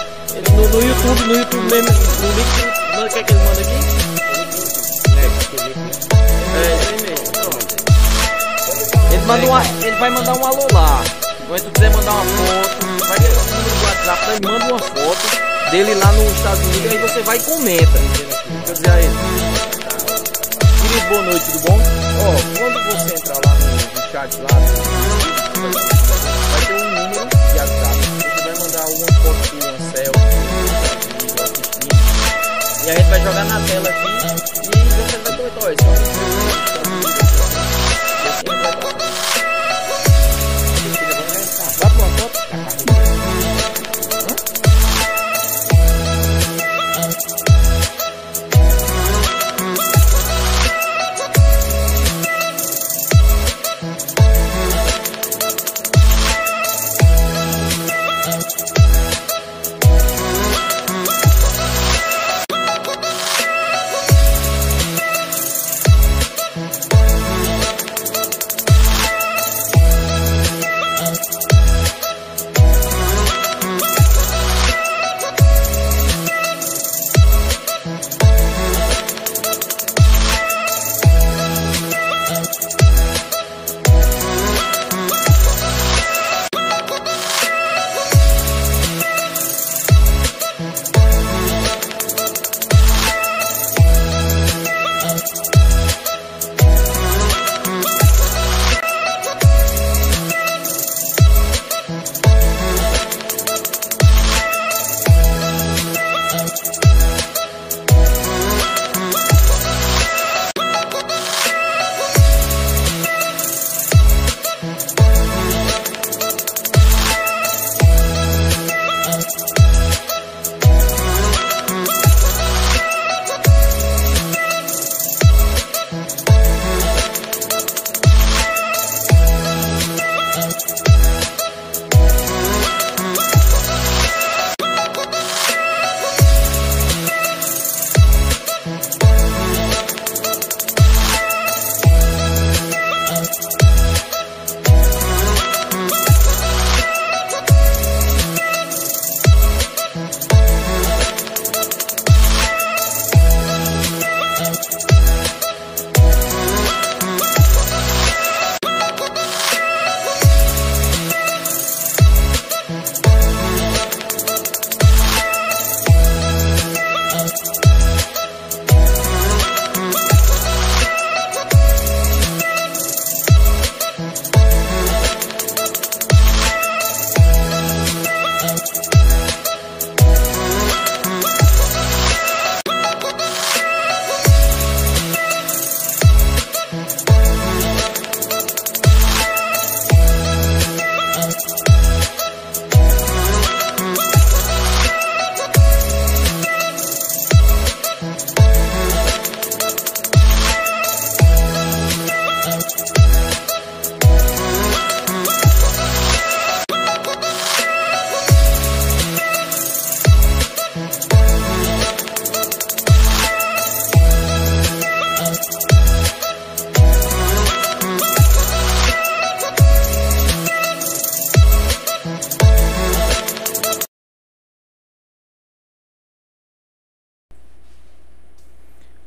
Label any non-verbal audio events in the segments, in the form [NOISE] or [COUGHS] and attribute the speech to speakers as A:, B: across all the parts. A: no, no YouTube, no YouTube mesmo, no link. Mano, quer que ele manda aqui? É, Ele, manda uma, ele vai mandar um alô lá. Ou se tu quiser mandar uma foto, vai no WhatsApp, aí manda uma foto dele lá nos Estados Unidos, aí você vai e comenta. Deixa eu dizer a ele. Querido, boa noite, tudo bom?
B: Ó, quando você entrar lá no, no chat lá, no- vai ter um número de WhatsApp. Você vai mandar uma foto do Ansel,
A: E a gente vai jogar na tela aqui.
B: e você vai comentar, ó, esse é o Ansel. E assim ele vai botar. Dá pra uma foto?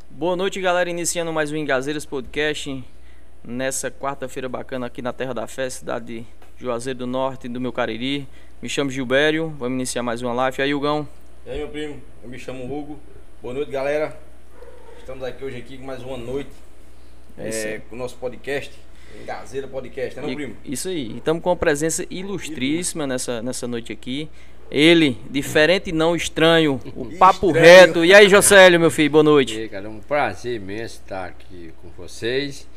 A: Boa noite, galera. Iniciando mais um Engazeiras Podcast. Nessa quarta-feira bacana aqui na Terra da Fé, cidade de Juazeiro do Norte, do meu Cariri. Me chamo Gilbério. Vamos iniciar mais uma live. E aí, Hugão?
C: E aí, meu primo, eu me chamo Hugo. Boa noite, galera. Estamos aqui hoje aqui com mais uma noite
A: É isso
C: eh,
A: aí.
C: com o nosso podcast, Gazeira Podcast, né, meu
A: E-
C: primo?
A: Isso aí. Estamos com uma presença ilustríssima nessa, nessa noite aqui. Ele, diferente e não estranho, o papo
C: Estranho.
A: reto. E aí, Jocélio, meu filho, boa noite.
D: E aí, cara, é um prazer imenso estar aqui com vocês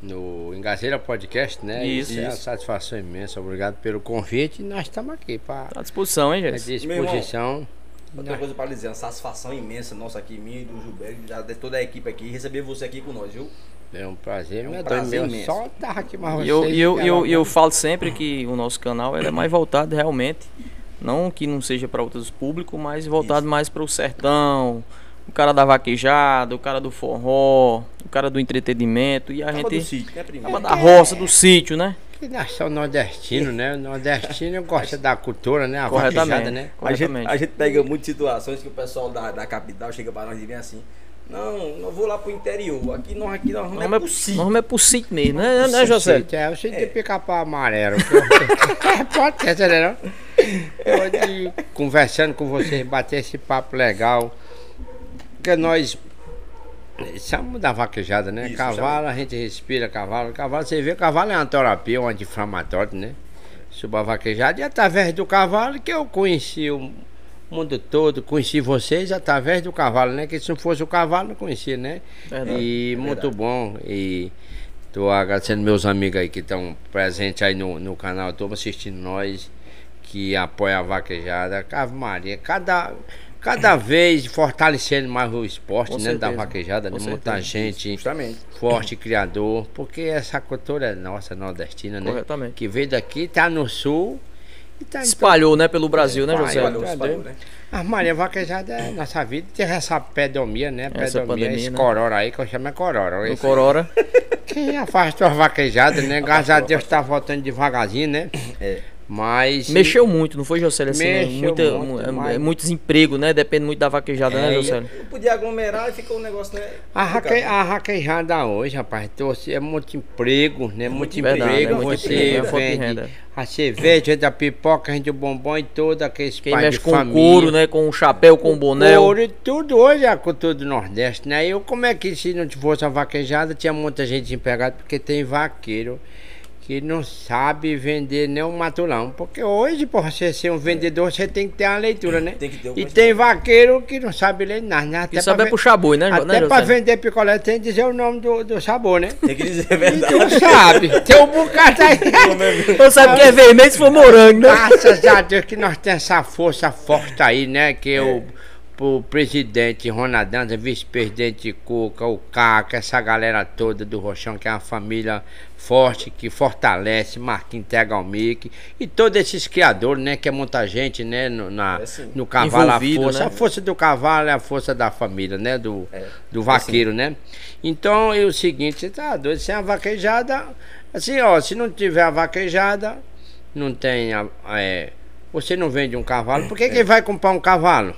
D: no Engazeira Podcast, né?
A: Isso,
D: É uma
A: isso.
D: satisfação imensa, obrigado pelo convite. Nós estamos aqui para
A: Tá à disposição, hein,
D: à
A: Jéssica?
D: disposição.
C: Outra coisa para dizer, uma satisfação imensa nossa aqui, minha e do Gilberto, e da- de toda a equipe aqui, receber você aqui com nós, viu?
D: É um prazer,
C: É um
D: meu Deus,
C: prazer
D: meu,
C: imenso.
D: só estar aqui mais vocês.
A: E eu, e eu,
D: cara,
A: eu, eu
D: mano.
A: falo sempre que o nosso canal ele é mais voltado realmente, não que não seja para outros públicos, mas voltado mais para o sertão, o cara da vaquejada, o cara do forró, o cara do entretenimento e a
C: Acaba do
A: gente é
C: sítio, né, primo?
A: acaba da roça, do sítio, né?
D: que nasceu nordestino, né? O
A: [LAUGHS]
D: nordestino gosta da cultura, né? A
E: Corretamente.
D: vaquejada, né?
C: A gente,
E: Corretamente.
C: a gente pega muitas situações que o pessoal da, da capital chega pra nós e vem assim. Não, não vou lá pro interior. Aqui não, aqui não, não é possível.
E: Nome é pro sítio mesmo, né, né José?
D: É, o sítio de pica-pau amarelo. [LAUGHS] pô. Pode ser, será não? Pode, conversando com vocês, bater esse papo legal. Porque nós somos da vaquejada, né?
C: Isso,
D: cavalo, a gente respira cavalo. Cavalo, você vê, cavalo é uma terapia, um anti-inflamatório, né? Sobre a vaquejada. E através do cavalo que eu conheci o mundo todo, conheci vocês através do cavalo, né? Que se não fosse o cavalo, não conhecia, né?
E: Verdade.
D: e muito bom. E tô agradecendo meus amigos aí que estão presentes aí no, no canal, estão assistindo nós, que apoia a vaquejada. Ave Maria, cada,
E: [COUGHS]
D: cada vez fortalecendo mais o esporte,
E: Com
D: né? Da
E: certeza.
D: vaquejada, né?
E: Com
D: Muita
E: certeza.
D: gente
C: Justamente.
D: forte, criador, porque essa cultura é nossa, nordestina, né?
E: Corretamente.
D: Que veio daqui, tá no sul e tá em
E: Espalhou, né, pelo Brasil, né,
A: é
E: José?
C: Espalhou, espalhou, né?
D: a Ah, Maria Vaquejada é nossa vida. Tem essa pedomia, né?
E: Essa
D: Pedomia,
E: pandemia,
D: esse
E: né?
D: corora aí, que eu chamo é corora.
E: No
D: Esse-
E: Corora.
D: Que afastou as vaquejadas, né? Graças a Deus tá voltando devagarzinho, né?
C: É.
D: Mas...
E: Mexeu muito, não foi, José? Assim, né?
D: Mexeu
E: Muita,
D: muito,
E: mu- é-
D: mas-
E: é Muitos empregos, né? Depende muito da vaquejada, né,
D: É, e-
E: José?
C: Não podia aglomerar e ficou um negócio, né?
D: A, raque,
C: complicado.
D: a raquejada hoje, rapaz, trouxe, é muito emprego, né? Muito,
E: verdade, é
D: emprego,
E: muito
D: você
E: emprego, é uma fonte de
D: vende
E: renda.
D: a cerveja, da pipoca, rende o bombom e todo aqueles
E: Quem
D: pais
E: mexe
D: de
E: com
D: família.
E: couro, né? Com o chapéu, com o boné. um-
D: Ouro e tudo hoje é a cultura do Nordeste, né? Eu, como é que se não fosse a vaquejada, tinha muita gente desempregada, porque tem vaqueiro que não sabe vender nem um matulão. Porque hoje, pra você ser um vendedor, você tem que ter uma leitura, né?
C: Tem que ter o
D: e
C: conhecimento.
D: tem vaqueiro que não sabe ler nada, né? Até
E: Que sabe
D: pra
E: é puxar boi, né,
D: ven-
E: Jo- né,
D: Até pra
E: José?
D: vender picolé tem que dizer o nome do, do sabor,
C: [LAUGHS]
D: né?
C: Tem que dizer a
D: E
C: verdade.
D: tu
A: Então,
D: não sabe. Tem um
C: [LAUGHS]
D: bocado aí.
E: Você sabe que é vermelho se for morango, né?
D: Graças a Deus que nós temos essa força forte aí, né? Que o, o presidente Ronadanza, vice-presidente Cuca, o Caca, essa galera toda do Rochão, que é uma família forte, que fortalece, Marquinhos Tegalmic e todos esses criadores, né? Que é muita gente, né? No, na,
C: É, sim.
D: no cavalo, a
E: Envolvido,
D: força.
E: né?
D: A força do cavalo é a força da família, né? Do,
C: É,
D: do vaqueiro,
E: Tá
D: né? Então, é o seguinte, você tá doido, sem a vaquejada, assim, ó, se não tiver a vaquejada, não tem a, é, você não vende um cavalo,
E: É,
D: por que quem vai comprar um cavalo?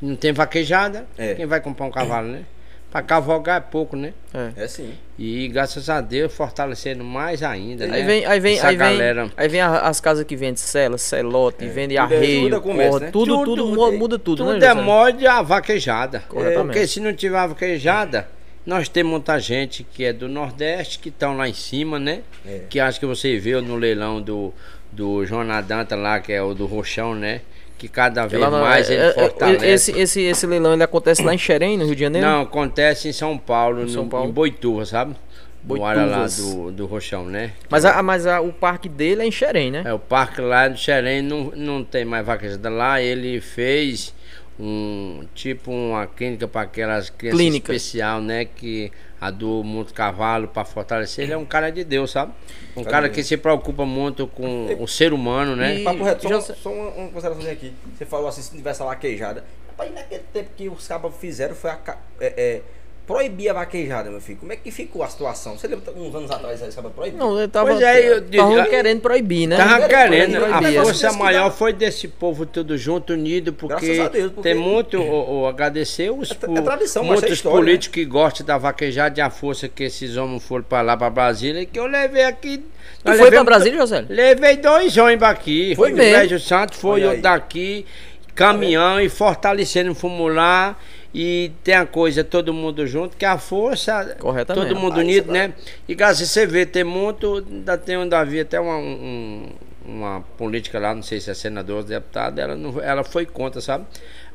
D: Não tem vaquejada,
C: É.
D: quem vai comprar um cavalo, né? Pra cavalgar é pouco, né?
E: É.
C: É sim.
D: E graças a Deus fortalecendo mais ainda, né?
E: Aí vem, aí vem,
D: Essa
E: aí vem,
D: galera.
E: aí vem a- as casas que vendem cela, celote, vende
C: Tudo é-
E: arreio,
C: tudo é comércio,
E: corda,
C: né?
E: tudo, tudo,
D: Tudo,
E: mu-
D: é-
E: muda tudo,
D: Tudo
E: né,
D: é
E: José?
D: morde a vaquejada.
E: Corretamente.
D: Porque se não tiver a vaquejada, nós temos muita gente que é do Nordeste, que estão lá em cima, né?
C: É.
D: Que acho que você viu no leilão do, do Jonadanta lá, que é o do Rochão, né? Que cada vez
E: Lá na-
D: mais ele
E: é- é-
D: fortalece.
E: esse, esse, esse leilão ele acontece lá em Xerém, no Rio de Janeiro?
D: Não, acontece em São Paulo,
E: São
D: no,
E: Paulo.
D: em Boituva, sabe? No área lá
E: Boituvas.
D: do, do Rochão, né?
E: Mas, a, mas a- o parque dele é em Xerém, né?
D: É, o parque lá do Xerém não, não tem mais vaquejada lá. Ele fez um tipo uma clínica para aquelas crianças
E: Clínica.
D: especial, né? Que a do Mundo Cavalo para fortalecer. Ele é um cara de Deus, sabe? Um cara que se preocupa muito com o ser humano, né?
E: E-
C: Papo reto,
E: já
C: só,
E: se-
C: só uma, uma consideraçãozinha aqui. Você falou assim, se não tivesse a vaquejada. Rapaz, naquele tempo que os cabos fizeram foi a. ca- É, é, proibir a vaquejada, meu filho. Como é que ficou a situação? Você lembra uns anos atrás aí, os cabos proibiram?
E: Não, eu tava,
D: Pois é, eu-
E: tavam
D: eu-
E: querendo proibir, né?
D: Tava
C: Ele-
D: querendo,
C: ele
D: a
C: proibia.
D: força
C: Mas que
D: maior
C: dá-
D: foi desse povo tudo junto, unido, porque,
C: Graças a Deus, porque-
D: tem muito, o, o, agradecer os
C: tra-
D: po-
C: é tradição, mas é
D: muitos
C: história,
D: políticos que gostam da vaquejada e a força que esses homens foram pra lá, pra Brasília, que eu levei aqui.
E: Tu
D: nós
E: foi pra
D: levamos-
E: Brasília, José?
D: Levei dois ônibus aqui.
E: Foi
D: um do
E: mesmo?
D: Brejo Santo, foi
C: Olha
D: outro
C: aí.
D: daqui. Caminhão e fortalecendo o fumular. E tem a coisa, todo mundo junto, que a força.
E: Corretamente.
D: Todo mundo
C: Rapaz,
D: unido,
C: isso
D: né? E graças a você vê, tem muito. Ainda tem um Davi, até uma, um- uma política lá, não sei se é senador ou deputado, ela, não, ela foi contra, sabe?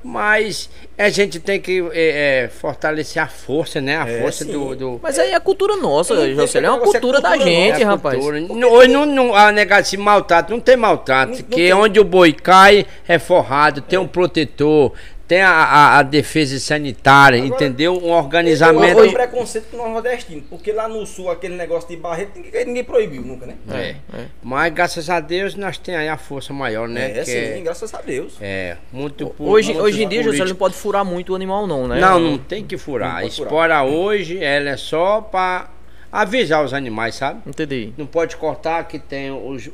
D: Mas a gente tem que é, é, fortalecer a força, né? A
C: É,
D: força
C: sim.
D: do- do,
E: Mas aí é cultura nossa,
C: Ele-
E: José. É
C: ele-
E: uma
C: você é
E: cultura da
C: cultura
E: gente,
D: é a
E: rapaz.
D: cultura. Não, Hoje não, não há negócio de maltrato, não tem maltrato.
C: Não- não
D: que
C: tem.
D: onde o boi cai é forrado, tem um protetor, tem a, a- a defesa sanitária, entendeu? Um organizamento.
C: Foi um preconceito com o nordestino, porque lá no sul, aquele negócio de barreto, ninguém, ninguém proibiu nunca, né?
D: É.
E: é.
D: Mas graças a Deus nós temos aí a força maior, né?
C: É,
D: que
C: sim,
D: é,
C: graças a Deus.
D: é, muito por-
E: Hoje,
D: muito
E: hoje em dia, José,
D: político.
E: ele não pode furar muito o animal, não, né?
D: Não, não tem que furar.
C: Não pode furar.
D: Espora hoje, ela é só para avisar os animais, sabe?
A: Entendi.
D: Não pode cortar que tem os- o,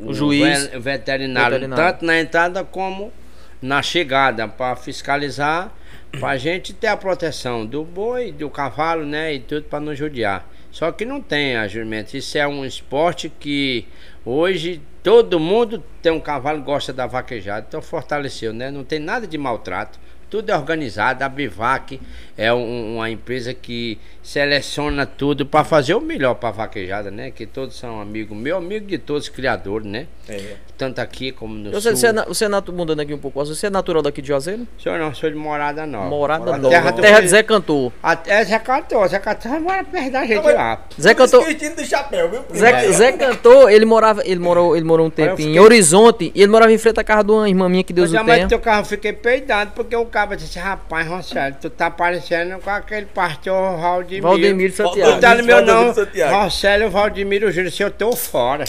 D: o,
A: O juiz.
D: ve- veterinário,
A: Veterinário.
D: tanto na entrada como na chegada, para fiscalizar, para a gente ter a proteção do boi, do cavalo, né, e tudo para não judiar. Só que não tem a jumento. Isso é um esporte que hoje todo mundo tem um cavalo e gosta da vaquejada, então fortaleceu, né? Não tem nada de maltrato. Tudo é organizado, a Bivac é um- uma empresa que seleciona tudo para fazer o melhor para a vaquejada, né? Que todos são amigos, meu amigo de todos, criadores, né?
C: É.
D: Tanto aqui como no
A: Eu sei,
D: sul.
A: você, é, na- você é natu- mudando aqui um pouco, o assunto, você é natural daqui de Juazeiro?
D: Senhor não, sou de Ah, Morada Nova.
A: Morada Nova.
C: Morada Nova.
A: Terra, terra de Zé Cantor.
D: Até é Zé Cator, Zé Cator mora perto da gente
C: mas-
D: lá.
A: Zé Cantor.
C: Esquitino do chapéu, viu? É.
A: Zé,
C: Primeiro.
A: Zé Cantor, ele morava, ele morou, ele morou um tempo em Horizonte e ele morava em frente à casa de uma irmã minha que Deus
D: Mas
A: o
D: a mãe do
A: tenha.
D: teu carro eu fiquei peidado, porque o cara disse, rapaz, Rosselli, tu tá parecendo com aquele pastor um Valdemiro.
A: Valdemiro
D: Não
A: Santiago.
D: tá no meu não.
C: Valdemiro Santiago.
D: Marcelo Valdemiro Júnior, se eu tô
C: [LAUGHS]
D: fora.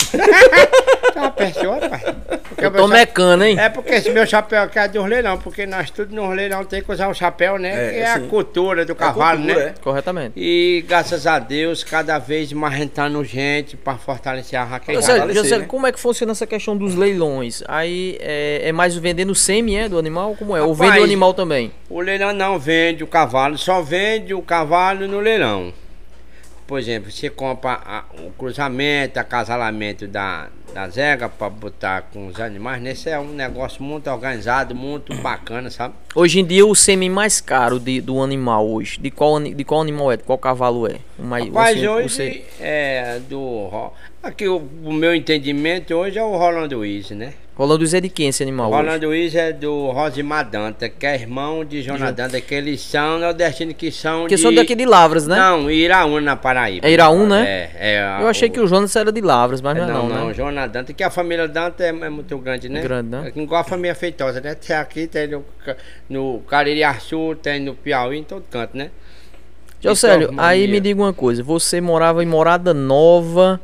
D: tá pessoa, pai. Porque
A: Eu
D: meu
A: tô
D: cha-
A: mecano, hein?
D: É porque esse meu chapéu aqui é dos leilão, porque nós tudo nos leilão tem que usar o chapéu, né?
C: É,
D: que é a
C: sim.
D: cultura do cavalo,
C: cultura,
D: né?
C: é.
A: Corretamente.
D: E graças a Deus, cada vez mais entrando gente pra fortalecer a
A: José,
D: raquejada.
A: José,
C: fortalecer, né?
A: como é que funciona essa questão dos leilões? Aí é, é mais vendendo semi, é, do animal? Como é? Ou
D: Rapaz,
A: vende o animal também?
D: O leilão não vende o cavalo, só vende o cavalo no leilão. Por exemplo, você compra a- o cruzamento, acasalamento da, da zega pra botar com os animais. Nesse é um negócio muito organizado, muito bacana, sabe?
A: Hoje em dia o semi mais caro de, do animal hoje, de qual, ani- de qual animal é? De qual cavalo é? O mais, o
D: Mas
A: semi- o semi-
D: hoje é do. ro- Aqui o, o meu entendimento hoje é o Rolando Wise, né?
A: Rolando Zé de quem esse animal hoje?
D: Rolando Wise é do Rosimar Danta, que é irmão de Jonadanta, que eles são nordestinos que são
A: Porque
D: de.
A: são daqui de Lavras, né?
D: Não, Iraúna, na Paraíba.
A: É Iraúna,
D: É, é. a-
A: Eu achei que o Jonas era de Lavras, mas não,
D: Não,
A: é
D: não,
A: não, né?
D: Joana Danta, que a família Danta é, é muito grande, né?
A: Grande, né?
D: É igual a família Feitosa, né? Tem aqui, tem no, Ca- no Caririaçu, tem no Piauí, em todo canto, né?
A: Jocélio,
D: Então,
A: aí
D: harmonia.
A: me diga uma coisa. Você morava em Morada Nova.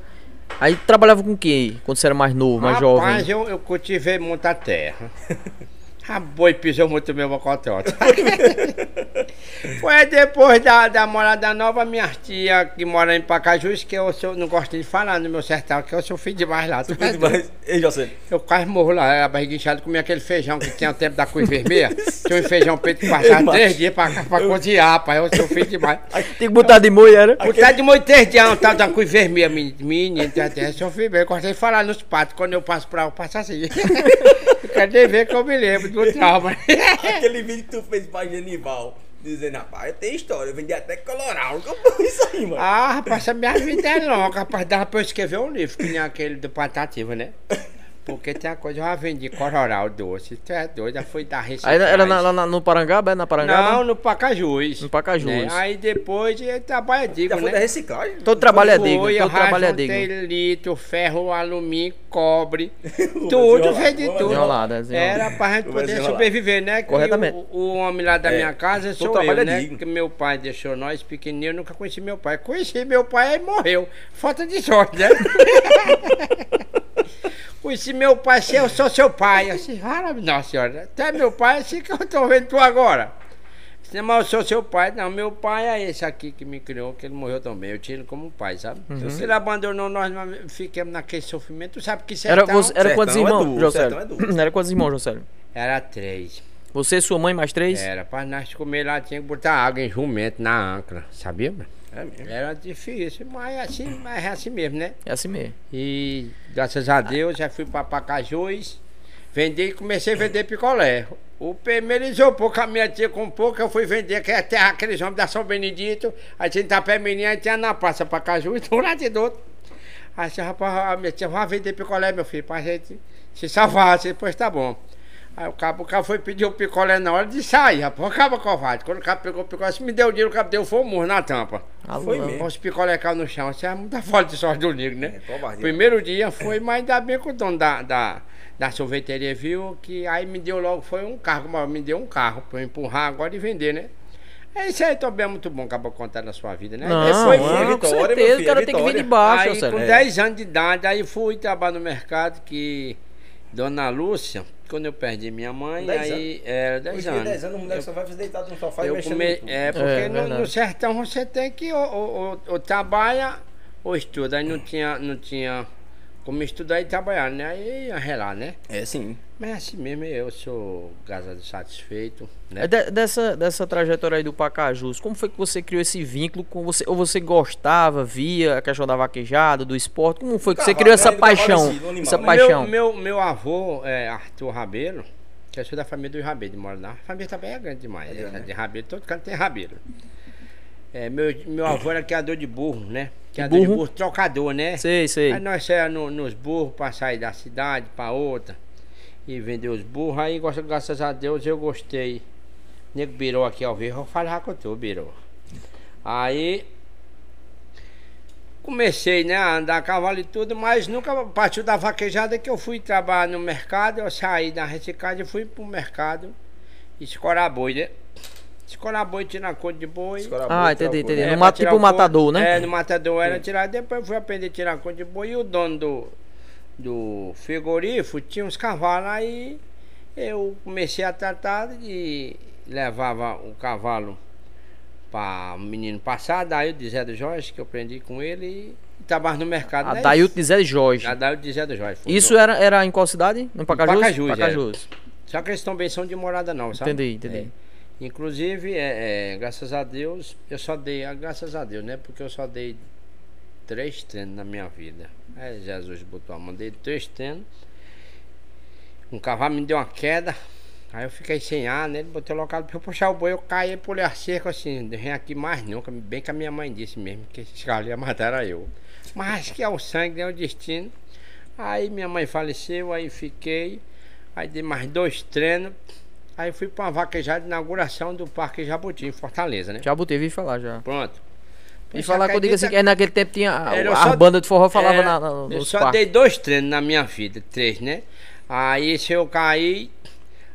A: Aí trabalhava com quem? Quando você era mais novo, mais
D: Rapaz,
A: jovem?
D: eu, eu cultivei muita terra. [LAUGHS] A boi pisou muito meu bocotota. Foi depois da, da morada nova, minha tia que mora em Pacajus, que eu sou- não gosto de falar no meu sertão, que eu sou filho demais lá. tu
C: Muito É demais. Ei, José.
D: Eu quase morro lá, a barriga inchada, comia aquele feijão que tinha o tempo da cruz vermelha. Tinha um feijão preto que passava três dias pra, pra cozinhar, rapaz. Eu sou filho demais.
A: Tem que botar de molho, era?
D: O tá de muito três dias, um tal da cruz vermelha, meni- menino, tá até seu filho. Eu gostei de falar nos patos, quando eu passo pra eu passo assim. [LAUGHS] Eu quero nem ver que eu me lembro do trauma. [LAUGHS] É.
C: Aquele vídeo que tu fez pra Genival, dizendo, rapaz, eu tenho história, eu vendi até Colorado. [LAUGHS] Como isso aí, mano?
D: Ah, rapaz, essa minha vida é longa, rapaz. Dava pra eu escrever um livro, que nem aquele do Patativa, né? Porque tem uma coisa, eu já vendi cororal doce, tu é doido, já fui dar receita.
A: Aí era na- lá na- no Parangaba, é? Na Parangaba?
D: Não, no Pacajus.
A: No Pacajus.
D: Né? Aí depois ele trabalha
C: Já
D: digno,
C: foi da
D: né?
C: reciclagem?
A: Todo trabalho é digno,
D: Foi, eu
A: todo trabalho é
D: rajuntei
A: digno.
D: litro, um ferro, alumínio, cobre, tudo,
C: desenrolar,
D: veio de
C: vou
D: tudo.
A: desenrolar, desenrolar.
D: Era pra gente
C: Vou
D: poder
C: desenrolar.
D: sobreviver, né? Que
A: um- Corretamente.
D: O, o homem lá da
C: É,
D: minha casa
C: todo
D: sou eu,
C: trabalho é
D: né?
C: digno.
D: Que meu pai deixou nós pequenininho, eu nunca conheci meu pai. Conheci meu pai e morreu. Falta de
C: [LAUGHS]
D: sorte, né? Conheci meu pai, se eu sou seu pai. Eu disse, "Ah, nossa senhora, até meu pai, assim que eu tô vendo tu agora. Disse, mas eu sou seu pai. Não, meu pai é esse aqui que me criou, que ele morreu também. Eu tinha ele como pai, sabe?
A: Uhum.
D: Ele abandonou nós, nós ficamos naquele sofrimento. Tu sabe que
A: Era,
D: sertão-
A: você- era quantos
C: sertão é
A: irmãos,
C: duro,
A: Jocélio?
C: sertão é duro.
A: Era quantos irmãos, Jocélio?
D: Era três.
A: Você, sua mãe, mais três?
C: É.
D: Era, pra nós comer lá tinha que botar água em jumento na âncora, sabia? mano?
C: É mesmo.
D: Era difícil, mas assim, mas é assim mesmo, né?
A: É assim mesmo.
D: E graças a Deus já fui pra Pacajus, vendi, comecei a vender picolé. O primeiro isopor que um a minha tia comprou, que eu fui vender, que é até aqueles homens da São Benedito, tá aí tinha Itapé Menino, aí tinha na Praça Pacajus, [LAUGHS] um lado e do outro. Aí disse, rapaz, a minha tia, vai vender picolé, meu filho, pra gente se salvar, assim, pois tá bom. Aí o cabo, o cara foi pedir o picolé na hora de sair, rapaz, o cabo é covarde. Quando o cabo pegou o picolé, se me deu o dinheiro, o cabo deu foi um murro na tampa.
A: Alô,
C: Foi
A: alô.
C: mesmo.
D: Com os picolé caiu no chão, isso é muita falta de sorte do negro, né?
C: É, covardia.
D: Primeiro dia foi, mas ainda bem que o dono da, da, da sorveteria viu que aí me deu logo, foi um carro, mas me deu um carro pra eu empurrar agora e vender, né? É isso aí também é muito bom acabar contar na sua vida, né?
A: Não,
D: Depois
C: foi
A: não, com
C: vitória, meu
A: certeza, o
C: filho,
A: cara tem que vir de
C: vitória.
A: baixo,
D: aí, com né?
A: Jocélio.
D: 10 anos de idade, aí fui trabalhar no mercado que Dona Lúcia, quando eu perdi minha mãe,
C: 10
D: aí era 10
C: Hoje em
D: anos.
C: 10 anos, o moleque só vai deitado no sofá e
D: Eu
C: mexendo
D: come-
C: no tubo.
D: É, porque
A: É,
D: no,
A: verdade.
D: no sertão você tem que ou, ou- ou- ou trabalha ou estuda, aí não tinha, não tinha como estudar e trabalhar, né? Aí ia relar, né?
E: É sim.
D: Mas assim mesmo, eu sou, graças a Deus, satisfeito, né?
E: É de- dessa, dessa trajetória aí do Pacajus, como foi que você criou esse vínculo com você? Ou você gostava, via a questão da vaquejada, do esporte? Como foi que você
C: Cavalo,
E: criou essa
C: né? Ele tava
E: paixão?
C: parecido, um animal,
E: Essa
C: né?
E: paixão.
D: Meu, meu, meu avô, é, Arthur Rabeiro, que eu sou da família dos Rabeiros, moro lá. A família também é grande demais. É, De Rabeiro, todo canto tem Rabeiro. É, meu, meu avô era criador de burro, né? Criador de
E: burro?
D: burro, trocador, né?
E: Sei, sei.
D: Aí nós saímos no- nos burros para sair da cidade para outra e vender os burros. Aí, gosto- graças a Deus, eu gostei. Nego Birou aqui ao vivo, eu falava com tu, Birou. Aí comecei né, a andar a cavalo e tudo, mas nunca partiu da vaquejada que eu fui trabalhar no mercado. Eu saí da reciclagem e fui pro mercado escorar boi, né? Escorar boi, tirar a cor de boi.
E: Ah, entendi, entendi.
D: É,
E: No
D: pra
E: mato,
D: tirar
E: tipo
D: o
E: um
D: couro.
E: matador, né?
D: É, no matador era tirar. Depois eu fui aprender a tirar cor de boi. E o dono do, do frigorífico tinha uns cavalos. Aí eu comecei a tratar e levava o cavalo para o menino passar. Daí o de Zé do Jorge, que eu aprendi com ele. E trabalhava no mercado.
E: A
D: né?
E: Dailton de Zé Jorge.
D: A Daí o de Zé do Jorge. foi
E: Ah, Isso
D: o
E: era, era em qual cidade? No Pacajus?
D: Pacajus, é.
E: Pacajus.
D: dono. Só que eles também são de morada não, sabe?
E: Entendi, entendi.
D: Inclusive, é, é, graças a Deus, eu só dei, ah, graças a Deus, né? Porque eu só dei três treinos na minha vida. Aí Jesus botou a mão, dei três treinos. Um cavalo me deu uma queda, aí eu fiquei sem ar, né? Ele botou local pra eu puxar o boi, eu caí, pulei a cerca assim, não vem aqui mais nunca, bem que a minha mãe disse mesmo, que esses caras iam matar era eu. Mas que é o sangue, é o destino. Aí minha mãe faleceu, aí fiquei, aí dei mais dois treinos, aí fui pra uma vaquejada de inauguração do Parque Jabuti, em Fortaleza, né?
E: Já botei, vi falar já.
D: Pronto.
E: E falar que eu digo assim, que é naquele tempo tinha a,
D: Era, eu
E: a
D: só-
E: banda de forró falava
D: Era,
E: na, na, nos
D: Eu só
E: parques.
D: dei dois treinos na minha vida, três, né? Aí se eu caí,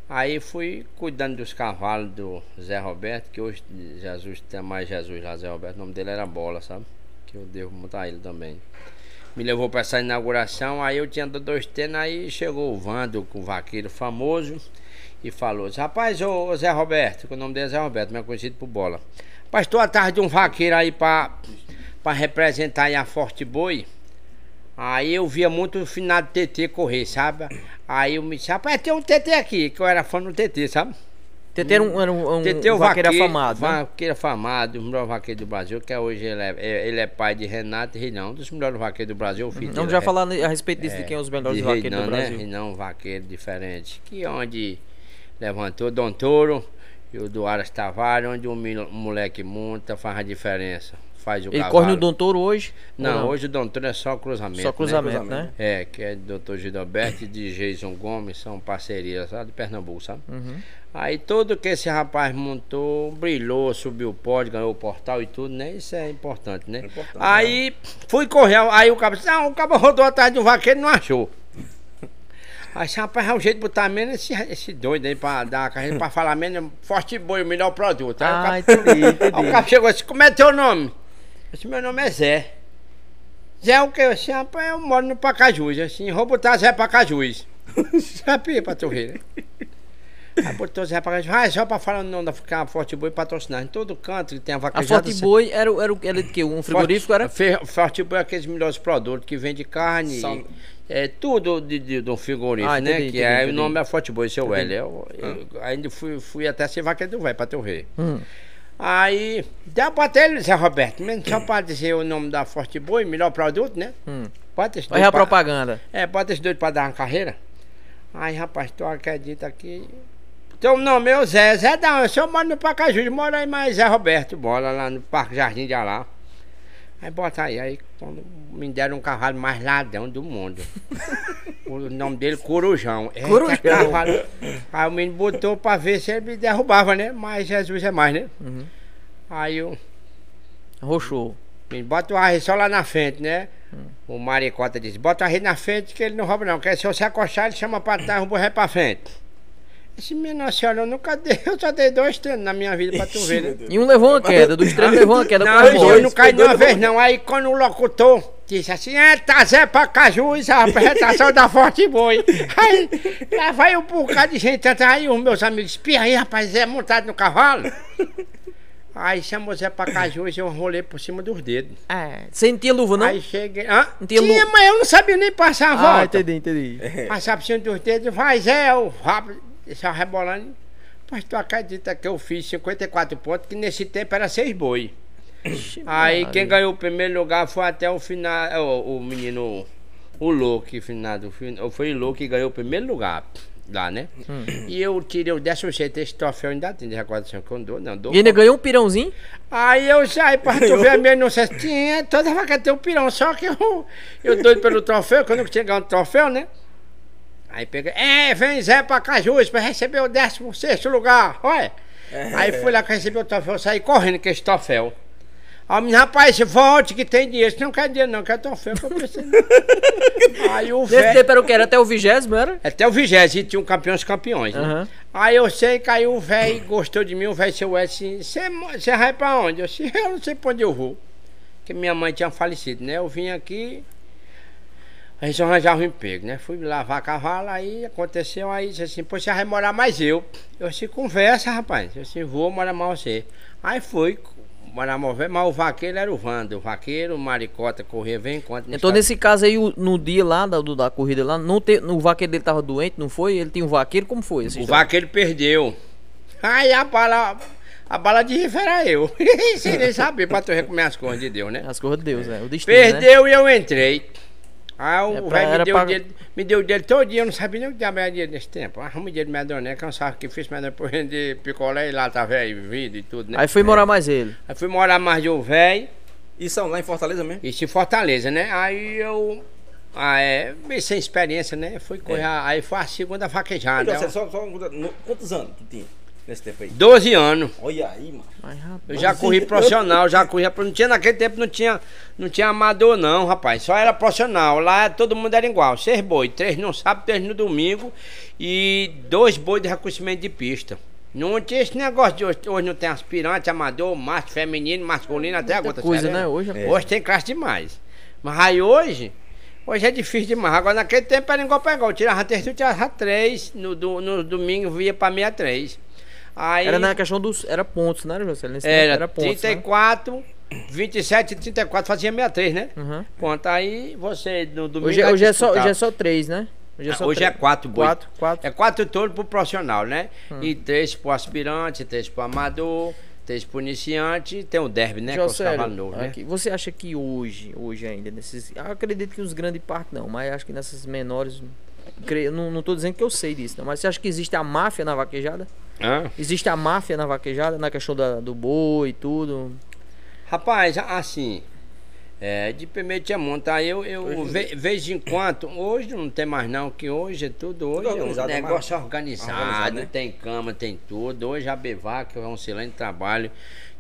D: aí fui cuidando dos cavalos do Zé Roberto, que hoje Jesus tem mais Jesus lá, Zé Roberto, o nome dele era Bola, sabe? Que eu devo montar ele também. Me levou pra essa inauguração, aí eu tinha dado dois treinos, aí chegou o Vando, com o vaqueiro famoso, e falou, rapaz, ô, ô Zé Roberto, que o nome dele é Zé Roberto, mas é conhecido por Bola. Rapaz, tô atrás de um vaqueiro aí pra, pra representar aí a Forte Boi. Aí eu via muito o finado TT correr, sabe? Aí eu me disse, rapaz, tem um TT aqui, que eu era fã do TT, sabe?
E: TT era um, era um, um
D: TT é o
E: vaqueiro afamado, né?
D: Vaqueiro afamado, o melhor vaqueiro do Brasil, que hoje ele é, é- ele é pai de Renato e Reinão, um dos melhores vaqueiros do Brasil, o filho
E: Vamos
D: dele
E: Então, já
D: é-
E: falar a respeito disso, de quem é os melhores
D: de
E: vaqueiros do
D: Reinão, né?
E: Brasil.
D: Reinão, vaqueiro diferente. Que onde levantou Dom Touro e o do Aras Tavares, onde um mil- um moleque monta, faz a diferença. Faz o
E: Ele
D: cavalo.
E: corre no Dom Touro hoje?
D: Não,
E: Ou
D: hoje o Dom Touro é só cruzamento.
E: Só cruzamento,
D: né?
E: né?
D: É, que é do Dr. Gilberto e de Jason Gomes, são parcerias lá de Pernambuco, sabe? Aí tudo que esse rapaz montou, brilhou, subiu o pódio, ganhou o portal e tudo, né? Isso é importante, né? aí fui correr, aí o cabo disse, não, o cabo rodou atrás de um vaqueiro e não achou. Aí esse rapaz é um jeito de botar menos esse, esse doido aí pra dar a carreira, pra falar menos forte boi, o melhor produto. Aí o
E: Ah,
D: cabo-
E: entendi,
D: Aí o
E: entendi.
D: cara chegou e disse, como é teu nome? Eu disse, meu nome é Zé. Zé o que? Eu disse, rapaz, eu moro no Pacajus. Eu disse, vou botar Zé Pacajus. Sabia pra tu ver, né? Aí botou Zé Pacajus. Ah, só pra falar o nome da ficar Forte Boi patrocinar. Em todo canto ele tem a
E: A
D: vaquejada.
E: Forte Boi era, o- era, o- era de quê? Um frigorífico era?
D: Fe- Forte Boi é aqueles melhores produtos que vende carne.
C: Sal-
D: É tudo de, de, de um frigorífico,
E: Ah, entendi,
D: né? Que
E: entendi,
D: é,
E: entendi. Ah.
D: o nome é Forte Boi, seu Hélio. Eu, eu ainda fui, fui até ser vaqueiro do velho pra teu rei.
E: Hum.
D: Aí, dá pra ter, Zé Roberto, mesmo só pra dizer o nome da Forte Boi, melhor produto, né?
E: Hum.
D: Bota esse
E: Olha a
D: doido pra-
E: propaganda.
D: É, bota esse doido pra dar uma carreira. Aí, rapaz, tu acredita que. Teu nome é o Zé, Zé da onde? Eu moro no Pacajus, mora aí mais Zé Roberto, bora lá no Parque Jardim de Alá. Aí bota aí, aí quando me deram um cavalo mais ladrão do mundo. o nome dele Corujão. Eita,
E: Corujão.
D: cavalo. Aí o menino botou pra ver se ele me derrubava, né? Mas Jesus é mais, né? Aí eu.
E: Roxou.
D: Menino, Bota o arre só lá na frente, né? O maricota disse, bota o arre na frente que ele não rouba não, que se você acostar ele chama pra trás, rouba o ré pra frente. Esse menino, senhora, eu nunca dei, [LAUGHS] eu só dei dois treinos na minha vida pra tu ver, né?
E: E um levou uma queda, dos três levou uma queda.
D: Não,
E: quase
D: eu
E: morre.
D: não caí nenhuma vez não, aí quando o locutor disse assim, eita Zé Pacajus, a apresentação da Forte Boi. [LAUGHS] Aí, lá vai um é bocado de gente, atrás, aí os meus amigos, espirra aí rapaz, Zé montado no cavalo. Aí chamou Zé pra Cajus e eu rolei por cima dos dedos.
E: É. Você não tinha luva, não?
D: Aí cheguei. Hã?
E: Não tinha
D: Tinha,
E: lu-
D: mas eu não sabia nem passar a volta.
A: Ah, entendi, entendi.
D: Passar por cima dos dedos, vai Zé, eu rápido, deixar rebolando. Mas tu acredita que eu fiz 54 pontos, que nesse tempo era seis boi. Aí quem ganhou o primeiro lugar foi até o final, é, o, o menino, o Louco, finado, fin- foi o Louco que ganhou o primeiro lugar lá, né? E eu tirei o 16, esse troféu ainda tem de recordação que eu não dou, não dou.
E: E ainda ganhou um pirãozinho?
D: Aí eu saí pra tu ver a minha inocência. Tinha, toda vaca tem um pirão, só que eu, eu doido pelo troféu, quando eu tinha ganho o troféu, né? Aí peguei, é, vem Zé pra Cajus pra receber o 16 lugar, olha.
E: É.
D: Aí fui lá que recebi o troféu, saí correndo com esse troféu. Aí o menino, rapaz, volte que tem dinheiro. Você não quer dinheiro, não, quer troféu que eu
E: [LAUGHS]
D: preciso. Aí o
E: Nesse
D: velho.
E: tempo era o que? Era até o vigésimo, era? Uhum.
D: Até o vigésimo tinha um campeão dos campeões, né?
E: Aham.
D: Aí eu sei que aí o velho gostou de mim, o velho seu Ed assim, você vai pra onde? Eu disse, eu não sei pra onde eu vou. Porque minha mãe tinha falecido, né? Eu vim aqui, aí só arranjava um emprego, né? Fui lavar cavalo, aí aconteceu, aí disse assim, pô, você vai morar mais eu. Eu disse, conversa, rapaz. Eu disse, vou morar mais você. Aí fui, morar mais o velho, mas o vaqueiro era o Vando. O vaqueiro, o maricota, corria, vem enquanto...
E: Então nesse caso aí, o- no dia lá da, do- da corrida lá, não te, o vaqueiro dele tava doente, não foi? Ele tinha um vaqueiro, como foi? essa
D: O
E: história?
D: vaqueiro perdeu. Aí a bala, a bala de rifa era eu. [LAUGHS] Sem nem saber pra tu ver como é as coisas de Deus, né?
E: As coisas de Deus, é. O destino, né?
D: Perdeu e eu entrei. Aí
E: É
D: o
E: pra-
D: velho
E: era
D: me, deu
E: pra-
D: o dinheiro- me deu o dinheiro todo dia, eu não sabia nem o que diabo era dinheiro nesse tempo. Arrumei dinheiro de Madonna, que eu não sabia o que fiz, mas depois de picolé e lá tá velho, vida e tudo, né?
E: Aí foi morar mais ele.
D: Aí fui morar mais de um velho.
C: E são lá em Fortaleza mesmo?
D: Isso em Fortaleza, né? Aí eu. Ah, é, meio sem experiência, né? Fui correr.
E: É.
D: Aí foi a segunda vaquejada.
C: José,
D: ó.
C: só, só um- no- quantos anos tu tinha nesse tempo aí?
D: 12 anos.
C: Olha aí, mano.
D: É.
E: Mas, rapaz,
D: Eu já corri profissional, já corria. pro- Não tinha naquele tempo, não tinha, não tinha amador, não, rapaz. Só era profissional. Lá todo mundo era igual. Seis boi, três no sábado, três no domingo e dois boi de reconhecimento de pista. Não tinha esse negócio de hoje, hoje não tem aspirante, amador, macho, feminino, masculino, até agora. tá
E: coisa,
D: certo?
E: né? Hoje é-
D: hoje tem classe demais. Mas aí hoje, hoje é difícil demais. Agora naquele tempo era igual pra igual. Eu Tirava três, tu tirava três. No, do- no domingo via pra 63. Aí,
E: Era na questão dos... Era pontos, né, José? Nesse tempo
D: É. era,
E: pontos, né?
D: 34, 27 e 34, fazia 63, né?
E: Uhum.
D: Pronto, aí você no domingo.
E: Hoje, é-
D: vai
E: hoje é só,
D: disputar.
E: hoje é só três, né? Hoje
D: Ah, hoje é
E: três.
D: quatro boi.
E: Quatro, quatro. Hum.
D: É quatro touros pro profissional, né? E três pro aspirante, três pro amador, três pro iniciante, e tem o derby, né? com os
E: Josélio,
D: cavalos novos, né?
E: aqui, você acha que hoje, hoje ainda, nesses. eu Acredito que os grandes parques não, mas acho que nessas menores. creio- Não, não tô dizendo que eu sei disso, não, mas você acha que existe a máfia na vaquejada?
D: Hã?
E: Existe a máfia na vaquejada, na questão da, do boi e tudo.
D: Rapaz, a- assim, é, de primeiro tinha monta. Aí eu, eu ve, vez em quando, hoje não tem mais não, que hoje é tudo, hoje
C: organizado,
D: é um negócio
C: mas-
D: organizado,
C: organizado, né?
D: tem cama, tem tudo. Hoje a BEVAC é um excelente trabalho,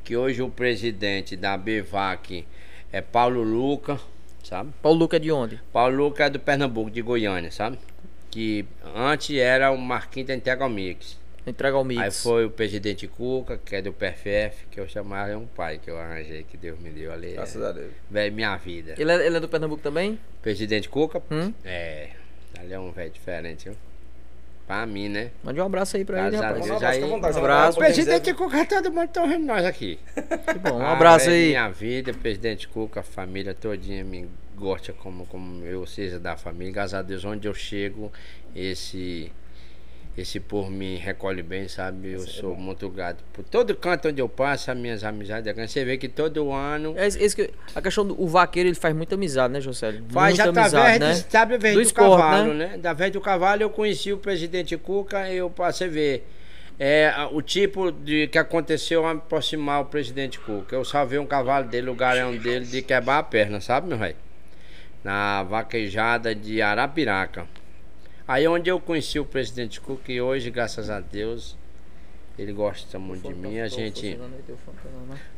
D: que hoje o presidente da BEVAC é Paulo Luca, sabe?
E: Paulo Luca é de onde?
D: Paulo Luca é do Pernambuco, de Goiânia, sabe? Que antes era o Marquinhos da Integral Mix.
E: Entrega ao Mix.
D: Aí foi o presidente Cuca, que é do PFF, que eu chamava é um pai que eu arranjei, que Deus me deu ali.
C: Graças a Deus.
D: Véi, minha vida.
E: Ele, é, ele é do Pernambuco também?
D: Presidente Cuca?
E: Hum?
D: É. Ali é um velho diferente, viu? Pra mim, né?
E: Mande um abraço aí pra ele,
D: Graças a
E: rapaz.
D: Deus.
C: Vamos lá,
D: aí-
C: vamos lá, vamos
E: abraço.
C: lá, vamos lá, vamos lá.
D: Um Cuca, todo mundo tá ouvindo nós aqui.
E: Que bom. Um abraço aí.
D: Ah, é Minha vida, presidente Cuca, a família todinha me gosta como, como eu seja da família. Graças a Deus, onde eu chego, esse. Esse povo me recolhe bem, sabe? Eu
E: é
D: sou muito grato. Por todo canto onde eu passo, as minhas amizades. é grande. Você vê que todo ano.
E: É, esse- esse que- a questão do o vaqueiro, ele faz muita amizade, né, José?
D: Faz
E: muita
D: através,
E: amizade,
D: de,
E: né?
D: sabe, através
E: Do
D: do,
E: esporte,
D: cavalo, né? Através do cavalo eu conheci o presidente Cuca e eu passei a ver. É, a- o tipo de que aconteceu a aproximar o presidente Cuca. Eu salvei um cavalo dele, o garanhão dele, de quebrar a perna, sabe, meu velho? Na vaquejada de Arapiraca. Aí onde eu conheci o presidente Cuca e hoje, graças a Deus, ele gosta muito de mim. A gente.
E: né?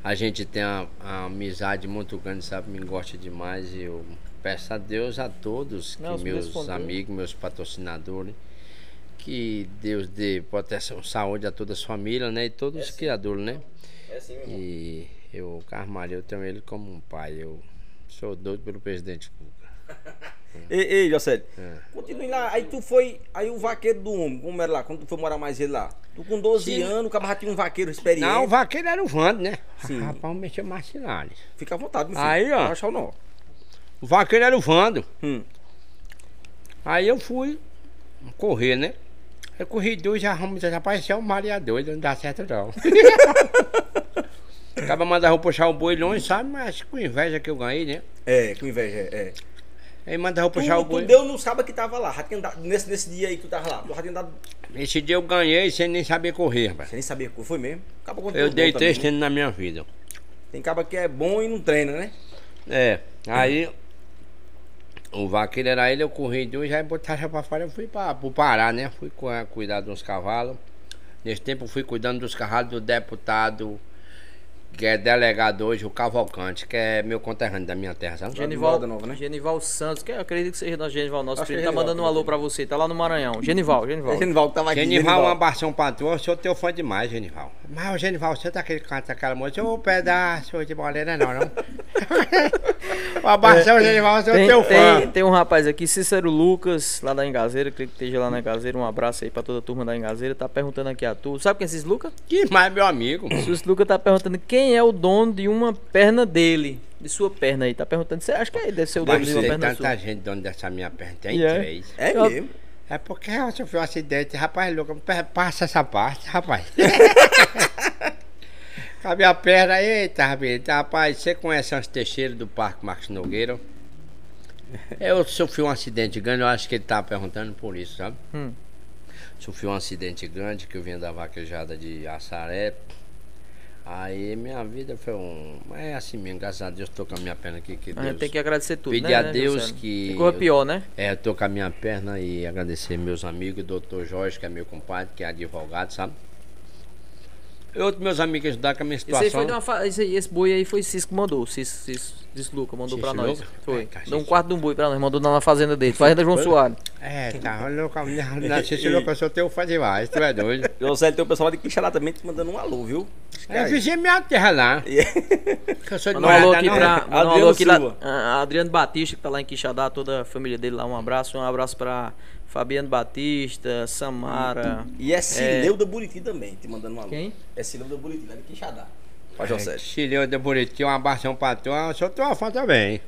D: A gente tem uma, uma amizade muito grande, sabe? Me gosta demais e eu peço a Deus a todos, que
E: Não, os
D: meus
E: respondeu.
D: amigos, meus patrocinadores, que Deus dê proteção, saúde a todas as famílias, né? E todos os criadores, né?
C: É assim mesmo.
D: E eu, Carmalho, eu tenho ele como um pai. Eu sou doido pelo presidente Cuca.
E: Ei, ei, Jocélio. Continue lá. Aí tu foi. Aí o vaqueiro do homem, como era lá? Quando tu foi morar mais ele lá? Tu com 12
D: Sim.
E: anos, o cabra já tinha um vaqueiro experiente.
C: é?
D: Não, o vaqueiro era o Vando, né?
E: Sim.
D: Rapaz, mexeu Marcinales.
E: Fica à vontade, meu filho.
D: Aí, ó.
E: Não achar o nó.
D: O vaqueiro era o Vando.
E: Hum.
D: Aí eu fui correr, né? Eu corri dois arramos, rapaz, esse é um maria doido, não dá
E: [LAUGHS]
D: certo não. Acaba mandando eu puxar o boi longe, sabe? Mas com inveja que eu ganhei, né?
E: É, com inveja, é.
D: Aí mandava eu
E: Tu,
D: puxar o
E: tu
D: boi.
E: deu nos cabas que tava lá. já tinha dado- nesse, nesse dia aí que tu tava lá. Tu já tinha dado.
D: Esse dia eu ganhei sem nem saber correr, rapaz.
E: Você nem sabia que foi mesmo. Acaba quando
D: Eu
E: tu
D: dei
E: bom também,
D: três
E: né?
D: treinos na minha vida.
A: né?
E: Tem caba que é bom e não treina, né?
D: É, aí o vaqueiro era ele, eu corri um dois, aí botaram pra fora, eu fui pra, pro Pará, né? Fui cu- cuidar de uns cavalos. Nesse tempo eu fui cuidando dos cavalos do deputado, que é delegado hoje, o Cavalcante, que é meu conterrâneo da minha terra, sabe?
A: Genival,
E: Moda nova, né?
A: Genival Santos, que eu acredito que seja da Genival nosso
E: Acho que
A: primo,
E: é
A: tá
E: Genival,
A: mandando um
E: tá
A: alô pra você, tá lá no Maranhão. Genival, Genival.
E: Genival que tava aqui.
D: Genival, um abração pra tu, eu sou teu fã demais, Genival. Mas, ô, Genival, senta aquele canto daquela moça, ô pedaço de morena, não, [LAUGHS] não. um abração, Genival, eu sou
A: É, Tem,
D: teu fã.
A: tem, tem um rapaz aqui, Cícero Lucas, lá da Engazeira, acredito que esteja lá na Engazeira. Um abraço aí pra toda a turma da Engazeira. Tá perguntando aqui a tu. Sabe quem é Cícero Lucas?
D: Demais, meu amigo.
A: Cícero Lucas tá perguntando quem é o dono de uma perna dele, de sua perna aí. Tá perguntando, Cê- acho que aí deve ser o dono
D: Deve tá,
A: de uma
D: ter
A: perna
D: tanta
A: sua.
D: gente dono dessa minha perna, tem
A: Yeah.
D: três.
E: É mesmo.
D: É porque eu sofri um acidente, rapaz, louco, pe- passa essa parte, rapaz.
A: [LAUGHS]
D: Com a minha perna, eita, rapaz, rapaz, você conhece Santos Teixeira do Parque Marcos Nogueira? Eu sofri um acidente grande, eu acho que ele tava perguntando por isso, sabe?
A: Hum.
D: Sofri um acidente grande que eu vinha da vaquejada de Assaré. Aí minha vida foi um. Mas é assim mesmo, graças a Deus, tô com a minha perna aqui. Que
A: A
D: Deus.
A: gente É, tem que agradecer tudo,
D: Pedir
A: né?
D: a
A: né,
D: Deus
A: José?
D: que-
A: Tem Corra pior, né?
D: É, eu tô com a minha perna e agradecer meus amigos, doutor Jorge, que é meu compadre, que é advogado, sabe? E outros meus amigos que ajudaram com a minha
A: Esse, aí foi
D: situação.
A: de uma fa- esse, aí- esse boi aí foi Cisco que mandou, Cisco, Cisco, Cisco Luca mandou
D: Cisco
A: pra nós.
D: Luca?
A: Foi.
D: Ai, cara,
A: Deu um
D: Cisco.
A: quarto de um boi pra nós, mandou lá na fazenda dele, fazenda João Soares.
D: É, tá louco,
A: [LAUGHS]
D: não sei se louco, eu sou teu fã demais, tu é doido.
E: José, tem o pessoal de Quixará também te mandando um alô, viu?
D: É, vizinha minha
A: [LAUGHS]
D: terra lá. Que eu sou de
A: Mandou um
E: é
A: alô
D: Morada
A: aqui
D: Nova.
A: pra. Mandou um alô
E: Adriano
A: aqui lá.
E: Silva.
A: a- a Adriano Batista, que tá lá em Quixadá, toda a família dele lá, um abraço. Um abraço pra Fabiano Batista, Samara.
E: E é Sileuda Buriti também, te mandando um alô.
A: Quem?
E: É Sileuda Buriti, lá de Quixadá. Pra
D: É,
E: José.
D: Chileu de Buritinho, um abração pra tu, eu sou teu
A: [LAUGHS]
D: fã também.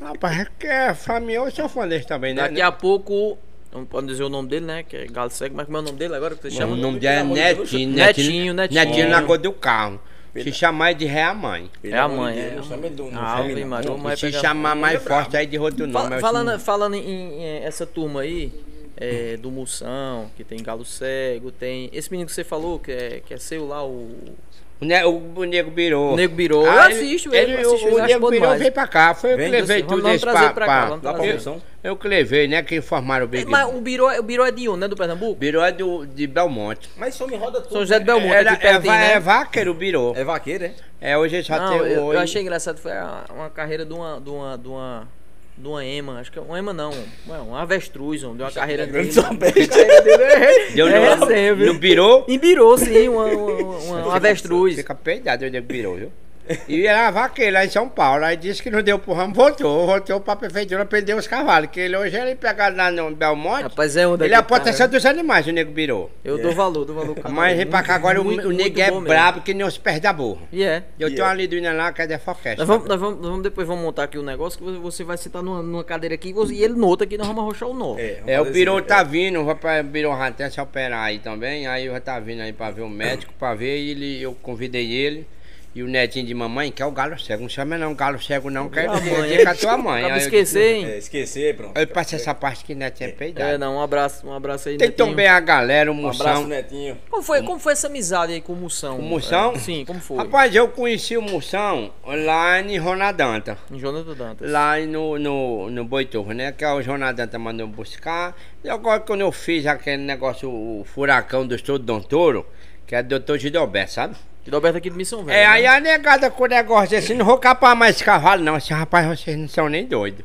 D: Rapaz, que é fã minha, eu sou fã desse também, né?
A: Daqui a pouco. Não pode dizer o nome dele, né? Que é Galo Cego, mas como é o nome dele agora que você
D: O
A: chama?
D: nome dele é Netinho,
A: Netinho,
D: Netinho.
A: Netinho.
D: Netinho na cor do carro. Se chamar de ré a mãe.
A: É a mãe, é.
E: Eu chamo ele do né? nome.
A: Ah, Ave Maria,
D: E
A: o mãe
D: se
A: pega-
D: chamar mais forte aí de outro nome.
A: Fala-
D: é eu
A: falando
D: chamo-
A: falando em, em, eh, essa turma aí, eh, do Moção, que tem Galo Cego, tem. Esse menino que você falou, que é, que é seu lá, o.
D: O, ne o, o Nego Birô.
A: O Nego Birô. Eu assisto ele, eu assisto
D: o,
A: ele, eu acho
D: o
A: bom
D: Nego Birô
A: demais.
D: veio pra cá. Foi eu que
E: Vem,
D: levei
A: Vamos-
D: tudo
A: vamos
D: esse
A: trazer
D: pra,
A: pra
D: pra,
A: cá, vamos
E: Lá pra
A: Prazer.
E: função.
D: Eu que levei, né? Que formaram o
A: É,
D: Big
A: mas o Biró, é- o Biró é de onde, né? Do Pernambuco?
D: Birô é do, de Belmonte.
E: Mas só me roda tudo. né?
A: São José do Belmonte,
D: Era,
A: aqui
D: é,
A: pertinho,
D: va- é
A: né?
D: vaqueiro o Birô.
E: É vaqueiro, é?
D: É, hoje só
A: Não,
D: tem
A: eu, eu
D: hoje-
A: achei engraçado, foi a- uma carreira de uma. de uma. de uma. de uma ema, acho que é uma ema não, uma, uma avestruz, homem, deu uma carreira dele.
D: Deu
A: é
D: no,
A: resenha, viu?
D: no Birô.
A: Em Birô, sim, uma, uma, uma- uma avestruz.
D: Fica peidado o Nego Birô, viu? E era vaqueiro lá em São Paulo. Aí disse que não deu pro ramo, voltou. Voltou pra prefeitura prender os cavalos. Que ele hoje ele pegado lá no Belmonte.
A: Rapaz, é onde
D: ele é a
A: que tá,
D: proteção
A: né?
D: dos animais, o Nego Birô.
A: Eu dou valor, dou
D: [LAUGHS]
A: valor. pro cara.
D: É. Mas vem pra cá agora, o-
A: Muito-
D: o
A: muito
D: nego é
A: bom mesmo.
D: brabo que nem os pés da burra.
A: E é.
D: Eu
E: E
D: tenho
E: é.
D: uma liduína lá que é da foquete.
A: Nós vamos, nós vamos- nós vamos depois vamos montar aqui um negócio que você- você vai sentar numa, numa cadeira aqui e você- e ele nota aqui nós vamos arrochar o nó.
E: vamos
D: É, o
E: fazer
D: Birô
E: assim,
D: tá vindo, vai pra Birô até se operar aí também. Aí eu tá vindo aí pra ver o médico, pra ver ele, eu convidei ele. E o netinho de mamãe, que é o galo cego. Não chama não galo cego não, que é
A: A mãe,
D: com a tua mãe.
A: Acaba
D: Aí eu
A: esquecer,
E: é. É,
A: hein?
E: esquecer, pronto.
D: disse, Eu passei essa parte que netinho é peidado.
A: É, não, um abraço, um abraço aí.
D: Tem
A: Netinho. né,
D: também a galera, o
E: Um abraço,
D: Moção.
E: Netinho.
A: Como foi, como foi essa amizade aí com o Moção?
D: o Moção?
A: É, sim, como foi?
D: Rapaz, eu conheci o Moção lá em Ronadanta.
A: Em Jonathan Dantas.
D: lá no, no, no Boiturro, né? Que o Jonathan tá mandando buscar. E agora quando eu fiz aquele negócio, o furacão do Estudo Dom Touro, que é do Dr. Gidobert, sabe?
A: De Roberto aqui de Missão Velha.
D: É, aí
A: né?
D: a negada com o negócio desse, não vou capar mais cavalo, não. Esse rapaz, vocês não são nem doidos.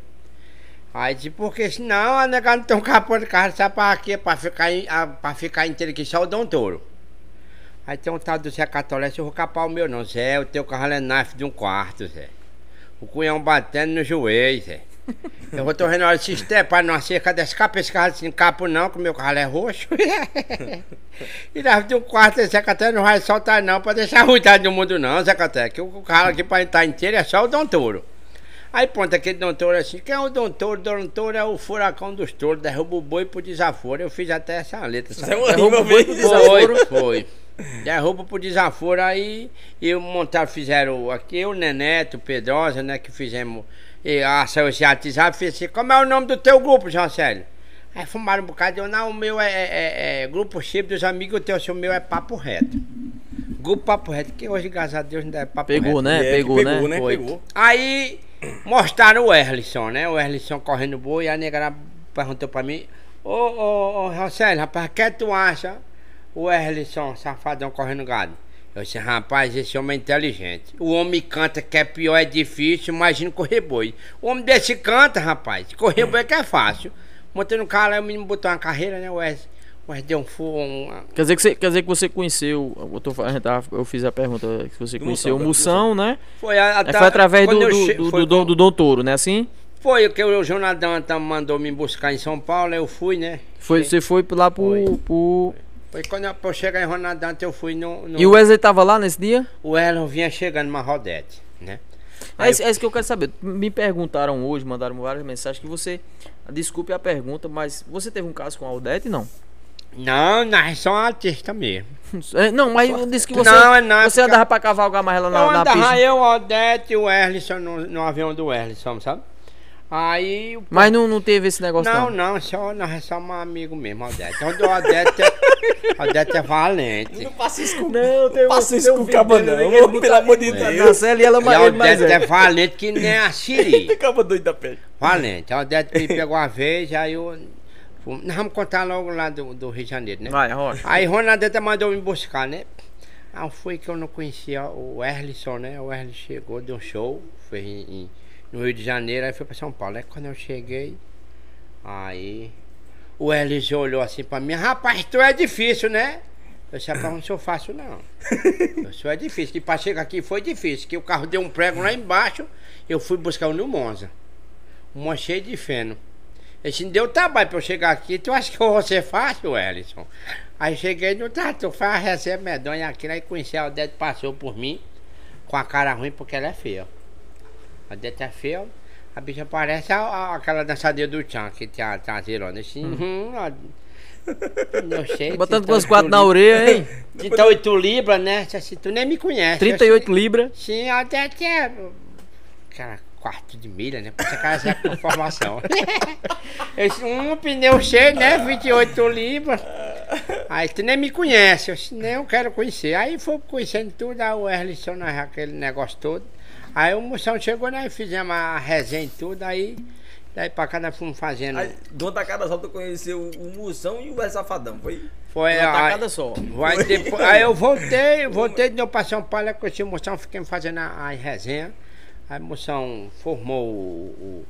D: Aí disse, porque senão a negada não tem um capô de carro, sabe pra quê? Pra ficar, em- a- pra ficar inteiro aqui só o Dom Touro. Aí tem um tal do Zé Catolé, eu vou capar o meu não, Zé, o teu carro é naif de um quarto, Zé. O cunhão batendo no joelho, Zé. Eu vou torrendo olha, se estrepar numa cerca desse capa, esse carro assim, capo não, que o meu carro é roxo. [LAUGHS] e nós de um quarto, esse Zecaté não vai soltar não, pra deixar a ruidade do mundo não, Zecaté, que o o carro aqui pra entrar inteiro é só o Dom Touro. Aí pronto, aquele Dom Touro assim, quem é o Dom Touro? Dom Touro é o furacão dos touros, derruba o boi pro desaforo. Eu fiz até essa letra, sabe?
C: uma rima bem
D: Foi, foi. Derruba pro desaforo aí e montaram, fizeram aqui, eu, Neneto, Pedrosa, né, que fizemos. E ah, saiu esse WhatsApp fez assim, como é o nome do teu grupo, João Célio? Aí fumaram um bocado, eu, não, o meu é, é- é- é grupo chip dos amigos, o teu, se o meu é papo reto. Grupo papo reto, que hoje, graças a Deus, não é papo reto.
A: Pegou, né?
C: É, que
A: pegou,
C: pegou,
A: né?
C: né?
A: Foi.
C: Pegou.
D: Aí mostraram o Erlisson, né? O Erlisson correndo boi, a negra perguntou pra mim, ô, ô, ô, Rosélio, rapaz, o que tu acha? O Erlisson, safadão, correndo gado. Eu disse, rapaz, esse homem é inteligente. O homem canta que é pior, é difícil, imagina correr boi. O homem desse canta, rapaz, correr boi que é fácil. Montei no carro lá, o menino botou uma carreira, né, o Erlis? O Erlis deu um fogo, um-
A: Quer dizer que você, quer dizer que você conheceu. Eu, tô fa- a gente tava- eu fiz a pergunta que você conheceu o Moção, né?
D: Foi, a-
A: É,
D: até-
A: foi através do,
D: Ah, tá. quando eu
A: do,
D: che-
A: do,
D: foi
A: do, Dom- do Dom Touro, né? Assim?
D: Foi o que o Jonathan tá- mandou me buscar em São Paulo, eu fui, né?
A: Foi, você foi lá pro.
D: Foi.
A: pro-
D: Foi quando eu, pra eu chegar em Ronadante, eu fui no. no-
A: E o Wesley tava lá nesse dia?
D: o Elon vinha chegando uma rodete, né?
A: É isso, é isso que eu quero saber. Me perguntaram hoje, mandaram várias mensagens que você. Desculpe a pergunta, mas você teve um caso com a Aldete, não? [LAUGHS]
D: Não, nós somos artistas mesmo.
A: É, Não, mas eu disse que você.
D: Não, é não,
A: Você
D: porque-
A: andava pra cavalgar mais lá
D: eu
A: na, na
D: andava
A: pista.
D: eu, Odete e o Erlisson no, no avião do Erlisson, sabe? Aí. o-
A: Mas não, não teve esse negócio,
D: Não,
A: não.
D: não, é só, nós somos amigos mesmo, Odete. Onde o
A: [LAUGHS]
D: Odete é, Odete é valente.
C: Passa isso com
A: Não, tem
D: um-
C: Passa isso com o cabo não, ô, pelo amor de Deus.
A: é Marcelo e ela
D: E a
A: mais. mais
D: Odete é
A: é.
D: valente que nem a Siri.
C: Acaba doido da pele.
D: Valente. né? Então, A Odete me pegou uma vez, aí eu. fomos- Nós vamos contar logo lá do, do Rio de Janeiro, né?
A: Vai,
D: [LAUGHS]
A: Rocha.
D: Aí Ronaldeta mandou me buscar, né? Aí foi que eu não conhecia o Erlisson, né? O Erlis chegou, deu um show, fez em- em- no Rio de Janeiro, aí foi pra São Paulo. Aí quando eu cheguei, aí o Erlis olhou assim pra mim, rapaz, tu é difícil, né? Eu disse, rapaz, não sou fácil não. Eu sou é difícil, que pra chegar aqui foi difícil, que o carro deu um prego lá embaixo, eu fui buscar o no Monza. Um Monza cheio de feno. Ele disse, deu trabalho pra eu chegar aqui, tu acha que eu vou ser fácil, Ellison? Aí cheguei no trato, faz a reserva medonha né? aquilo, aí conheci a Odete, passou por mim, com a cara ruim, porque ela é feia. A Odete é feia, a bicha parece a, a- aquela dançadeira do Tchan, que tem a traseirona. Assim, hum, ó, não sei.
A: Botando
D: 38
A: com os quatro na
D: libras.
A: orelha, hein?
D: 38 libras, né? Assim, tu nem me conhece.
A: 38 libras.
D: Sim, até que é. Cara, quarto de milha, né? Pra essa cara já com formação. Esse, um pneu cheio, né? 28 libras. Aí tu nem me conhece, eu disse, nem eu quero conhecer. Aí foi conhecendo tudo, aí o Erlisson, nós, é aquele negócio todo. Aí o Moção chegou, nós fizemos a resenha e tudo, aí daí pra cá nós fomos fazendo.
C: Aí, de uma tacada só tu conheceu o Moção e o Zé Safadão, foi?
D: foi
A: Uma
D: a-
A: tacada só.
D: Vai depois, aí eu voltei, eu voltei de novo pra São Paulo, é aí conheci o Moção, fiquei fazendo a- as resenhas. Aí o Moção formou o, o-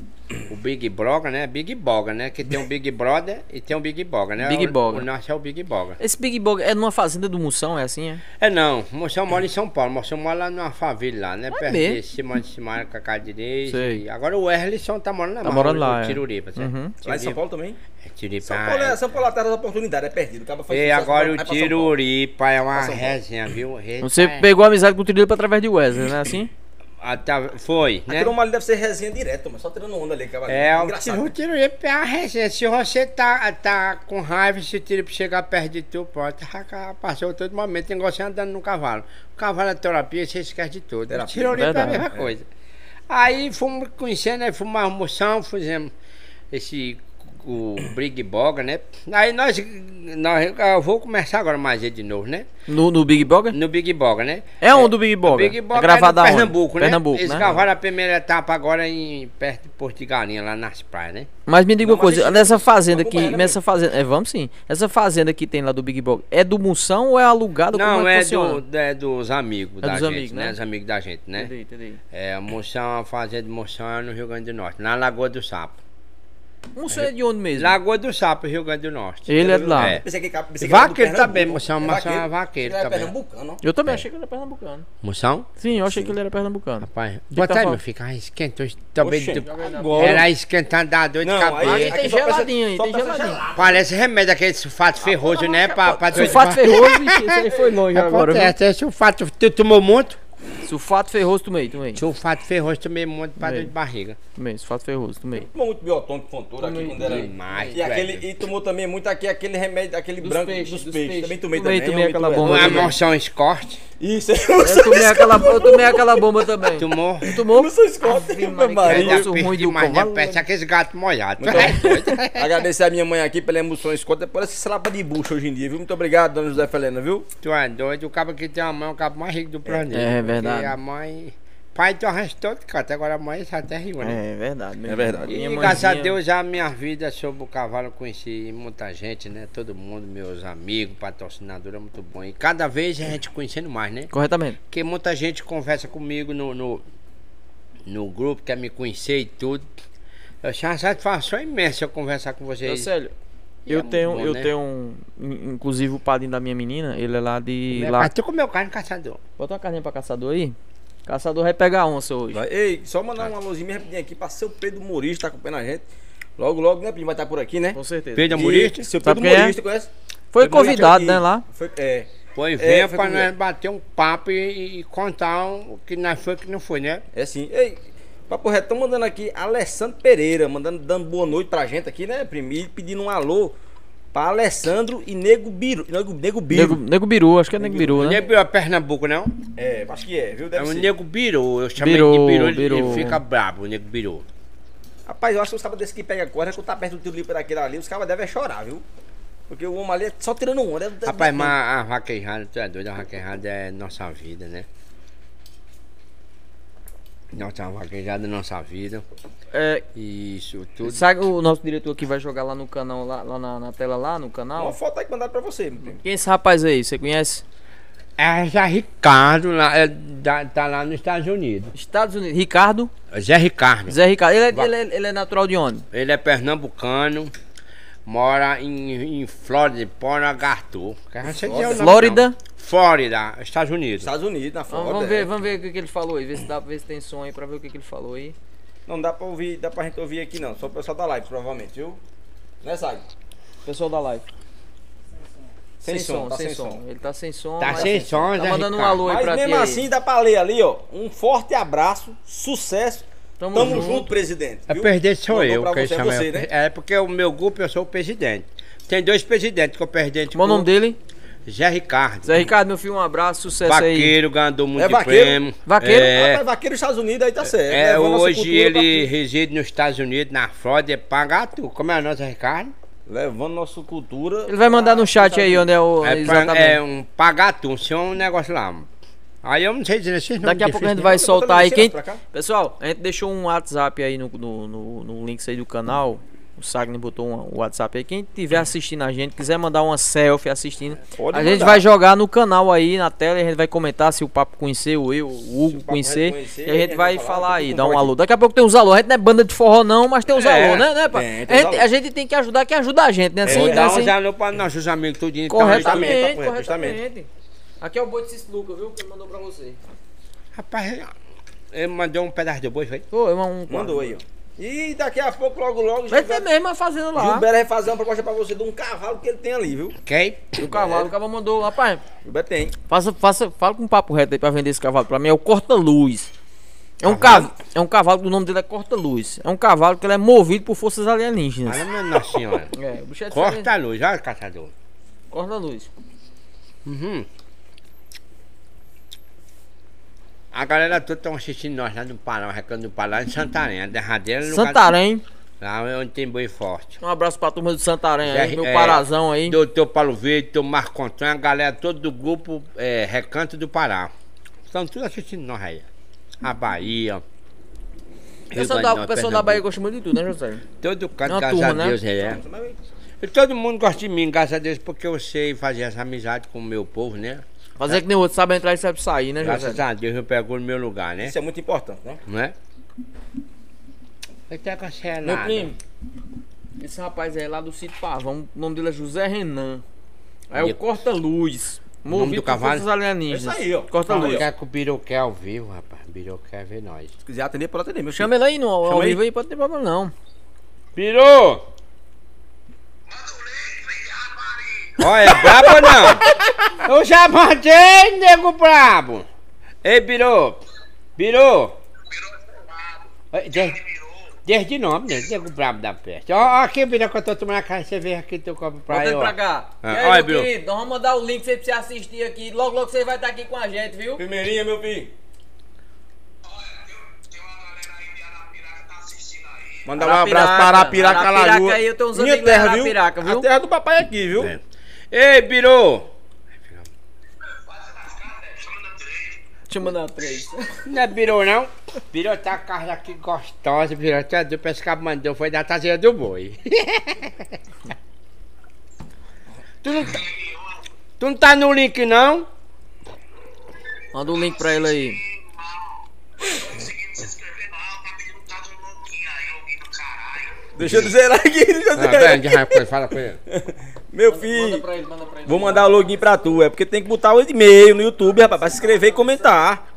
D: o Big Broga, né? Big Boga, né? Que tem um Big Brother e tem um Big Boga, né?
A: Big
D: o,
A: Boga.
D: O nosso é o Big Boga.
A: Esse Big Bog é numa fazenda do Moção, é assim, é?
D: É não, o Moção mora em São Paulo, o Moção mora lá numa favela lá, né? Perto de
A: mesmo?
D: Simão de Simara, Cacá Direito.
A: Sei.
D: E agora o Erlisson tá morando lá.
A: Tá morando lá, é.
D: Tiruripa, certo?
A: Uhum.
C: Lá em São Paulo também?
D: Tiruripa.
C: São Paulo
D: é.
C: é, São Paulo é a terra da oportunidade, é perdido. Acaba fazendo
D: E
C: sucesso,
D: agora
C: vai
D: o
C: pra São Paulo.
D: Tiruripa é uma
C: São Paulo.
D: resenha, viu?
A: Você
D: Rapaz,
A: pegou amizade com o Trilho através de Wesley, né? Assim?
D: ah, tá- Foi, né?
C: Aquilo ali deve ser resenha direto, mas só tirando onda ali, acaba
D: É, o
C: engraçado.
D: tiro, tiro é a resenha. Se você tá, tá com raiva, se o tiro chegar perto de tu, pronto, passou todo momento. Tem negócio é andando no cavalo. O cavalo é terapia, você esquece de tudo. O
C: Terapia.
D: tiro é a
A: Verdade,
D: mesma
A: é.
D: coisa. Aí fomos conhecendo, aí fomos almoção, fizemos esse o Big Boga, né? Aí nós, nós. Eu vou começar agora mais de novo, né?
A: No, no Big Bog?
D: No Big Boga, né?
A: É onde o Big Bog?
D: Big Bob
A: é gravado
D: é
A: aonde?
D: no Pernambuco, né?
A: Pernambuco,
D: Eles
A: né?
D: cavaram a primeira etapa agora em, perto de Porto de Galinha, lá nas praias, né?
A: Mas me diga
C: Não,
A: uma
C: mas
A: coisa,
C: isso-
A: nessa fazenda
C: vamos
A: aqui,
C: acompanhar, né,
A: nessa fazenda, é, vamos sim. Essa fazenda que tem lá do Big Bog, é do Moção ou é alugado?
D: Não,
A: Como
D: é,
A: que funciona?
D: do, é dos amigos
A: É
D: da
A: dos
D: gente,
A: amigos,
D: né?
A: né?
D: Os amigos da gente, né?
A: Entendi, entendi.
D: É, Moção, a fazenda de Moção é no Rio Grande do Norte, na Lagoa do Sapo.
A: Não sei de onde mesmo.
D: Lagoa do Sapo, Rio Grande do Norte.
A: Ele é de lá.
D: É.
C: Pensei que, pensei que era do
D: Vaqueiro também,
C: Pernambuco.
D: moção.
C: É
D: Moção é
C: vaqueiro.
D: vaqueiro
C: Ele era
D: também.
C: pernambucano, ó.
A: Eu
D: É.
A: também achei que ele era pernambucano.
D: Moção?
A: Sim, eu achei que ele era pernambucano.
D: Rapaz,
A: que é-
D: bota
A: tá
D: aí,
A: falando?
D: meu filho. Ah, esquentou. Também
C: Oxente,
D: do-
C: agora.
D: Era esquentando, dá dor de
C: Não, aí-
D: cabeça.
A: Tem
C: é aqui só parece-
A: geladinho aí,
C: só
A: tem
C: parece
A: geladinho.
C: gelado.
D: Parece remédio, aquele sulfato ferroso, né? Pra, pra dor de
A: Sulfato
D: cabeça. [LAUGHS]
A: ferroso, ixi, isso aí foi longe agora. viu?
D: Acontece, é sulfato. Tu tomou muito?
A: Sulfato ferroso, tomei, tomei.
D: Sulfato ferroso, tomei muito pra dor de barriga.
A: Tomei, sulfato ferroso, tomei.
C: Tomou muito biotônico fontura aqui quando era.
D: Demais,
C: E,
D: tu é
C: aquele, e tomou também muito aqui aquele remédio, aquele branco
A: peixes,
C: dos,
A: dos
C: peixes.
A: peixes.
C: Também tomei,
A: Tomei,
C: também.
A: tomei
C: eu
A: aquela
C: tomei.
A: bomba.
D: Uma moção escorte.
C: Isso, é
A: Eu [LAUGHS] tomei
C: eu
A: aquela, eu tomei aquela bomba também.
D: Tomou.
A: Tomou?
C: sou escota.
A: Ave
C: Meu
A: Maria, Pega
D: Aí
C: marido.
D: dá
A: isso
D: peixe
A: É, ruim do
D: demais, né?
A: cavalo.
D: Parece aqueles gatos molhados.
C: Muito
D: [LAUGHS]
C: bom. Agradecer a minha mãe aqui pela emoção escota. Parece selapa de bucha hoje em dia, viu? Muito obrigado, dona José Felena, viu?
D: Tu é doido, o cabo que tem a mãe é o cabo mais rico do planeta.
A: É, é
D: porque
A: verdade.
D: a mãe. Pai tem o resto todo, cara. Agora a mãe já até riu, né?
A: É verdade, mesmo.
C: É verdade.
A: Minha
D: E graças a
A: mãezinha-
D: Deus a minha vida sobre o cavalo eu conheci muita gente, né? Todo mundo, meus amigos, patrocinador é muito bom. E cada vez a gente conhecendo mais, né?
A: Corretamente.
D: Porque muita gente conversa comigo no, no, no grupo, quer me conhecer e tudo. Eu achei uma satisfação imensa eu conversar com
A: Eu,
D: vocês.
A: sério,
D: E é
A: eu
D: muito
A: tenho,
D: bom,
A: eu
D: né?
A: tenho, um- in- inclusive o padrinho da minha menina, ele é lá de...
D: Mas
A: Lá...
D: tu comeu carne caçador.
A: Bota uma carninha pra caçador aí. Caçador vai pegar onça hoje.
C: Vai. Ei, só mandar um alôzinho bem rapidinho aqui pra seu Pedro Mourinho, tá acompanhando a gente. Logo, logo, né, Pedro? Vai estar por aqui, né?
A: Com certeza.
D: Pedro
C: E
D: Murista?
C: Seu
A: Sabe
C: Pedro
A: quem é?
C: Mourinho, tu conhece?
A: Foi
C: Pedro Mourinho
A: convidado,
C: aqui.
A: né, lá?
C: Foi, é.
D: Pois
C: É,
D: venha
C: foi
D: pra
A: né?
C: comigo.
D: nós bater um papo e, e contar o que nós foi que não foi, né?
C: É sim. Ei, papo reto, estão mandando aqui Alessandro Pereira, mandando dando boa noite pra gente aqui, né, primo? E pedindo um alô pra Alessandro e Nego Biro. Nego, Nego Biro.
A: Nego, Nego Biru, acho que é Nego Biru, né?
D: Nego é Pernambuco, não?
C: É, acho que é, viu?
D: É
C: Deve
D: o
C: ser.
D: Nego Biru. Eu chamei
A: Biru,
D: de Biru, ele-
A: Biru.
D: ele fica brabo, o Nego Biru.
C: Rapaz, eu acho que os cabos desse que pega corda, quando tá perto do teu líder daquele ali, os cabos devem é chorar, viu? Porque o homem ali é só tirando onda. é-
D: Rapaz,
C: é-
D: mas a vaquejada, tu é doido, a vaquejada é nossa vida, né? Nossa, a vaquejada é nossa vida.
A: É,
D: E isso tudo.
A: sabe o nosso diretor que vai jogar lá no canal, lá, lá na, na tela lá, no
C: Uma
A: canal?
C: foto aí que mandaram pra você, meu primo.
A: Quem é esse rapaz aí, você conhece?
D: É Zé Ricardo, lá, é, da- tá lá nos Estados Unidos.
A: Estados Unidos, Ricardo,
D: Zé Ricardo.
A: Zé Ricardo. Ele é,
D: Vai.
A: ele é- ele é natural de onde?
D: Ele é pernambucano, mora em, em Flórida, Pornagartu. é
A: Flórida?
D: Flórida, Estados Unidos.
C: Estados Unidos, na foto.
A: Vamos, vamos ver,
C: é.
A: vamos ver o que, que ele falou aí, ver se, dá, ver se tem som aí pra ver o que, que ele falou aí.
C: Não dá pra ouvir, dá pra gente ouvir aqui não. Só o pessoal da live, provavelmente, viu? Né, Sag?
A: Pessoal da live.
C: Sem, som, tá sem, som.
A: Ele tá sem som.
D: Tá
A: mas-
D: sem som,
A: Tá
D: Zé
A: mandando um
D: Ricardo.
A: alô aí
C: Mas
A: pra ti.
C: mesmo
A: aí.
C: assim, dá pra ler ali, ó. Um forte abraço, sucesso.
A: Tamo
C: Tamo,
A: junto.
C: junto. presidente.
D: É
C: viu?
D: perder sou
C: Mandou
D: eu,
C: pra
D: que
C: você, é
D: chama
C: você,
D: eu.
C: né?
D: É porque o meu grupo eu sou o presidente. Tem dois presidentes que eu presidente.
A: Como é o nome
C: tipo,
A: dele?
D: Zé Ricardo.
A: Zé Ricardo, meu filho, um abraço, sucesso aí.
D: Vaqueiro, ganhador muito
C: É
D: de
C: vaqueiro? Ah,
D: prêmio.
A: Vaqueiro?
D: É,
C: Rapaz, vaqueiro dos Estados Unidos, aí tá certo.
D: é,
C: Levou a nossa
D: hoje
C: cultura pra
D: ele
C: frente.
D: reside nos Estados Unidos, na Flórida, é Pangatu. Como é o nome, Zé Ricardo?
C: Levando nossa cultura...
A: Ele vai mandar no chat aí onde é o.
D: É, pan-
A: exatamente.
D: é um Pagatu, um senhor, um negócio lá. Aí eu não sei dizer esses nomes
A: Daqui a pouco a gente vai
D: difíceis,
C: Bota
A: soltar
C: ali,
A: aí.
C: tira
A: Quem...
C: pra cá.
A: Pessoal, a gente deixou um WhatsApp aí no, no, no, no links aí do canal. O Sagni botou um WhatsApp aí. Quem tiver assistindo a gente, quiser mandar uma selfie assistindo,
C: Hum. Pode
A: a gente
C: mandar.
A: vai jogar no canal aí na tela e a gente vai comentar se o Papo conheceu, eu, o Hugo
C: Papo
A: conhecer.
C: reconhecer,
A: E a gente vai falar aí,
C: tudo
A: dar
C: bom
A: um
C: aqui.
A: alô. Daqui a pouco tem uns alô. A gente não é banda de forró, não, mas tem uns
D: É,
A: alô, né, né, pai?
C: tem, tem
A: a,
C: uns
A: gente,
C: alô. É, um
A: a gente tem que ajudar quem ajuda a gente, né?
D: né? Vou
A: Assim,
D: dar
A: assim,
D: uns alô para nossos amigos tudinho. então, que tão aí também.
A: corretamente,
C: correto, justamente.
A: corretamente. Aqui é o boi de Cisluca, viu? Que ele mandou pra você.
D: Rapaz, ele mandou um pedaço de boi, foi?
A: Pô, irmão, um
C: Mandou aí, ó. E daqui a pouco, logo, logo...
A: Vai ter mesmo a fazenda lá.
C: Gilberto vai fazer uma proposta pra você de um cavalo que ele tem ali, viu?
D: Ok?
A: O
D: É.
A: cavalo, o cavalo mandou, rapaz,
C: Gilberto tem.
A: faça, faça, fala com um papo reto aí pra vender esse cavalo. Pra mim é o Corta-Luz. É um, cavalo, é um cavalo que o nome dele é Corta-Luz. É um cavalo que ele é movido por forças alienígenas.
D: Olha, minha
A: [LAUGHS]
D: nossa senhora.
A: É, o bicho é diferente.
D: Corta a luz, olha o caçador.
A: Corta-Luz.
D: Uhum. A galera toda estão assistindo nós lá no Pará, o Reclamo do Pará, em Santarém. A derradeira é lugar-
A: Santarém.
D: Lá é onde tem boi forte.
A: Um abraço pra turma do Santarém aí,
D: É,
A: meu
D: é,
A: parazão aí.
D: Doutor Paulo Verde, doutor Marco Antônio, a galera toda do grupo é, Recanto do Pará. Estão tudo assistindo nós aí. A Bahia.
A: O
D: Rio
A: pessoal
D: Grande do
A: da, o pessoal da
D: Norte, Pernambuco.
A: Bahia gosta muito de tudo, né, José?
D: Todo canto,
A: É uma
D: graças
A: turma,
D: a
A: né?
D: Deus, ele é. E todo mundo gosta de mim, graças a Deus, porque eu sei fazer essa amizade com o meu povo, né?
A: Fazer que nem outro sabe entrar e sabe sair, né,
D: Graças
A: José?
D: a Deus eu pego no meu lugar, né?
C: Isso
A: é-
C: é muito importante, né?
D: Não é? Eu tô com a
A: Meu primo, Esse rapaz é lá do sítio Pavão, o nome dele é José Renan. É o
D: E-
A: Corta Luz.
D: nome
A: Movido
D: do
A: por
D: cavalo?
A: forças alienígenas.
C: É isso aí, ó.
A: Corta
D: Não
A: Luz.
D: quer com o Biroquê ao vivo, rapaz. Biroquê é ver nós.
C: Se quiser atender, pode atender. Meu
A: Chama ele aí no ao
C: Chama aí.
A: vivo aí, pode ter problema não.
D: Pirou! Olha, é brabo ou não? [LAUGHS] Eu já matei, nego brabo! Ei, Pirou! Pirou! Oi, de- Desde nome, né? Nego brabo da peste. Ó, ó aqui, Pirou, que eu tô tomando a cara, você vem aqui, tu copo pra
A: Bota
D: aí,
A: ele
D: ó.
A: pra cá.
D: Ah,
A: e aí,
D: olha,
A: meu
D: Bill.
A: querido, nós vamos mandar o link pra você pra você assistir aqui. Logo, logo você vai estar aqui com a gente, viu?
C: Primeirinha, meu filho.
F: tá
C: Mandar um
A: Arapiraca.
C: abraço para Arapiraca,
A: Arapiraca
C: Lagoa.
A: aí, eu tenho uns
C: Minha
A: amigos lá em
C: terra, viu?
A: Arapiraca, viu?
C: A terra do papai aqui, viu?
D: É. Ei, Pirou!
A: Chama na 3.
D: Não é Pirou, não? Pirou tá a casa aqui gostosa, Pirou. Até a dupla, esse cabo mandou, foi da tazeira do boi. [LAUGHS] tu não tá... Tu não tá no link, não?
A: Manda o link pra ele aí.
F: tá um
C: Deixa eu dizer [LAUGHS] aqui, deixa eu
D: Ah,
C: dizer
D: bem,
C: aqui.
D: de rapaz, fala com ele.
C: Meu
A: Manda
C: filho,
A: pra ele, manda pra ele.
C: vou mandar o login pra tu. É porque tem que botar o e-mail no YouTube, rapaz, pra se inscrever e comentar.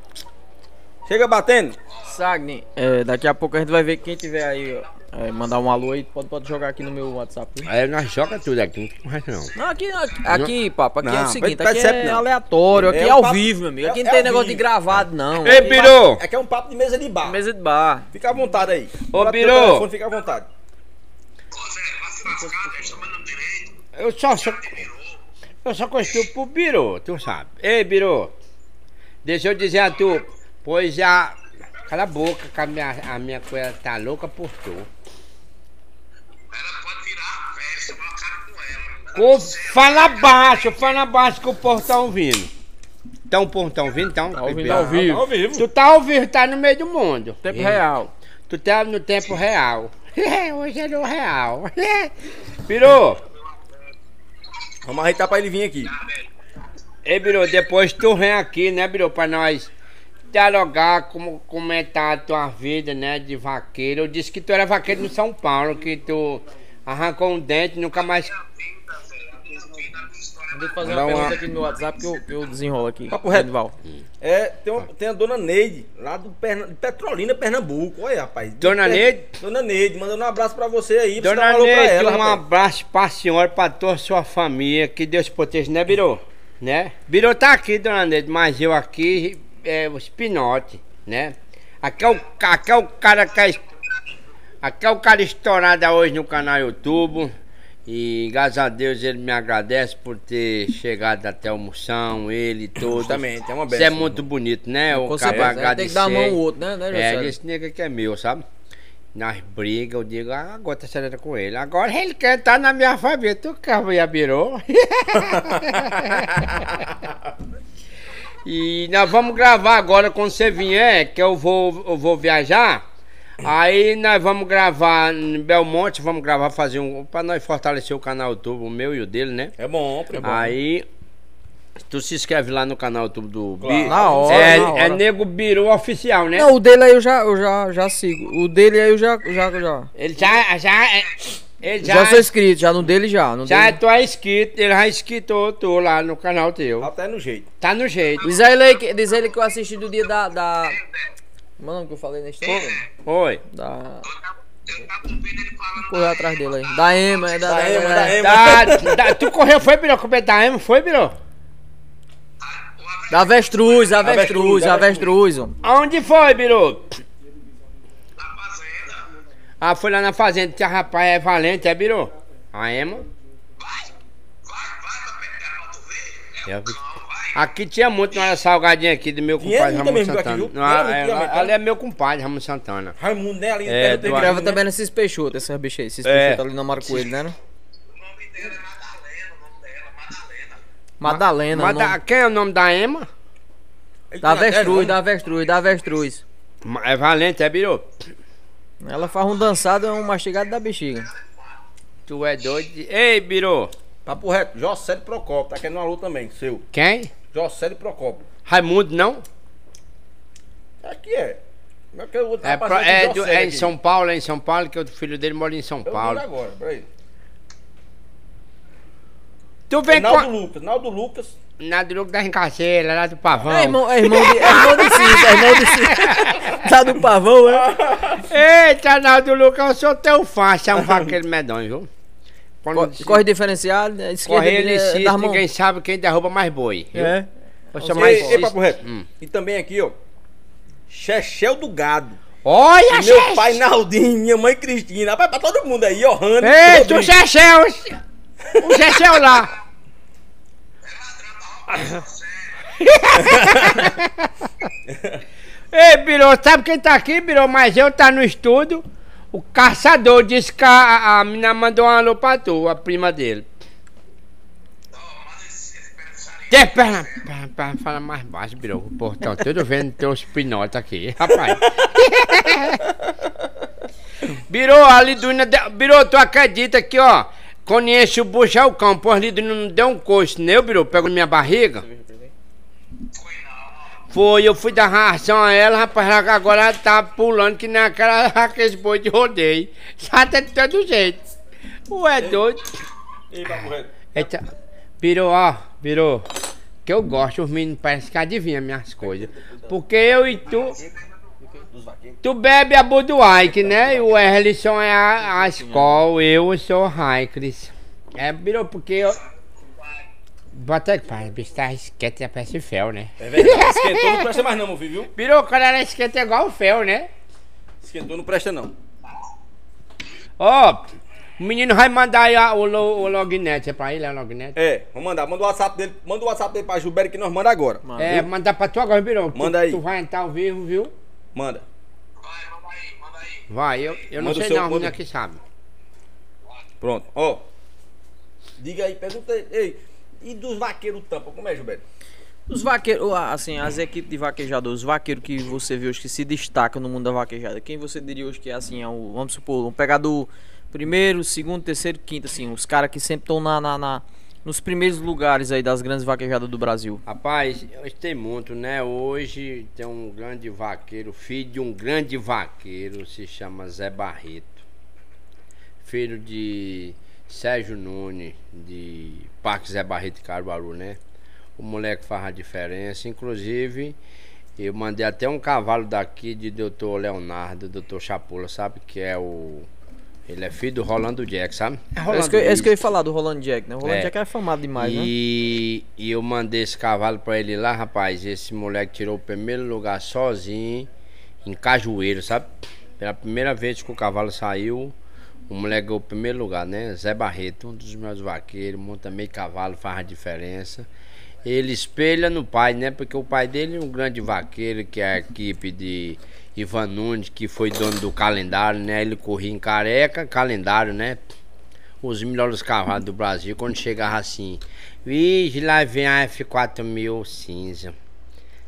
C: Chega batendo.
A: Sagni, é, daqui a pouco a gente vai ver quem tiver aí, ó. É, mandar um alô aí, pode, pode jogar aqui no meu WhatsApp. viu?
D: Aí nós joga tudo aqui, não tem mais não.
A: Não, aqui, aqui, aqui papo, aqui é
C: Não,
A: o seguinte,
C: vai- vai
A: aqui
C: sempre
A: é
C: não.
A: aleatório, aqui
C: É
A: é,
C: um
A: ao
C: papo-
A: vivo, meu amigo.
C: é-
A: Aqui não
C: é
A: tem
C: ao
A: negócio de
C: vivo. É.
A: gravado, não.
D: Ei, Biru!
C: Aqui é um papo de mesa de bar.
A: Mesa de bar.
C: Fica à vontade aí.
D: Ô,
C: Bora
D: Biru.
C: teu telefone, Fica à vontade.
D: Eu só sou. Eu só costumo pro Biru, tu sabe. Ei, Biru! Deixa eu dizer a tu. Pois já. Cala a boca, que a minha, a minha coisa tá louca por tu.
F: Ela pode virar a festa, mas eu quero com ela.
D: Ô, fala baixo, fala baixo que o povo tá ouvindo. Então, o povo tá ouvindo, então? Tá
A: ouvindo ao vivo.
C: Ao vivo.
D: Tu tá ao vivo, tá no meio do mundo.
A: Tempo
D: Ei.
A: real.
D: Tu tá no tempo real. Hoje [LAUGHS] é no real. [LAUGHS] Biru!
C: Vamos ajeitar pra ele vir aqui.
D: Ei, Biro, depois tu vem aqui, né, Biro, pra nós dialogar, como, comentar a tua vida, né, de vaqueiro. Eu disse que tu era vaqueiro no São Paulo, que tu arrancou um dente, nunca mais...
F: Eita, velho, a desvida da história.
A: Deixa eu fazer
C: Mandar
A: uma
C: uma-
A: pergunta aqui no meu WhatsApp que eu, que eu desenrolo aqui.
C: Papo reto.
A: Edival.
C: É, tem, uma- tem a dona Neide, lá do Perna- de Petrolina, Pernambuco. Olha, rapaz. De
D: Dona Neide?
C: Dona Neide, mandando um abraço pra você aí. pra você dar
D: Dona
C: valor pra
D: Neide,
C: ela,
D: um
C: rapaz.
D: abraço pra senhora, pra toda a sua família, que Deus proteja, né, Biro? Né? Biro tá aqui, Dona Neide, mas eu aqui, é os pinote, né? Aqui é o, ca- aqui é o cara que é... es- Aqui é o cara estourado hoje no canal YouTube. E graças a Deus ele me agradece por ter chegado até o Moção, ele todo.
C: Justamente, é uma
D: Isso é
C: benção.
D: muito bonito, né? O
A: Com
D: cara
A: certeza, né? Tem que dar a mão ao outro, né, né,
D: É,
A: Juscelino?
D: esse nega que é meu, sabe? Nós briga, eu digo, ah, agora tá acelerando com ele. Agora ele quer estar na minha família. Tu carro já virou. [LAUGHS] e nós vamos gravar agora quando você vier, que eu vou, eu vou viajar. Aí nós vamos gravar em Belmonte, vamos gravar, fazer um. Pra nós fortalecer o canal YouTube, o meu e o dele, né?
C: É bom, é bom.
D: Aí. Tu se inscreve lá no canal YouTube do
C: Claro.
D: Bi-
A: Na hora,
D: é,
A: na hora.
D: é Nego Biru Oficial, né?
A: É. Não, o dele aí eu já, eu já, já sigo. O dele aí eu já, já, já.
D: Ele já. Já, é- ele já,
A: Já sou inscrito, já no dele já. No
D: já
A: dele.
D: tu é inscrito, ele já inscritou tu lá no canal teu.
C: Até no jeito.
D: Tá no jeito.
A: Diz a ele aí, que- diz a ele que eu assisti do dia da... da... Como é o nome que eu falei na história?
D: Oi.
A: Da...
F: Eu tava ouvindo ele falando
A: Correu atrás dele aí. Da Ema, é da...
C: Da Ema, da Ema.
D: Tá, [LAUGHS] tá- tu correu, foi, Biro? Como é que tá, hein? Foi, Biro?
A: Da avestruz, avestruz,
C: Avestruz,
A: avestruz. ó.
D: Aonde foi, Biru?
F: da fazenda.
D: Ah, foi lá na fazenda. Esse rapaz é valente, é, Biru? A Ema?
F: Vai, vai, vai pra pegar pra tu ver. É
D: Eu
F: o
D: vi-
F: cão, vai.
D: Aqui tinha muito na salgadinha aqui do meu
C: Tinha
D: compadre
C: muita
D: Ramon
C: mesmo aqui,
D: Santana.
C: viu?
D: Não, é-
C: Era muito, né?
D: ali é meu compadre, Ramon Santana.
C: Raimundo, né? Ali
D: É,
C: no
D: do-
A: Grava
C: né?
A: também nesses Peixoto, esses bichos aí. Esses
D: É.
A: Peixoto ali na Marco Coelho, né?
F: O nome dela é Madalena, o nome dela, é Madalena.
A: Madalena.
D: Mas
A: o
D: da-
A: nome-
D: quem é o nome da Ema?
C: Ele tá
A: Da
C: tem até
A: avestruz,
C: nome.
A: da avestruz, da avestruz.
D: Ma- É valente, é, Biru?
A: Ela faz um dançado e um mastigado da bexiga.
D: Tu é doido. de- Ei, Biru.
C: Papo reto, José de Procopio, tá querendo um alô também, seu.
D: Quem?
C: José de Procopio.
D: Raimundo, não?
C: Aqui é. Não, porque o outro
D: É,
C: rapaz
D: pro-
C: veio de
D: é do-
C: José
D: é em
C: aqui.
D: São Paulo, é em São Paulo, que o filho dele mora em São
C: Eu Paulo.
D: Paulo.
C: agora, peraí.
D: Tu vem com.
C: Naldo
D: a-
C: Lucas, Naldo Lucas.
D: Na do Lucas da Rincaceira, lá do Pavão.
A: É irmão, é irmão de, é irmão de Cícero, é irmão de
D: [LAUGHS]
A: Cícero. Tá do pavão, é?
D: Eita, Naldo Lucas, eu sou teu fã, você é
A: [LAUGHS]
D: um vaqueiro medonho, viu? Quando
A: Co-
D: se-
A: Corre diferenciado, né? esquerda
D: correr, ele
A: é,
D: insiste,
A: das mãos.
D: ninguém sabe quem derruba mais boi. viu?
A: É.
D: Eu sou
A: Ei,
D: mais
C: ei, ei, papo reto.
D: Hum.
C: E também aqui, ó. Chechel do Gado.
D: Olha,
C: Meu
D: Xexé!
C: pai Naldinho, minha mãe Cristina. Rapaz, é pra todo mundo aí, ó. Rani,
D: Eita, o
C: Rodrigo.
D: Xexé! o Xe- O Xexé lá! [LAUGHS] Ei, Birô, sabe quem tá aqui, Birô? Mas eu tá no estúdio. O caçador disse que a, a mina mandou um alô pra tu, a prima dele.
F: Ó, manda esse esse perfumaria.
D: Tem perna, perna, perna, fala mais baixo, Birô. O portão todo vendo teus pinotes aqui, rapaz. [LAUGHS] Birô, a Liduna. de- Birô, tu acredita que, ó. Quando enche o bucho é o cão. Pô, a Liduna não deu um coxo, né, Birô? Pegou minha barriga.
F: Foi não.
D: Foi, eu fui dar ração a ela, rapaz, ela agora ela tá pulando que nem aquela, [LAUGHS] aqueles boi de rodeio. Sata de todo jeito. Ué, doido.
C: Ei, papo reto.
D: Eita, pirou, ó, pirou. Que eu gosto, os meninos parecem que adivinham minhas coisas. Porque eu e tu. Tu bebe a Budwike, né? E o Erlisson é a, a escola, eu sou o Raikris. É, pirou, porque eu. Bota que faz, o bicho tá esquete e parece fel, né?
C: É verdade, esquentou, não presta mais não, meu filho, viu?
D: Pirou, quando ela esquenta é igual o fel, né?
C: Esquentou, não presta não.
D: Ó, o menino vai mandar aí a- o, lo- o Lognet, é pra ele, é o Lognet?
C: É, vou mandar. Manda o WhatsApp dele, manda o WhatsApp dele pra Gilberto que nós manda agora.
D: É, mandar pra tu agora, Birão. Tu-
C: Manda aí.
D: Tu vai entrar ao vivo, viu?
C: Manda.
F: Vai, manda aí, manda aí.
D: Vai, eu, eu não
C: Manda o
D: sei
C: seu-
D: não, a menina
C: manda.
D: que sabe.
C: Pronto, ó. Diga aí, pergunta aí. Ei, e dos vaqueiros tampa, como é, Gilberto?
A: Os vaqueiros, ah, assim, as equipes de vaquejadores, os vaqueiros que você vê hoje que se destacam no mundo da vaquejada, quem você diria hoje que é assim, é o, vamos supor, um pegador primeiro, segundo, terceiro, quinto, assim, os caras que sempre estão na, na, na- nos primeiros lugares aí das grandes vaquejadas do Brasil.
D: Rapaz, hoje tem muito, né? Hoje tem um grande vaqueiro, filho de um grande vaqueiro, se chama Zé Barreto. Filho de Sérgio Nunes, de Parque Zé Barreto de Caruaru, né? O moleque faz a diferença. Inclusive, eu mandei até um cavalo daqui de Dr. Leonardo, Dr. Chapula, sabe? Que é o. Ele é filho do Rolando Jack, sabe? É
A: É isso, que, eu- é isso que eu ia falar do Roland Jack, né? O Roland
D: É.
A: Jack é afamado demais, né?
D: e, e eu mandei esse cavalo pra ele lá, rapaz. Esse moleque tirou o primeiro lugar sozinho, em Cajueiro, sabe? Pela primeira vez que o cavalo saiu, o moleque ganhou o primeiro lugar, né? Zé Barreto, um dos meus vaqueiros, monta meio cavalo, faz a diferença. Ele espelha no pai, né? Porque o pai dele é um grande vaqueiro, que é a equipe de Ivan Nunes, que foi dono do calendário, né? Ele corria em careca, calendário, né? os melhores cavalos do Brasil, quando chegava assim, vixe, lá vem a F4000 cinza.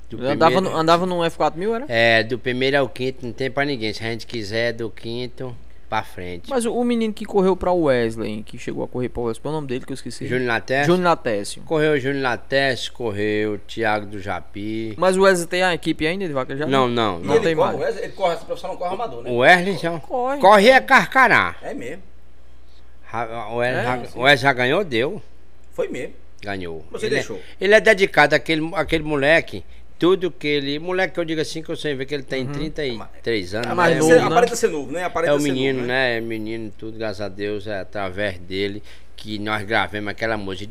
D: Do
A: Eu andava,
D: primeiro-
A: no, andava num F4000, era?
D: É, do primeiro ao quinto não tem pra ninguém. Se a gente quiser, é do quinto pra frente.
A: Mas o, o menino que correu pra Wesley, que chegou a correr pra Wesley, qual é o nome dele que eu esqueci?
D: Júnior Latés.
A: Júnior Latécio.
D: Correu Júnior Latés, correu Thiago do Japi.
A: Mas o Wesley tem a equipe ainda de vaquejada?
D: Não, não,
A: Não
D: não.
C: ele
A: tem
C: corre,
A: mais.
C: o Wesley- Ele corre, essa profissão não corre amador, né?
D: O Wesley já...
A: Corre.
D: Corre é carcará.
C: É mesmo,
D: Ra- O Wesley,
A: É,
D: já-
A: sim.
D: o Wesley já ganhou, deu.
C: foi mesmo.
D: Ganhou.
C: Você
D: ele
C: deixou.
D: É, ele é dedicado àquele, àquele moleque. Tudo que ele. Moleque que eu digo assim, que eu sei ver que ele
A: Uhum.
D: tem 33 anos.
A: mais
D: né?
A: novo,
D: É
C: Você-
D: um-
A: né?
C: aparenta ser novo, né? Aparenta
D: É o
C: ser
D: menino,
C: novo,
D: né? É menino, tudo, graças a Deus, é através dele que nós gravemos aquela música.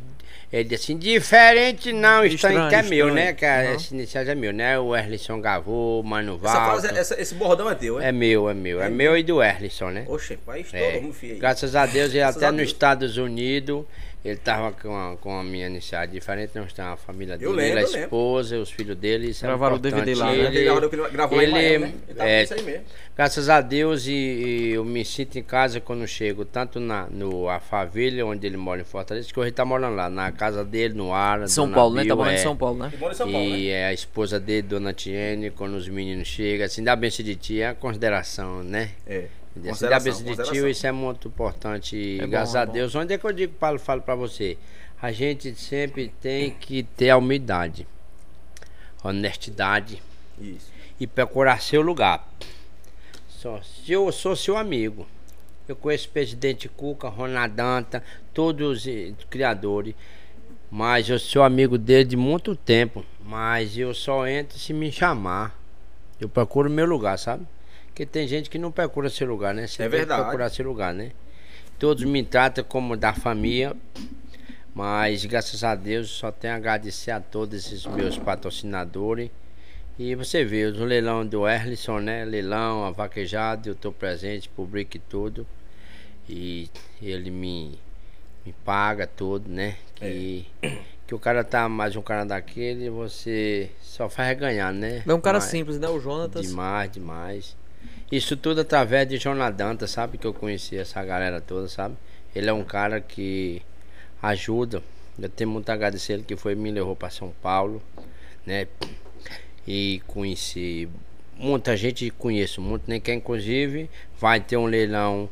D: Ele disse assim, diferente não, estranho,
A: Estranho,
D: que é meu,
A: estranho.
D: né? Que é-
A: Uhum.
D: esse inicial é meu, né? O Erlisson gravou, o Mano
C: Essa frase,
D: Valdo.
C: essa- esse bordão é teu, é?
D: É meu, é meu. É, meu e do Erlisson, né?
C: Oxe, vai
D: É.
C: estourar, é. filho aí.
D: Graças a Deus, ele
C: Graças
D: até
C: a
D: nos
C: Deus.
D: Estados Unidos, ele tava com a, com a minha iniciativa diferente, não estava a família dele,
C: Eu lembro,
D: ele, a
C: eu lembro.
D: esposa, os filhos dele. isso é
A: Gravaram o
D: importante.
A: DVD lá, né?
D: ele,
C: Ele gravou- ele gravou lá em
D: ele-
C: Miami, né? Ele tava
D: é,
C: com isso aí mesmo.
D: Graças a Deus, e, e eu me sinto em casa quando chego, tanto na no, a favela, onde ele mora em Fortaleza, que hoje ele tá morando lá, na casa dele, no Ara.
A: São
D: Dona
A: Paulo, né? Tá
D: Bill,
A: morando em
D: é.
A: São Paulo, né?
C: Ele mora em São Paulo, né?
D: E é a esposa dele, Dona Tiene, quando os meninos chegam, assim, dá benção de ti, é a consideração, né?
C: É.
D: Assim, dá
C: Consideração,
D: benção de tio,
C: consideração.
D: isso é muito importante. e
A: É bom,
D: graças
A: é
D: a
A: bom.
D: Deus. Onde é que eu digo, Paulo, falo pra você? A gente sempre tem que ter a humildade, honestidade
C: Isso.
D: e procurar seu lugar. Só, se eu sou seu amigo. Eu conheço o presidente Cuca, Ronadanta, todos os eh, criadores. Mas eu sou amigo dele de muito tempo. Mas eu só entro se me chamar. Eu procuro meu lugar, sabe? Porque tem gente que não procura seu lugar, né? Você
C: É
D: tem que
C: verdade.
D: procurar seu lugar, né? Todos me tratam como da família. Mas graças a Deus só tenho a agradecer a todos esses meus patrocinadores. E você vê, o leilão do Erlison, né? Leilão, a vaquejada, eu estou presente, publico tudo. E ele me, me paga tudo, né? Que, que o cara tá mais um cara daquele, você só faz ganhar, né?
A: É um cara
D: Mas-
A: simples, né? O Jonatas.
D: Demais, demais. Isso tudo através de Jonadanta, sabe? Que eu conheci essa galera toda, sabe? Ele é um cara que ajuda. Eu tenho muito a agradecer ele que foi me levou para São Paulo, né? E conheci muita gente, conheço muito, né? Que inclusive vai ter um leilão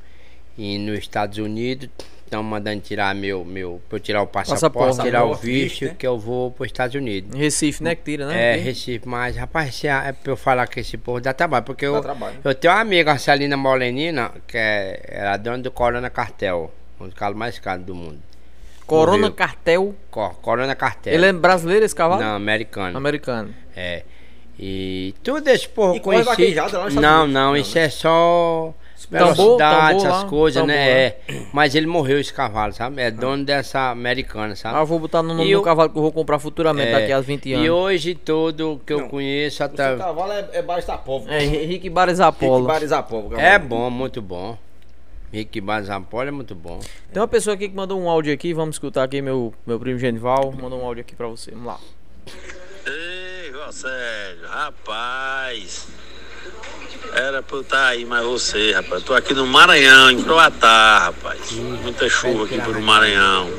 D: e nos Estados Unidos. Estão mandando tirar meu, meu, pra eu tirar o passaporte,
A: Passaporte,
D: tirar o
C: passaporte,
D: visto,
C: né?
D: que eu vou para os Estados Unidos.
A: Em Recife, né? Que tira, né?
D: É, Recife, mas rapaz, se é é pra eu falar que esse povo dá trabalho, porque eu,
C: trabalho.
D: eu tenho uma amiga, a Celina Molenina, que é, era dona do Corona Cartel, um dos caras mais caros do mundo.
A: Corona
D: Morreu.
A: Cartel.
D: Co- Corona Cartel.
A: Ele é brasileiro esse cavalo?
D: Não, americano.
A: Americano.
D: É. E tudo esse povo
C: E corre
D: conhecido.
C: vaquejada lá nos Estados
D: Não,
C: Unidos.
D: não,
C: Não,
D: isso é só
A: Tambor,
D: velocidade,
A: tambor
D: essas
A: lá,
D: coisas,
A: tambor,
D: né?
A: né?
D: É. Mas ele morreu esse cavalo, sabe? É dono dessa americana, sabe?
A: Ah, eu vou botar no nome
D: E
A: do
D: o-
A: cavalo que eu vou comprar futuramente,
D: É.
A: daqui a 20
D: E
A: anos.
D: hoje todo que eu conheço
C: O
D: até.
C: seu cavalo é, é baixo da povo.
A: É, Henrique Bares Apolo.
C: Barizapova.
D: É bom, muito bom. Rick Bazapoli é muito bom.
A: Tem uma pessoa aqui que mandou um áudio aqui, vamos escutar aqui, meu, meu primo Genival. Mandou um áudio aqui pra você, vamos lá.
G: Ei, Rosélio, rapaz. Era pra eu estar aí, mas você, rapaz. Eu tô aqui no Maranhão, em Croatá, rapaz. Muita chuva aqui pelo Maranhão.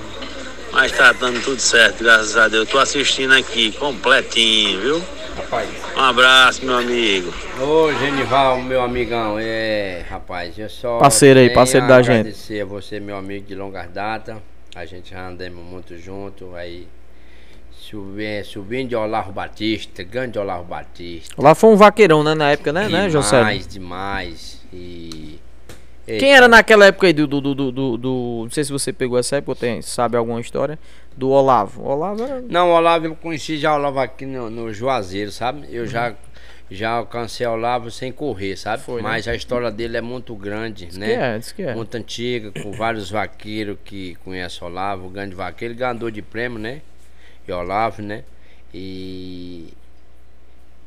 G: Mas tá dando tudo certo, graças a Deus. Tô assistindo aqui, completinho, viu?
C: Rapaz,
G: Um abraço, meu amigo.
D: Ô, Genival, meu amigão, é, rapaz, eu só.
A: Parceiro aí,
D: tenho
A: parceiro
D: a
A: da gente.
D: Agradecer a você, meu amigo de longa data. A gente já andamos muito junto, aí. Subindo, subindo de Olavo Batista, grande Olavo Batista.
A: Lá foi um vaqueirão, né, na época, né, né, José?
D: demais, demais. E.
A: Quem era naquela época aí do, do, do, do, do- do- Não sei se você pegou essa época ou tem, sabe alguma história. Do Olavo. Olavo era.
D: Não, o Olavo, eu conheci já o Olavo aqui no, no Juazeiro, sabe? Eu já, já alcancei o Olavo sem correr, sabe?
A: Foi, né?
D: Mas a história dele é muito grande, né?
A: é, diz que é.
D: Muito antiga, com vários vaqueiros que conhecem o Olavo, o grande vaqueiro, ele ganhador de prêmio, né? E Olavo, né? E.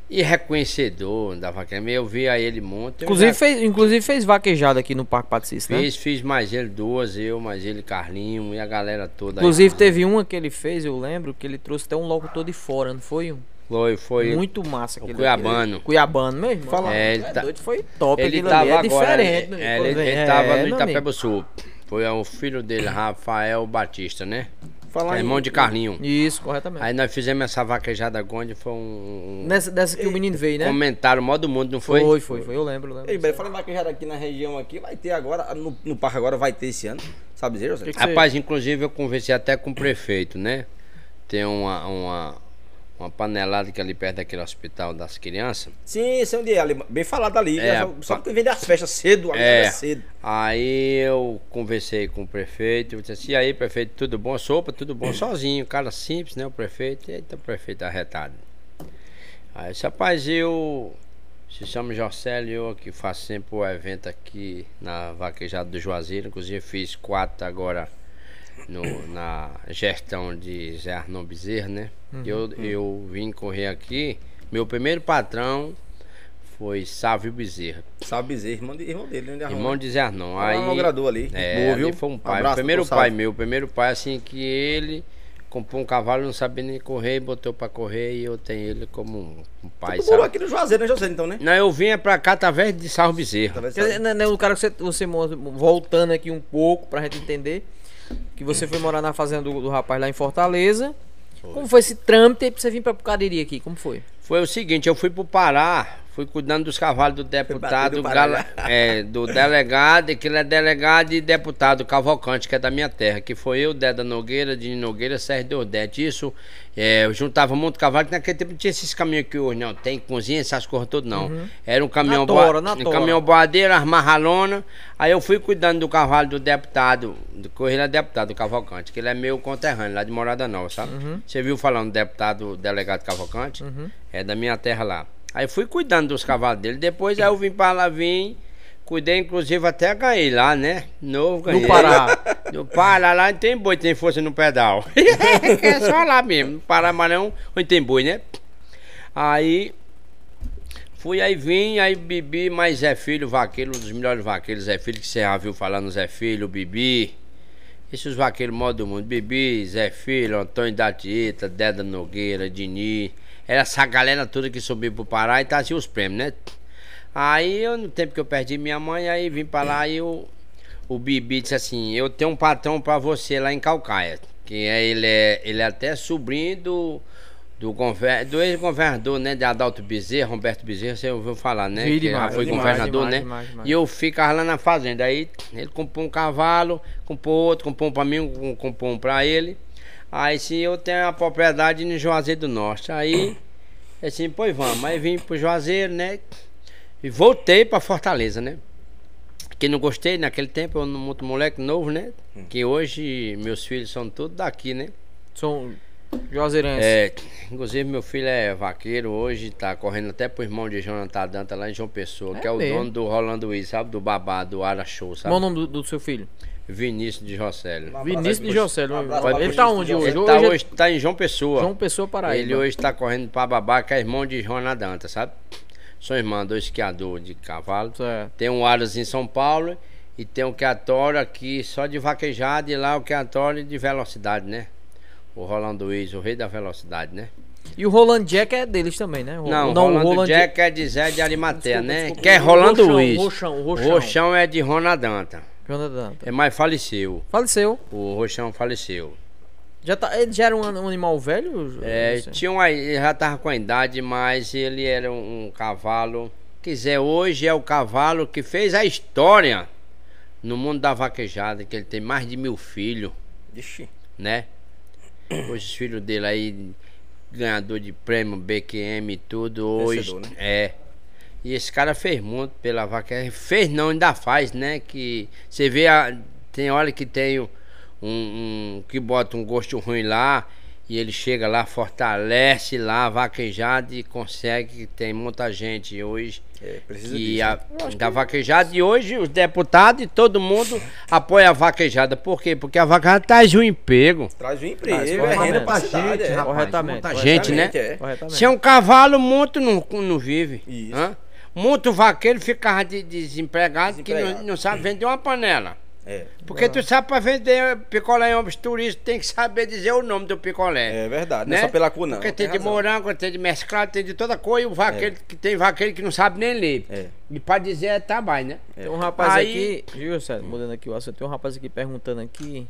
D: E reconhecedor da vaqueira. Eu via ele muito. eu
A: Inclusive
D: já
A: fez, inclusive fez vaquejada aqui no Parque Patricista, né?
D: fiz, fiz mais ele duas, eu, mais ele, Carlinho e a galera toda. aí.
A: Inclusive teve uma que ele fez, eu lembro, que ele trouxe até um locutor de fora, não foi? Um?
D: Foi, foi.
A: Muito massa aquele.
D: cuiabano.
A: aquele- Cuiabano mesmo. Fala,
D: É, ele tá-
A: doido, foi top.
D: Ele
A: aquilo
D: tava
A: ali. é
D: agora.
A: diferente, meu
D: é,
A: amigo.
D: ele, ele
A: É,
D: tava
A: meu
D: no
A: amigo.
D: Itapeba Sul. Foi o filho dele, Rafael Batista, né?
C: falar
D: É irmão de Carlinho.
A: Isso, corretamente.
D: Aí nós fizemos essa vaquejada grande, foi um, um
A: Nessa, dessa que o menino veio, né?
D: comentário mó do mundo, não foi?
A: Foi, foi, foi, eu lembro. lembro.
C: Ei, Bé, falando em vaquejada aqui na região aqui, vai ter agora, no, no parque agora vai ter esse ano. Sabe dizer, José?
A: que-
D: Rapaz, inclusive eu conversei até com o prefeito, né? Tem uma, uma, uma panelada que é ali perto daquele hospital das crianças.
C: Sim, esse é um dia ali, bem falado ali.
D: É,
C: só- só
D: pa-
C: que vende as festas cedo, agora
D: É.
C: é cedo.
D: Aí eu conversei com o prefeito, eu disse assim, e aí prefeito, tudo bom? Sopa, tudo bom? Sozinho, cara simples, né? O prefeito, eita, o prefeito arretado. Aí eu disse, rapaz, eu se chamo Jocélio, eu que faço sempre o evento aqui na Vaquejada do Juazeiro, inclusive fiz quatro agora no- na gestão de Zé Arnon Bezerra, né? Eu, eu vim correr aqui, meu primeiro patrão foi Sávio Bezerra.
C: Sabe dizer, irmão, de- irmão dele, né?
D: Irmão de Zé Arnon.
C: Aí...
D: Aí,
C: Um gradou ali.
D: é,
C: Boa,
D: ali
C: viu?
D: foi um
C: Um
D: pai.
C: abraço,
D: o primeiro
C: doutor
D: pai
C: Salve.
D: meu, o primeiro pai assim que ele comprou um cavalo, não sabia nem correr, botou pra correr e eu tenho ele como um, um pai,
C: Tu morou
D: sabe? Hum.
C: aqui no Juazeiro, né, José, então, né?
D: Não, eu vinha pra cá através de Sarro Bezerra.
C: Talvez
A: Quer dizer,
C: sabe.
A: né, né, o cara que você, você mora- voltando aqui um pouco pra gente entender, que você foi morar na fazenda do, do rapaz lá em Fortaleza. Como foi esse trâmite aí pra você vir pra Cariri aqui? Como foi?
D: Foi o seguinte, eu fui pro Pará, Fui cuidando dos cavalos do deputado,
C: do Paraná.
D: Gala- [LAUGHS] é, do delegado, que ele é delegado e deputado Cavalcante, que é da minha terra, que foi eu, Deda Nogueira, de Nogueira, Sérgio Deodete. Isso, é, eu juntava muito cavalo, que naquele tempo não tinha esses caminhões que hoje não tem, cozinha, essas coisas todas não. Era um caminhão,
E: Na tora,
D: boa-
E: na
D: um
E: tora.
D: caminhão boadeiro, as marralonas. Aí eu fui cuidando do cavalo do deputado, do Correio é deputado Cavalcante, que ele é meu conterrâneo, lá de Morada Nova, sabe?
E: Uhum.
D: Você viu falando do deputado delegado Cavalcante? É da minha terra lá. Aí fui cuidando dos cavalos dele. Depois aí eu vim pra lá, vim. Cuidei, inclusive, até ganhei lá, né? Novo ganhei.
E: Pará.
D: [LAUGHS] No Pará, lá não tem boi, tem força no pedal. [LAUGHS] é só lá mesmo. No Pará, Maranhão, onde tem boi, né? Aí Fui aí, vim, aí Bibi, mais Zé Filho, vaqueiro, um dos melhores vaqueiros, Zé Filho, que você já viu falar no Zé Filho, Bibi. Esses vaqueiros mó do mundo. Bibi, Zé Filho, Antônio da Tieta, Deda Nogueira, Dini. Era essa galera toda que subiu pro Pará e trazia os prêmios, né? Aí, eu, no tempo que eu perdi minha mãe, aí vim pra lá e o, o Bibi disse assim: Eu tenho um patrão pra você lá em Calcaia. Que é, ele, é, ele é até sobrinho do, do, gover- do ex-governador, né? De Adalto Bezerra, Roberto Bezerra, você ouviu falar, né?
E: Vi
D: que já
E: demais,
D: foi
E: demais,
D: governador,
E: demais,
D: né?
E: demais, demais.
D: E eu ficava lá na fazenda. Aí ele comprou um cavalo, comprou outro, comprou um pra mim, um- comprou um pra ele. Aí sim eu tenho a propriedade em Juazeiro do Norte. Aí, assim, pois vamos. Aí vim pro Juazeiro, né? E voltei pra Fortaleza, né? Que não gostei naquele tempo, eu não muito moleque novo, né? Que hoje meus filhos são todos daqui, né?
E: Sou Juazeirense.
D: É, inclusive meu filho é vaqueiro hoje, tá correndo até pro irmão de Jonathan Danta lá em João Pessoa,
E: É
D: que é o
E: mesmo?
D: dono do Rolando Wiz, sabe? Do babá, do Ara Show, sabe?
A: é
E: Qual o nome do, do seu filho?
D: Vinícius de Jocélio.
E: Vinícius de Josélio.
C: Um abraço pra
E: Ele tá
C: Vinícius
E: onde
C: de
E: hoje?
D: Ele tá,
E: hoje é
D: hoje, tá em João Pessoa.
E: João Pessoa Paraíba.
D: Ele hoje tá correndo pra babá, que é irmão de Jonathan Danta, sabe? São irmãos, dois esquiadores de cavalo.
E: Certo.
D: Tem um Aras em São Paulo e tem um Queatório aqui só de vaquejada e lá o Queatório de velocidade, né? O Rolando Wiz, o rei da velocidade, né?
E: E o Roland Jack é deles também, né? Ro-
D: Não,
E: o
D: Rolando
E: Roland
D: Jack é de Zé de Arimatea,
E: Desculpa,
D: né?
E: desculpa.
D: Que é
E: O
D: Rolando
E: Roxão,
D: Luiz.
E: o Roxão, o Roxão.
D: é de Ronadanta.
E: Jonathan Danta.
D: É, mas faleceu.
E: Faleceu.
D: O Roxão faleceu.
E: Já tá, ele já era um, an- um animal velho? Ju-
D: É,
E: José?
D: tinha uma, ele já tava com a idade, mas ele era um, um cavalo. Quiser, hoje é o cavalo que fez a história no mundo da vaquejada, que ele tem mais de mil filhos.
C: Ixi.
D: né? Hoje os filhos dele aí, ganhador de prêmio, BQM e tudo, hoje.
C: Vencedor, né?
D: É. E esse cara fez muito pela vaca. é, Fez não, ainda faz, né? Que você vê, a- tem hora que tem um, um- que bota um gosto ruim lá. E ele chega lá, fortalece lá, a vaquejada e consegue. Tem muita gente hoje
C: É, precisa
D: que
C: disso.
D: a, da vaquejada e hoje os deputados e todo mundo apoia a vaquejada. Por quê? Porque a vaquejada traz um emprego.
C: Traz um
D: Tá,
C: emprego,
E: Traz
C: é renda
E: corretamente.
C: pra cidade, é.
E: Corretamente.
D: muita gente, né?
C: Exatamente, é.
E: Corretamente.
D: Se é um cavalo, muito não, não vive.
C: Isso.
D: Hã? Muito vaqueiro ficava de- desempregado, que
C: Desempregado.
D: não, não sabe vender uma panela.
C: É.
D: Porque tu sabe pra vender picolé em homens turistas, tem que saber dizer o nome do picolé.
C: É verdade, não
D: né?
C: é só pela cor, não.
D: Porque tem, de
C: razão.
D: morango, tem de mesclado, tem de toda cor, e o vaqueiro, que tem vaqueiro que não sabe nem ler.
C: É.
D: E pra dizer é trabalho, né?
E: Tem um rapaz
D: Aí-
E: aqui, viu, José, mudando aqui o assunto, tem um rapaz aqui perguntando aqui.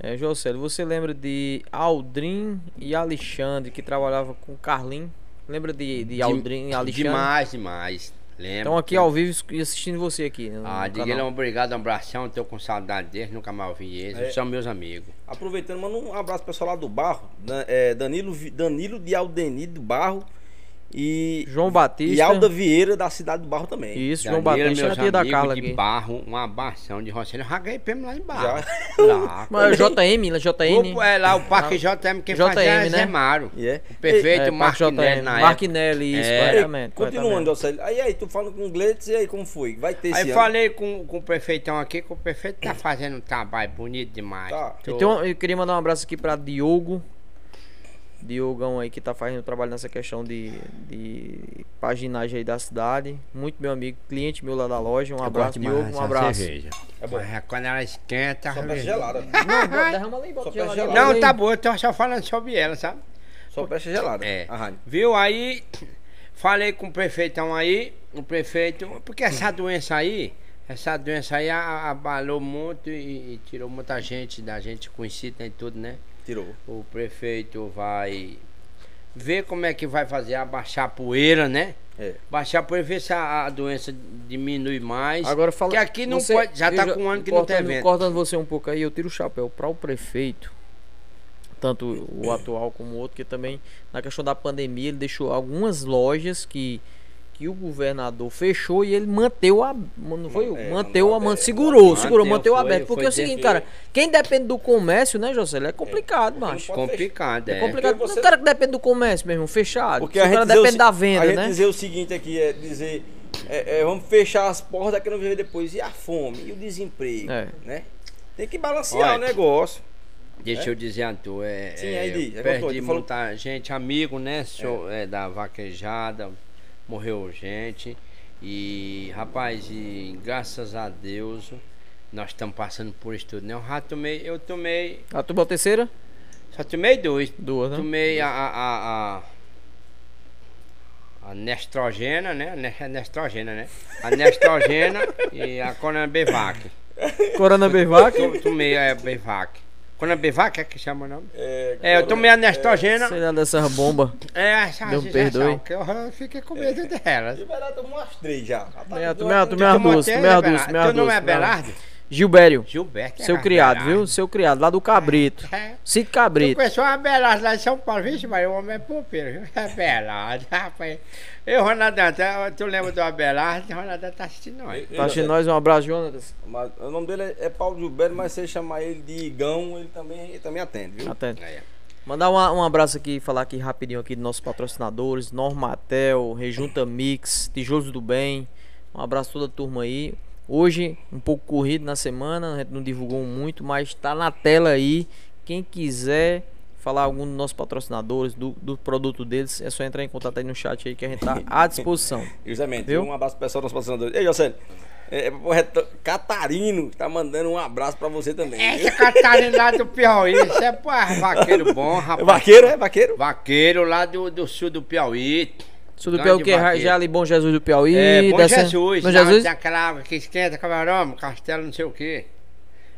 E: É, José, você lembra de Aldrin e Alexandre, que trabalhava com Carlin? Lembra de, de Aldrin é e Alexandre?
D: Demais, demais. Lembra?
E: Estão aqui ao vivo e assistindo você aqui. né, no- no
D: Ah, diga ele
E: canal.
D: é um obrigado, um abração, tô com saudade deles, nunca mais ouvi eles,
C: É.
D: são meus amigos.
C: Aproveitando, manda um abraço pro pessoal lá do Barro. Dan- é, Danilo, Vi- Danilo de Aldenir do Barro. E.
E: João Batista.
C: E Alda Vieira da cidade do Barro também.
E: Isso, João
D: Danilo,
E: Batista é
D: meus
E: a tia da
D: amigos
E: Carla
D: de
E: aqui.
D: barro, um abração de Rosselho, eu já ganhei prêmio lá em barro.
C: Já.
D: [LAUGHS] Lá.
E: Mas é JM, né? JN.
D: Grupo é lá, o Parque JM, quem
E: JM,
D: fazia é
E: né?
D: Zé Mário.
C: E é.
D: O prefeito
E: É,
D: é,
E: Parque
D: Marquinelli
E: JM.
D: na época.
E: Marquinelli, isso,
D: É.
C: Ei,
E: corretamente.
C: continuando, José. Aí, aí, tu falando com o Gleitz, e aí, como foi? Vai ter
D: Aí
C: esse ano?
D: falei com, com o prefeitão aqui, que o prefeito tá fazendo um trabalho bonito demais.
C: Tá.
D: Tô-
E: Então, eu queria mandar Hum. um abraço aqui pra Diogo. Diogão aí que tá fazendo trabalho nessa questão de, de paginagem aí da cidade. Muito meu amigo, cliente meu lá da loja. Um
D: Eu
E: abraço,
D: gosto demais
E: Diogo. Um
D: dessa
E: abraço.
D: cerveja.
C: É bom.
D: Mas quando ela esquenta...
C: Só
D: ela-
C: peça Tá gelada.
E: Não, bota- derrama lá e bota
C: Só pra
E: gelado.
C: gelar.
D: Não, tá bom, eu tô só falando sobre ela, sabe?
C: Só peça gelada.
D: É.
C: Arranha.
D: Viu? Aí falei com o prefeitão aí, o prefeito, porque essa doença aí, essa doença aí a- abalou muito e, e tirou muita gente da gente conhecida e tudo, né?
C: Tirou.
D: O prefeito vai ver como é que vai fazer abaixar a poeira, né?
C: É.
D: Baixar a poeira, ver se a, a doença diminui mais.
A: Agora fala.
D: Que aqui não
A: você-
D: pode. Já
A: eu
D: tá com um ano que não tem
A: cortando,
D: evento.
A: Cortando você um pouco aí, eu tiro o chapéu para o prefeito, tanto o atual como o outro, que também na questão da pandemia ele deixou algumas lojas que que o governador fechou e ele manteu a não foi
C: É,
A: manteu a man-
C: manteve,
A: segurou
D: manteve,
A: segurou manteu
D: foi-
A: aberto porque
D: foi
A: é o seguinte
D: dentro-
A: cara quem depende do comércio né José é complicado macho
C: pode
D: Complicado, é.
A: é complicado
C: Porque você-
A: o cara que depende do comércio mesmo fechado
C: Porque
A: o
C: a gente
A: cara
C: dizer o
A: depende
C: se-
A: da
C: a
A: venda
C: gente
A: né
C: dizer o seguinte aqui, é dizer, é, é, vamos fechar as portas que não viver depois. E a fome, e o desemprego,
A: É.
C: né? Tem que balancear
D: Olha.
C: o negócio.
D: Deixa eu dizer, Antô, é,
C: Sim,
D: é,
C: aí diz,
D: eu
C: aí contou,
D: perdi
C: tu falou-
D: muita gente, amigo, né, senhor, é, da vaquejada, morreu gente, e, rapaz, e, graças a Deus, nós estamos passando por isso tudo, né, eu já tomei, eu tomei,
A: a turma Ah, terceira
D: só tomei dois,
A: duas né
D: tomei a, a, a, a, a nestrogena, né, a ne- a nestrogena, né,
C: [LAUGHS]
D: a nestrogena e a Conabevac,
A: Corona Bevac
C: [LAUGHS]
D: eu tomei a Bevac, Conabevac é que chama o nome?
C: É,
D: É, eu tomei a nestrogena.
A: Sei lá dessas bombas.
D: É, essa
A: Deus me
D: essa-
A: perdoe.
D: essa- que Eu fiquei com medo dela.
C: Liberar, tomou umas três já. Rapaz,
A: É,
C: não
A: tomei-
C: é- não
A: tomei-
C: tem-
A: Meia dúzia, meia dúzia, meia
D: Teu nome
A: dúzia,
D: é Belardo?
A: Gilbério,
D: Gilberto. é
A: seu criado,
D: Belardo.
A: viu? Seu criado, lá do Cabrito.
D: É.
A: Cid
D: Tu
A: Cabrito.
D: conheceu uma Belardo lá em São Paulo, vixe, mas o homem é pupeiro, viu? É Belardo, rapaz. Eu, Ronaldão, tá- tu lembra do Abelardo? O Ronaldão tá assistindo nós.
A: Tá assistindo nós, um abraço, Jonas.
C: Mas o nome dele é, é Paulo Gilberto, mas se você chamar ele de Igão, ele também, ele também atende, viu?
A: Atento.
D: É.
A: Mandar uma- um abraço aqui, falar aqui rapidinho aqui dos nossos patrocinadores, Normatel, Rejunta Mix, Tijolos do Bem. Um abraço a toda a turma aí. Hoje, um pouco corrido na semana, a gente não divulgou muito, mas tá na tela aí. Quem quiser falar algum dos nossos patrocinadores, do, do produto deles, é só entrar em contato aí no chat aí que a gente tá à disposição.
C: Justamente.
A: Viu?
C: Um abraço pro pessoal dos patrocinadores. Ei, Jocélio, é, é, porra, é t- Catarino tá mandando um abraço pra você também.
D: Essa Catarina tá lá do Piauí, isso é pô, vaqueiro bom, rapaz.
C: Vaqueiro, é? Vaqueiro?
D: Vaqueiro lá do, do sul do Piauí.
A: Sou do
D: Grande
A: Piauí, que é
D: vaqueiro.
A: já ali Bom Jesus do Piauí.
D: É, Bom
A: descendo-
D: Jesus,
A: Bom
D: lá onde
A: Jesus.
D: Tem aquela água que esquenta, camarão, castelo, não sei o quê.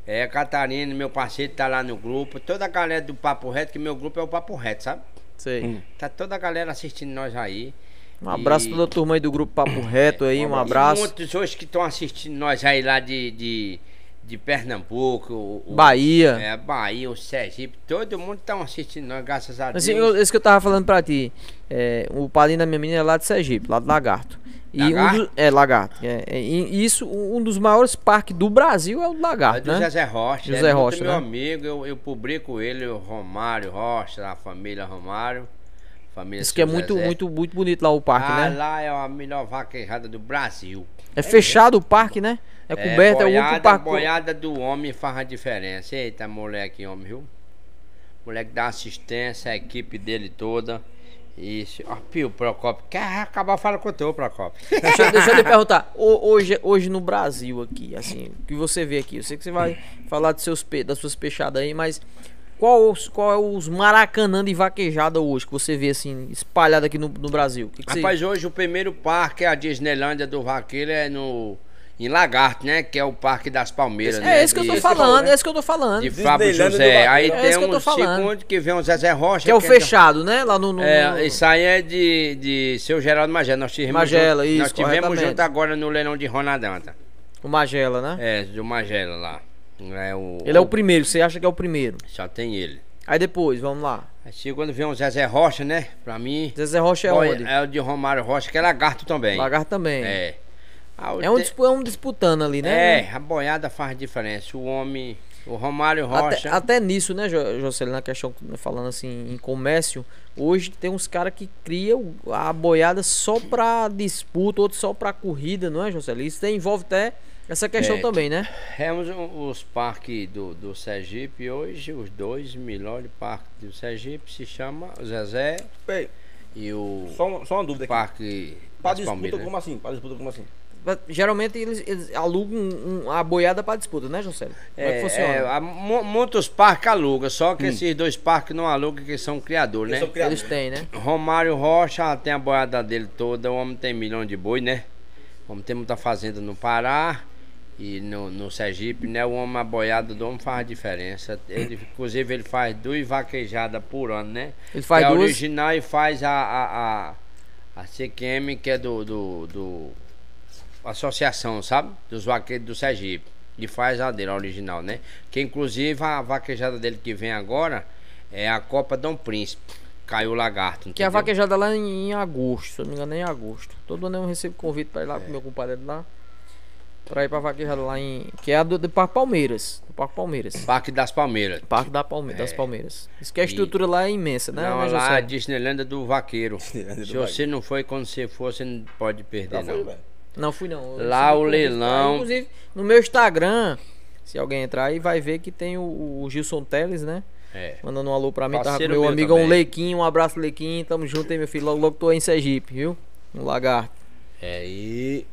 D: É, Catarina, meu parceiro, tá lá no grupo. Toda a galera do Papo Reto, que meu grupo é o Papo Reto, sabe?
A: Sei.
D: Tá toda a galera assistindo nós aí.
A: Um abraço
D: E-
A: pra toda a turma aí do grupo
D: É,
A: Papo Reto aí, um
D: E
A: abraço.
D: muitos hoje que estão assistindo nós aí lá de, de, de Pernambuco. o- o-
A: Bahia.
D: É, Bahia, o Sergipe. Todo mundo tá assistindo nós, graças a É, Deus.
A: Assim, eu- esse que eu tava falando pra ti. é, o padrinho da minha menina é lá de Sergipe, lá do Lagarto. E um
D: Lagarto?
A: do- é, Lagarto. é, é, e isso, um um dos maiores parques do Brasil é o do
D: É
A: Lagarto,
D: do
A: né?
D: José Rocha.
A: José
D: é muito
A: Rocha,
D: meu
A: né?
D: amigo, eu, eu publico ele, o Romário Rocha, a família Romário. Família
A: Isso que é
D: seu
A: muito,
D: Zezé.
A: muito, muito bonito lá o parque,
D: ah,
A: né?
D: lá é a melhor vaquejada do Brasil.
A: É fechado o parque, né? É coberto, é, o único
D: boiada,
A: parque.
D: boiada do homem faz a diferença. Eita, moleque, homem, viu? Moleque dá assistência, a equipe dele toda. Isso. Ó, pio, Procopio. Quer acabar falando com o teu, Procopio? [LAUGHS]
A: Deixa, deixa eu te perguntar, ho- hoje, hoje no Brasil aqui, assim, o que você vê aqui, eu sei que você vai falar dos seus, pe- das suas peixadas aí, mas qual, os- qual é os maracanã de vaquejada hoje que você vê, assim, espalhado aqui no, no Brasil? O que que você-
D: Rapaz, hoje o primeiro parque, é a Disneylândia do Vaqueiro, é no. Em Lagarto, né? Que é o Parque das Palmeiras. né?
A: é esse que eu tô
D: De-
A: falando, é esse que eu tô falando.
D: De
A: Que
D: Fábio
C: Disneylândia do
D: José.
C: Vaqueiro.
D: Aí
A: É
D: tem
A: isso que eu tô
D: um
A: falando.
D: segundo que vem o Zezé Rocha.
A: é o
D: que um
A: fechado, né? Lá no... no, no-
D: É, isso aí é de, de seu Geraldo Magela. Nós tivemos,
A: Magela,
D: junto, nós
A: isso,
D: tivemos
A: corretamente.
D: junto agora no leilão de Ronadanta.
A: O Magela, né?
D: É, do Magela lá. É o,
A: Ele é o primeiro, você acha que é o primeiro.
D: Só tem ele.
A: Aí depois, vamos lá.
D: Aí quando vem o Zezé Rocha, né? Pra mim.
A: Zezé Rocha é
D: Bom,
A: onde?
D: é o de Romário Rocha, que é lagarto também.
A: Lagarto também. É,
D: É. Ah, o
A: um,
D: te-
A: dispu- é um disputando ali, né?
D: É, a boiada faz diferença. O homem. O Romário
A: Até,
D: Rocha.
A: até nisso, né, Jo- Jocelyn, na questão falando assim em comércio, hoje tem uns caras que criam a boiada só pra disputa, outros só pra corrida, não é, Jocelyn? Isso tem- envolve até essa questão
D: É.
A: também, né?
D: Temos o- os parques do, do Sergipe hoje, os dois melhores parques do Sergipe se chama o Zezé
C: Peraí,
D: e o
C: só, uma- só uma dúvida aqui.
D: Parque
C: Pra
D: das
C: disputa
D: Palmeiras. É,
C: como assim? Pra disputa como assim?
A: Mas, Geralmente eles, eles alugam um- um- a boiada pra disputa, né, Jocelyn? Como é, que funciona?
D: a- mu- muitos parques alugam, só
A: Hum.
D: que esses dois parques não alugam, que são criadores, né?
C: Eu sou criado.
A: Eles têm, né?
D: Romário Rocha tem a boiada dele toda, o homem tem milhão de boi, né? O homem tem muita fazenda no Pará. E no, no Sergipe, né? O homem, a boiada do homem faz a diferença. Ele, inclusive, ele faz duas vaquejadas por ano, né?
A: Ele faz
D: é a
A: duas?
D: original e faz a, a, a, a CQM, que é do, do, do- Associação, sabe? Dos vaqueiros do Sergipe. E faz a dele, a original, né? Que inclusive a vaquejada dele que vem agora é a Copa Dom Príncipe. Caiu o lagarto.
A: Que é a
D: entendeu?
A: vaquejada lá em, em agosto, se eu não me engano, é em agosto. Todo ano eu recebo convite pra ir
D: É.
A: lá com meu compadre lá. Pra ir pra vaquejada lá em. Que é a do, do Parque Palmeiras. Do Parque Palmeiras.
D: Parque das Palmeiras.
A: Parque da Palme das Palmeiras. Isso que a
D: É. E-
A: estrutura lá é imensa, né?
D: Não,
A: né,
D: lá
A: José?
D: a Disneylândia do Vaqueiro.
C: Disneylândia do Tá né?
D: Se você não foi, quando você for, você não pode perder,
C: Já foi,
D: não.
C: velho.
A: Não fui não. Eu recebi convite
D: Lá o
A: pra ir.
D: leilão.
A: Inclusive, no meu Instagram, se alguém entrar aí, vai ver que tem o, o Gilson Teles, né?
D: É.
A: Mandando um alô pra mim, tava com
D: Parceiro
A: meu
D: meu
A: amigão
D: também.
A: Lequinho, um abraço Lequinho, tamo junto aí meu filho, logo logo tô aí em Sergipe, viu? Um lagarto.
D: É, e,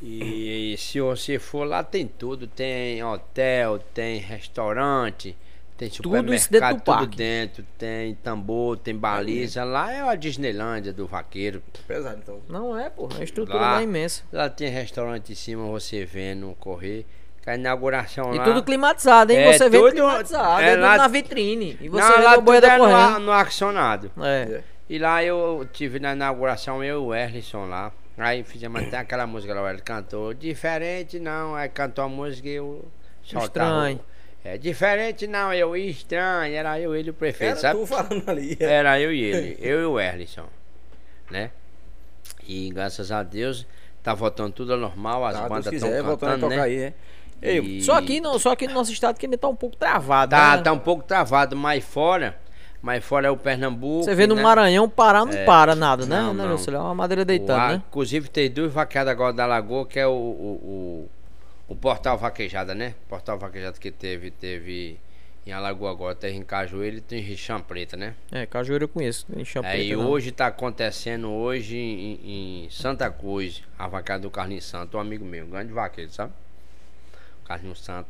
D: e, se você for lá, tem tudo: tem hotel, tem restaurante, tem
A: Tudo isso
D: supermercado,
A: dentro do
D: tudo
A: parque.
D: dentro, tem tambor, tem baliza. Lá é a Disneylândia do Vaqueiro.
C: Pesado, então.
A: Não é, pô, a estrutura
D: Lá.
A: lá é imensa.
D: Lá tem restaurante em cima, você vendo correr. Com A inauguração
A: E
D: lá.
A: tudo climatizado, hein?
D: É,
A: você vê
D: tudo-
A: climatizado,
D: é
A: é, tudo
D: lá-
A: na vitrine. E você
D: Não,
A: vê
D: lá
A: a
D: tudo
A: boeda
D: é no, ar-
A: correndo.
D: no ar-condicionado.
A: É.
D: E lá eu tive na inauguração, eu e o Erlison lá. Aí fizemos até aquela música lá, ele cantou. Diferente não, aí cantou a música e eu soltava.
A: Estranho.
D: É, diferente não, eu estranho. Era eu, ele e o prefeito,
C: Era
D: sabe? É,
C: tu falando ali.
D: Era eu
C: [LAUGHS]
D: e ele, eu e o Erlison, né? E graças a Deus, tá voltando tudo ao normal, as
C: Tá,
D: bandas
C: Deus
D: estão
C: quiser, voltando a
D: cantando,
C: tocar
D: né?
C: aí, é.
D: E-
A: Só aqui, não, só aqui no nosso estado que ainda tá um pouco travado.
D: Tá,
A: né?
D: tá um pouco travado, mas fora, mas fora é o Pernambuco,
A: Você vê no
D: né?
A: Maranhão, Pará não para nada, né?
D: Não,
A: né,
D: não.
A: José? É uma madeira
D: O
A: deitada,
D: ar-
A: né?
D: Inclusive tem duas vaqueadas agora da Lagoa, que é o, o, o, o Portal Vaquejada, né? Portal Vaquejada que teve, teve em Alagoa agora, teve em Cajueiro e tem em Rixa Preta, né?
A: É, Cajueiro eu conheço, em né? Champeta,
D: É, e
A: não.
D: hoje tá acontecendo hoje em, em Santa Cruz, a vaqueada do Carlinhos Santo, um amigo meu, um grande vaqueiro, sabe?
A: [CLEARS THROAT]
D: Carlinhos Santo.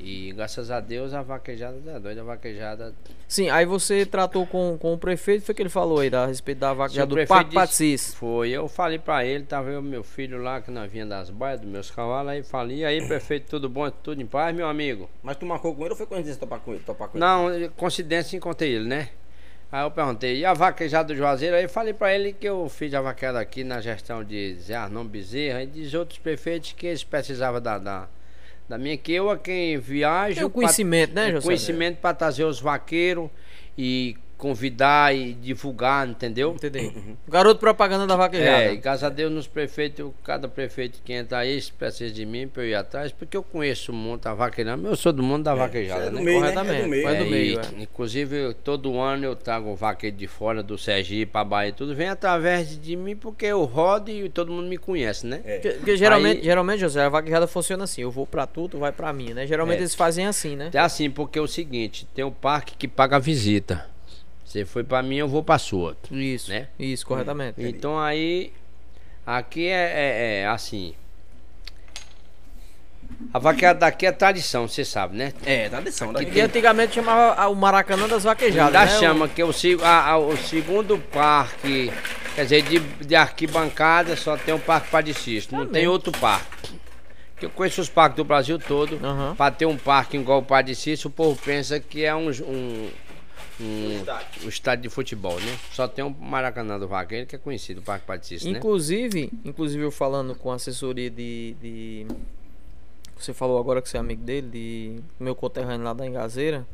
D: e graças a Deus a vaquejada é doida, a vaquejada.
A: Sim, aí você tratou com, com o prefeito, foi que ele falou aí da, a respeito da vaca já
D: Se o
A: do
D: prefeito
A: Parque
D: disse-
A: Patis.
D: Foi, eu falei pra ele, tava eu, meu filho lá, que nós vinha das baias, dos meus cavalos, aí falei, e aí prefeito, tudo bom, tudo em paz, meu amigo?
C: Mas tu marcou com ele ou foi coincidência topar com ele? Topar com ele?
D: Não, coincidência, encontrei ele, né? Aí eu perguntei, e a vaquejada do Juazeiro? Aí eu falei pra ele que eu fiz a vaquejada aqui na gestão de Zé Arnon Bezerra e de outros prefeitos que eles precisavam da, da, da minha, que eu a quem viajo...
A: Tem o
D: pra-
A: conhecimento, né,
D: o
A: José?
D: Conhecimento pra trazer os vaqueiros e convidar e divulgar, entendeu?
A: Entendi. Garoto propaganda da vaquejada.
D: Uhum. É, e graças a Deus nos prefeitos, cada prefeito que entra aí precisa de mim pra eu ir atrás, porque eu conheço muito a vaquejada, eu sou do mundo da vaquejada,
C: É do
D: né?
C: meio, né?
A: Corretamente,
C: É do meio.
A: vai do
D: É,
A: meio,
D: e, Inclusive, eu- todo ano eu trago vaqueiro de fora, do Sergipe, pra Bahia, tudo vem através de mim, porque eu rodo e todo mundo me conhece, né?
C: É.
A: Porque, porque geralmente,
D: Aí-
A: geralmente, José, a vaquejada funciona assim, eu vou pra tu, tu vai pra mim, né? Geralmente
D: É.
A: eles fazem assim, né?
D: É assim, porque é o seguinte, tem um parque que paga a visita. Você foi pra mim, eu vou pra sua.
A: Isso,
D: Né?
A: isso, corretamente.
D: Então aí, aqui é, é- é assim... A vaqueada daqui é tradição, você sabe, né?
C: É, tradição. daqui.
A: Que antigamente chamava a- o Maracanã das Vaquejadas,
D: Ainda
A: né? O-
D: chama que o, se- a- a- o segundo parque, quer dizer, de, de arquibancada só tem um parque padecista, não
A: Tá
D: tem
A: mesmo.
D: outro parque. Que Eu conheço os parques do Brasil todo.
A: Aham.
D: Pra ter um parque igual o padecista, o povo pensa que é um, j- um, um, um estádio de futebol, né? Só tem um Maracanã do Vaqueiro que é conhecido, o Parque Padecista, né?
A: Inclusive, inclusive eu falando com a assessoria de, de- Você falou agora que você é amigo dele, de meu conterrâneo lá da Engazeira,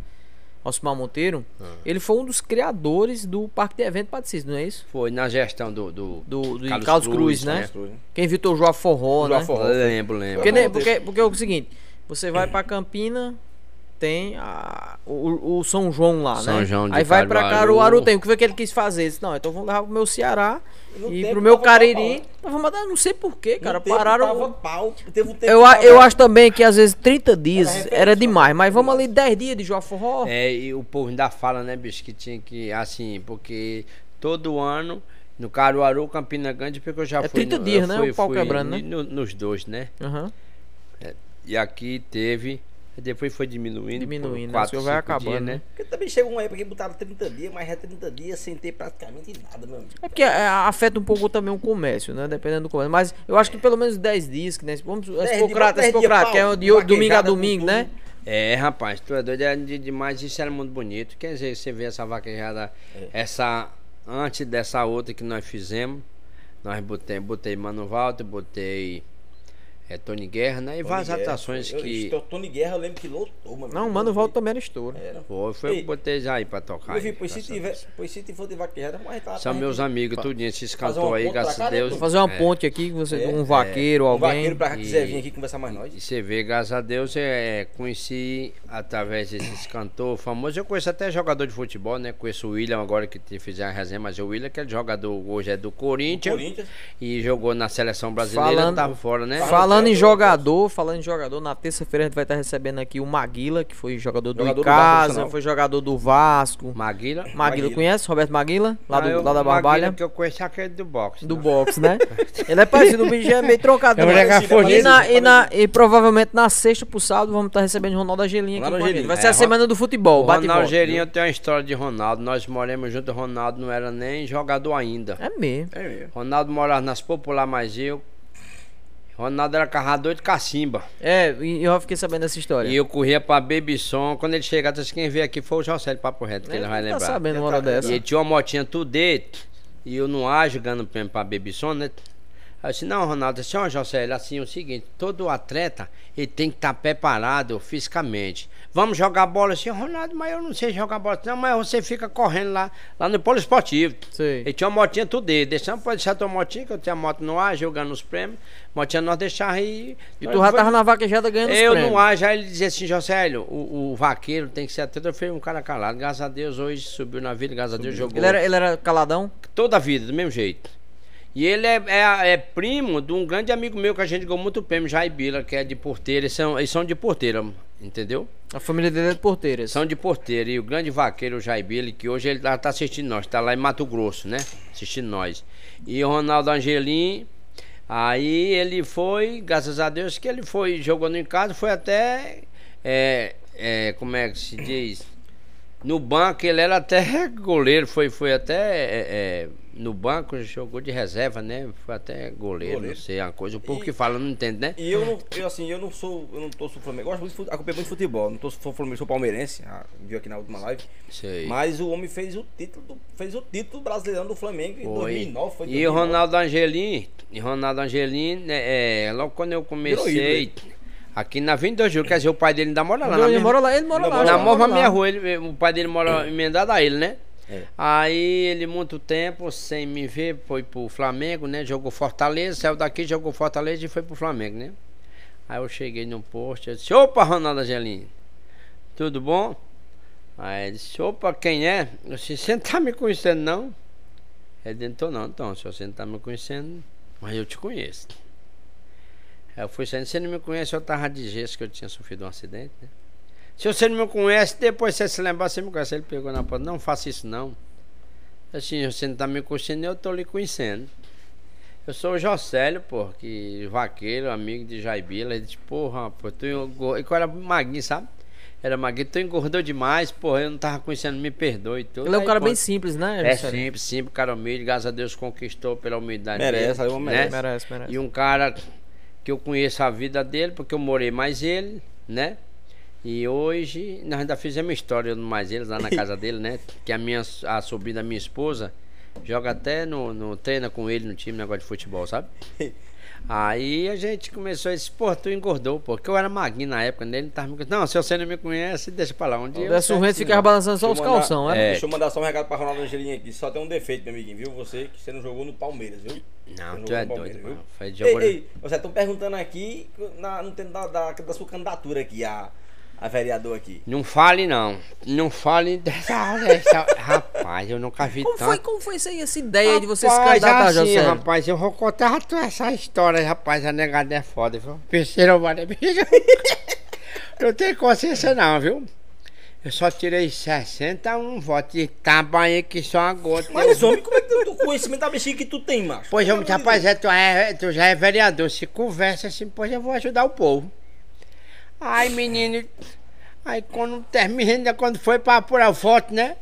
A: Osmar Monteiro. Ele foi um dos criadores do Parque de Evento Patricista, não é isso?
D: Foi na gestão do, do,
A: Do, do Carlos,
D: Carlos
A: Cruz,
D: Cruz,
A: né?
D: né?
A: Quem invitou o João Forró, né?
C: Forró.
D: Lembro, lembro.
A: Porque, né, porque, porque é o seguinte, você vai pra Campina, tem a- o, o São João lá, né?
D: São João de
A: Aí vai pra
D: Caruaru.
A: Caruaru, tem. O que foi que ele quis fazer? Ele disse, não, então vamos levar pro meu Ceará
C: No
A: e
C: tempo
A: pro meu
C: tava
A: Cariri.
C: pau.
A: Tava matando, não sei porquê, cara.
C: No tempo
A: pararam.
C: Tava pau. Teve um tempo
A: Eu,
C: que
A: a-
C: tava-
A: eu acho também que às vezes 30 dias
C: referência,
A: era demais, mas vamos ali 10 dias de João Forró.
D: É, e o povo ainda fala, né, bicho, que tinha que, assim, porque todo ano, no Caruaru, Campina Grande, porque eu já
A: É
D: fui...
A: 30
D: no- eu
A: dias, né,
D: fui-
A: o pau
D: fui
A: quebrando, né?
D: no- nos dois, né?
A: Aham.
D: E aqui teve Depois foi diminuindo.
A: Diminuindo, né?
D: por
A: O
D: quatro,
A: senhor vai
D: cinco
A: acabando,
D: dias,
A: né?
C: Porque também chegou uma época que botaram 30 dias, mas já 30 dias sem ter praticamente nada, meu amigo.
A: É porque é, afeta um pouco também o comércio, né? Dependendo do comércio. Mas eu acho que pelo menos 10 dias, que né? Vamos, é
C: dias,
A: Socrata, é
C: dez dias,
A: Socrata, que é
C: pau,
A: de oito- domingo a
C: vaquejada com
A: domingo, né?
D: É, rapaz, tu é doido, é de- demais, isso era muito bonito. Quer dizer, você vê essa vaquejada,
C: É.
D: essa, antes dessa outra que nós fizemos, nós botei, botei Mano Walter, botei é, Tony Guerra, né? E várias
C: Guerra,
D: atuações
C: eu-
D: que.
C: eu- Tony Guerra, eu lembro que lotou, mano.
A: Não, mano, o Valdo também era estouro.
C: Era.
D: Foi, foi um eu
C: Ei,
D: que botei já aí pra tocar.
C: Meu
D: aí,
C: filho, pois se
D: graças a
C: tiver,
D: Deus.
C: pois se tiver de vaquejada, mas tá.
D: São
C: tá-
D: meus amigos, tudinho, esses
C: fazer uma
D: cantores aí,
C: ponta pra
D: graças a
C: cá, né?
D: Deus.
A: Vou fazer uma
D: É.
A: ponte aqui, que você, um
C: É.
A: vaqueiro,
C: Um
A: alguém.
C: vaqueiro pra cá
D: e-
C: quiser vir aqui conversar mais nós.
D: E você vê, graças a Deus, é, conheci através desses cantores famosos. Eu conheço até jogador de futebol, né? Conheço o William agora que te fizeram a resenha, mas o William, é aquele jogador hoje é do Corinthians,
C: Corinthians.
D: e jogou na seleção brasileira,
A: Falando-
D: tava fora, né?
A: Falando em
C: Marcelo,
A: jogador, falando em jogador, na terça-feira a gente vai estar recebendo aqui o Maguila, que foi jogador do
C: Jogador do Vasco
A: Icasa,
C: profissional.
A: foi jogador do Vasco.
D: Maguila.
A: Maguila,
C: Maguila.
A: conhece? Roberto Maguila? Lá, do,
D: Ah, eu-
A: lá da
D: Maguila
A: Barbalha.
D: que eu conheço é aquele do boxe.
A: Do
D: né?
A: boxe, né? Ele é parecido, o bicho é meio trocado.
D: É um
A: né?
D: regafornido.
A: e, na- e na- e provavelmente na sexta pro sábado vamos estar recebendo o Ronaldo Angelinho aqui.
C: Ronaldo
A: com a gente.
C: Angelim.
A: Vai ser
D: É,
A: a semana do futebol,
D: O
A: bate e
D: Ronaldo
A: volta.
D: Gerinho tem uma história de Ronaldo. Nós moramos junto, o Ronaldo não era nem jogador ainda.
A: É mesmo.
C: É mesmo.
D: Ronaldo morava nas Popular, mas eu. Ronaldo era carrador de cacimba.
A: É, e eu fiquei sabendo dessa história.
D: E eu corria pra Baby Som. Quando ele chegar, disse, quem veio aqui foi o Josélio Papo Reto, que ele vai
A: Tá
D: lembrar.
A: sabendo uma hora dessa.
D: E ele tinha uma motinha tudo dele. E eu no ar jogando prêmio pra Baby Som, né? Aí eu disse, não, Ronaldo, assim, ó, Josélio, assim, é o seguinte, todo atleta, ele tem que estar preparado fisicamente. Vamos jogar bola assim, Ronaldo, mas eu não sei jogar bola. Não, mas você fica correndo lá, lá no polo esportivo.
A: Sei.
D: Ele tinha uma motinha tudo dele. Deixamos, pode deixar tua motinha, que eu tinha a moto no ar, jogando os prêmios. Motinha nós deixava e...
A: E tu já tava na vaquejada ganhando os
D: Eu
A: prêmios.
D: não acho. Aí ele dizia assim, Josélio, o, o vaqueiro tem que ser atento. Eu falei, um cara calado. Graças a Deus, hoje subiu na vida, graças a Deus, jogou
A: Ele era, ele era caladão?
D: toda a vida, do mesmo jeito. E ele é, é- é primo de um grande amigo meu que a gente ganhou muito prêmio, Jair Bila, que é de porteira. Eles são, eles são de porteira, entendeu?
A: A família dele é de porteiras.
D: São de porteira. E o grande vaqueiro, o Jair Bila, que hoje ele tá, tá assistindo nós, tá lá em Mato Grosso, né? Assistindo nós. E o Ronaldo Angelim. Aí ele foi, graças a Deus, que ele foi, jogou no em casa, foi até. é, é, como é que se diz? No banco, ele era até [LAUGHS] goleiro, foi, foi até. é, é, no banco, jogou de reserva, né? Foi até goleiro,
C: Goleiro.
D: não sei, é uma coisa. O povo
C: E-
D: que fala não entende, né?
C: E eu não, eu assim, eu não sou, eu não torço pro Flamengo. Eu gosto muito, de fute- acompanho muito futebol. Não torço pro Flamengo, sou palmeirense, ah, viu aqui na última live.
D: Sei.
C: Mas o homem fez o título, do, fez o título brasileiro do Flamengo em
D: Foi.
C: 2009, foi
D: E o
C: 2009.
D: Ronaldo Angelim, e Ronaldo Angelim, né, é, logo quando eu comecei, aqui na 22 de julho, quer dizer, o pai dele ainda mora lá. né?
A: Não,
D: na
A: ele
D: mesma-
A: mora lá, ele mora
C: Ele
A: lá.
C: mora
D: na
A: ele mora
D: mesma
A: lá.
D: minha rua, ele- eh, o pai dele mora emendado a ele, né?
C: É.
D: Aí ele, muito tempo, sem me ver, foi pro Flamengo, né? Jogou Fortaleza, saiu daqui, jogou Fortaleza e foi pro Flamengo, né? Aí eu cheguei num posto, eu disse, opa, Ronaldo Angelim, tudo bom? Aí ele disse, opa, quem é? Eu disse, você não tá me conhecendo, não? Ele disse, tô não, então, se você não tá me conhecendo, mas eu te conheço. Aí eu fui saindo, você não me conhece, eu tava de gesso que eu tinha sofrido um acidente, né? Se você não me conhece, depois você se lembrar, você me conhece. Ele pegou na porta, não faça isso não. Assim, você não tá me conhecendo, eu tô lhe conhecendo. Eu sou o Jocélio, pô, que vaqueiro, amigo de Jaibila. Ele disse, porra, pô, tu engordou. E qual era maguinho, sabe? Era maguinho, tu engordou demais, porra, eu não tava conhecendo, me perdoe. tudo.
A: Ele é um
D: Aí,
A: cara
D: pô,
A: bem simples, né?
D: É
A: Juscelino?
D: simples, simples, cara humilde, graças a Deus conquistou pela humildade
C: Merece,
D: dele.
C: aí o homem
D: né?
C: merece.
A: Merece, merece.
D: E um cara que eu conheço a vida dele, porque eu morei mais ele, né? E hoje nós ainda fizemos história no mais ele, lá na
C: [LAUGHS]
D: casa dele, né? Que a minha a sobrinha da minha esposa joga até no, no- treina com ele no time, um negócio de futebol,
C: [LAUGHS]
D: sabe? Aí a gente começou a dizer, pô, tu engordou, pô, porque eu era maguinho na época, né? Ele tava me conhecendo, não, se você não me conhece, deixa pra lá, um dia...
A: O
D: eu
A: Décio
D: certo,
A: Rente
D: sim,
A: ficava
D: não."
A: balançando só os
C: Deixa eu mandar-
A: calção, né?
D: É.
C: Deixa eu mandar só um recado pra Ronaldo Angelim aqui. Só tem um defeito, meu amiguinho, viu? Você que você não jogou no Palmeiras, viu?
D: Não,
C: Você
D: tu é
C: jogou no
D: doido,
C: Palmeiras,
D: mano. Foi de
C: Ei,
D: jogo-
C: ei, vocês estão perguntando aqui na, no tempo da, da, da sua candidatura aqui, a, a vereador aqui.
D: Não fale não, não fale dessa... [LAUGHS] dessa- Rapaz, eu nunca vi
A: Como
D: tanto...
A: foi, como foi isso aí, essa ideia aí de você se
D: Tá. Rapaz,
A: candidatar,
D: assim,
A: José?
D: rapaz, eu vou contar tu essa história, rapaz. A negada é foda, viu? Penseiro, mano, é bicho. [LAUGHS] Não tem consciência, não, viu? Eu só tirei 61 votos de tabanho que só uma gota.
C: Mas, homem, como é que tu, o conhecimento da bexiga que tu tem, macho?
D: Pois, eu,
C: Pelo amor de
D: é rapaz, é, tu, é, tu já é vereador. Se conversa assim, pois eu vou ajudar o povo. Aí, menino, aí quando termina, quando foi pra apurar a foto, né?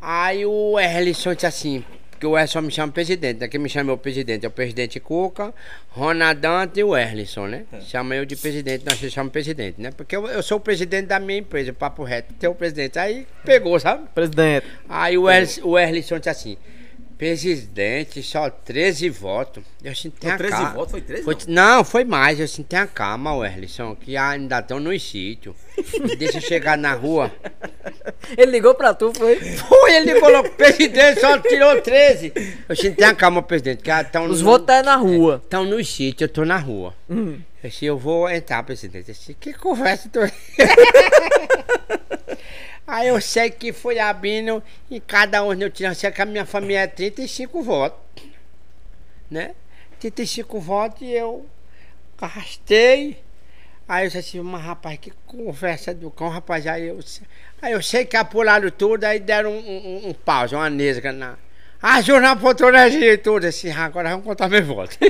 D: Aí o Erlisson disse assim, porque o Erlisson me chama presidente, né? Quem me chama é o presidente, é o presidente Cuca, Ronadante e o Erlisson, né? Chama eu de presidente, nós chamamos presidente, né? Porque eu, eu sou o presidente da minha empresa, papo reto, tem o presidente. Aí pegou, sabe?
A: Presidente.
D: Aí o, Erlis, o Erlisson disse assim, presidente, só 13 votos. Eu assim, tem
C: Foi
D: a
C: 13
D: calma.
C: votos? Foi 13?
D: Foi- não, foi mais. Eu assim, tem a calma, Werlisson, que ainda estão no sítio. Deixa eu chegar na rua. [LAUGHS]
A: Ele ligou pra tu, foi?
D: Foi, ele colocou, presidente, só tirou 13. Eu assim, tem a calma, presidente, que estão
A: Os votos tá aí na rua.
D: Estão no sítio, eu tô na rua. Eu disse, eu vou entrar, presidente. Eu disse, que conversa tu... [LAUGHS] Aí eu sei que fui abrindo e cada urna eu tinha, sei que a minha família é 35 votos. Né? 35 votos e eu arrastei. Aí eu disse assim, mas rapaz, que conversa do cão, rapaz. Aí eu, se- aí eu sei que apuraram tudo, aí deram um, um, um pause, uma nesga na. Ah, jornal Potonegia e tudo. Assim, "Ah, agora vamos contar meu voto. [LAUGHS]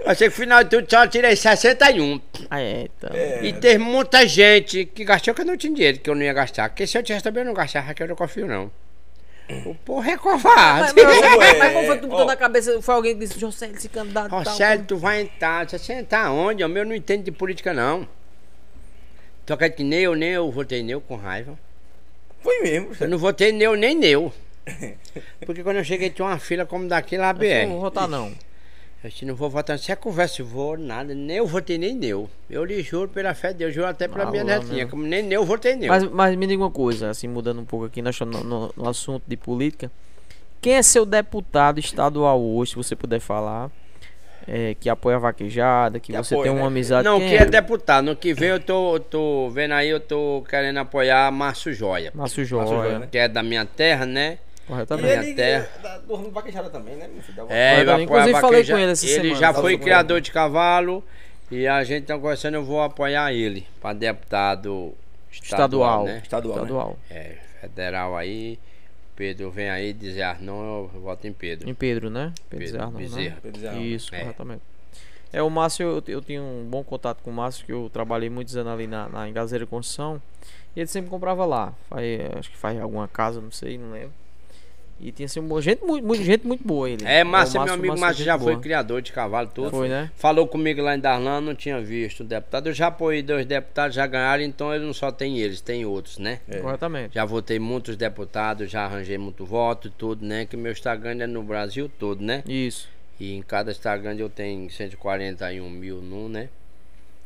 D: eu sei que no final de tudo só tirei 61.
A: Ah, é, então.
D: E teve muita gente que gastou que eu não tinha dinheiro, que eu não ia gastar. Porque se eu tivesse também eu não gastava, que eu não confio, não. O porra é
A: Mas,
D: covarde.
A: mas, mas- mas
C: É,
A: como foi que tu botou
C: ó.
A: na cabeça? Foi alguém que disse, José, esse candidato
D: Ó,
A: tal.
D: Célio, tu vai entrar. Você sentar onde? homem? Eu não entendo de política, não. Tu acredita que nem eu, nem eu votei neu com raiva.
C: Foi mesmo.
D: Eu não votei neu,
A: [LAUGHS]
D: nem neu. Porque quando eu cheguei tinha uma fila como daqui lá,
C: é?
A: Eu um Não vou
D: BR.
A: votar, não.
D: Eu disse, não vou votar, se é conversa, eu vou nada, nem eu votei nem neu. Eu lhe juro pela fé de Deus, juro até pela minha
A: Alô,
D: netinha,
A: meu.
D: como nem neu, votei neu.
A: Ah, Mas, mas me diga uma coisa, assim, mudando um pouco aqui nós estamos no, no- no assunto de política. Quem é seu deputado estadual hoje, se você puder falar, é, que apoia a vaquejada, que,
C: Que
A: você
C: apoia,
A: tem uma
C: né?
A: amizade...
D: Não,
A: quem
D: que é deputado. No que vem eu tô, eu tô vendo aí, eu tô querendo apoiar Márcio Joia.
A: Márcio
C: Márcio
A: Joia,
C: Joia, né?
D: Que é da minha terra, né?
C: E
A: corretamente.
D: Minha
C: ele
D: terra.
C: é da- do ramo do vaquejada também, né, meu filho? Da-
D: É,
A: Mas
D: eu
A: também,
D: apoio a
A: inclusive, falei
D: vaqueja.
A: com ele essa
D: Ele
A: semana.
D: já
A: Tava
D: foi
C: com ele.
D: criador de cavalo e a gente tá conversando, eu vou apoiar ele para deputado estadual,
A: Estadual.
D: né?
C: Estadual, né?
A: Estadual.
D: É, federal aí. Pedro vem aí dizer Arnon, eu voto em Pedro.
A: Em Pedro, né? Pedro
D: Pedro
A: Zé Arnaldo, né?
D: Bezerra.
C: Pedro Zé Arnaldo.
A: Isso,
D: É.
A: corretamente. É, o Márcio, eu, eu tenho um bom contato com o Márcio, que eu trabalhei muitos anos ali na, na Engazeira Construção. E ele sempre comprava lá. Faz- acho que faz alguma casa, não sei, não lembro. E tinha sempre boa, gente, muito, muito- gente muito boa ele.
D: É, Márcio, meu amigo
A: é
D: Márcio
A: gente
D: já foi
A: boa.
D: criador de cavalo, tudo.
A: Foi, né?
D: Falou comigo lá em Darlan, não tinha visto o deputado. Eu já apoiei dois deputados, já ganharam, então ele não só tem eles, tem outros, né?
C: É.
A: Corretamente.
D: Já votei muitos deputados, já arranjei muito voto e tudo, né? Que meu Instagram é no Brasil todo, né?
A: Isso.
D: E em cada Instagram eu tenho 141 mil nu, né?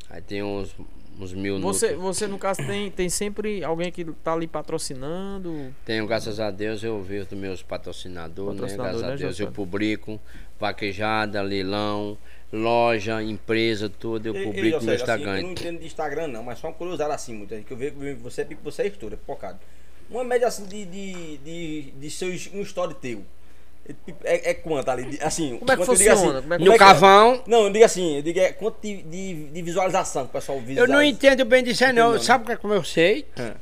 D: Aí tem uns, uns mil nu.
A: Você, você, no caso, tem, tem sempre alguém que tá ali patrocinando.
D: Tenho, graças a Deus, eu vejo dos meus patrocinadores, né?
A: Patrocinador,
D: Graças a
A: né,
D: Deus eu
A: José?
D: publico, vaquejada, leilão, loja, empresa, tudo, eu
C: E- e,
D: publico
C: José,
D: no
C: assim,
D: Instagram.
C: eu não entendo de Instagram, não, mas só uma curiosidade assim, muita gente, que eu vejo que você é pico, você é estoura, focado. Uma média assim de, de, de, de seus, um story teu. É, é quanto ali? de- Assim,
A: Como é que
C: quanto eu digo
A: funciona? Como é que-
D: No cavão,
C: Não, eu digo assim, eu digo é quanto de, de, de visualização que o pessoal
D: Eu
C: visualiza.
D: não entendo bem disso, aí, não.
C: Entendeu, né?
D: Sabe o que é como eu sei?
C: É.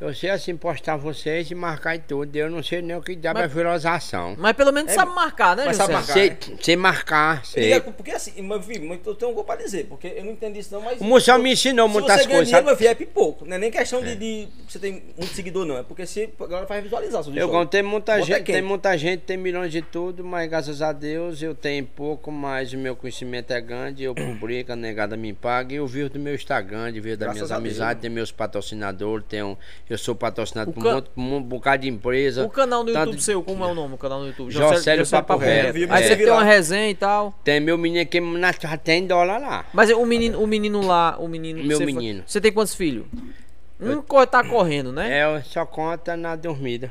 D: Eu sei assim, postar vocês e marcar e tudo. Eu não sei nem o que dá pra
A: Mas-
D: viralização.
A: Mas pelo
D: É.
A: menos sabe marcar, né,
C: mas
A: José?
C: é. sabe marcar.
D: Sei, sei marcar,
C: Eu
D: sei.
C: digo, é porque assim, meu filho, mas eu tenho algo pra dizer, porque eu não entendo isso não, mas.
D: O Moção me ensinou
C: Se
D: muitas
C: você ganha
D: coisas.
C: dinheiro,
D: sabe?
C: meu filho, é pipoco. Não é nem questão de, de você tem muito seguidor, não. É porque se a galera faz visualização.
D: Eu contei muita
C: Bota
D: gente,
C: quem?
D: tem muita gente, tem milhões de tudo, mas graças a Deus eu tenho pouco, mas o meu conhecimento é grande, eu publico, a negada me paga, e eu vivo do meu Instagram, de vivo das
C: Graças
D: minhas
C: a Deus.
D: amizades, tem meus patrocinadores, tenho, eu sou patrocinado
A: O
D: por,
A: can-
D: um, monte- por um bocado de empresa.
A: O canal do
D: tanto-
A: YouTube seu, como é o nome do canal do YouTube?
D: Josélio Papo Reto.
A: Aí
D: É.
A: você tem uma resenha e tal.
D: Tem meu menino que na- já tem dólar lá.
A: Mas o menino, o menino lá, o menino. que
D: Meu
A: você fa-
D: menino.
A: Você tem quantos filhos? Um co- tá correndo, né?
D: É, eu só conta na dormida.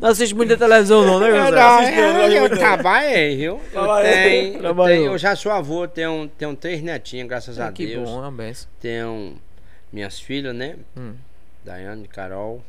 A: Não assiste muita televisão,
D: [LAUGHS]
A: não, né,
D: É
A: José?
D: não,
C: assiste não, não
D: eu,
C: ajuda.
D: trabalhei, viu? Eu
C: Trabalhei.
D: tenho, eu,
A: Trabalhou.
D: tenho- eu já sou avô, tenho, tenho três netinhas, graças a
A: Ah, que
D: Deus.
A: bom, é uma benção.
D: Tenho minhas filhas, né?
A: Hum.
D: Daiane, Carol.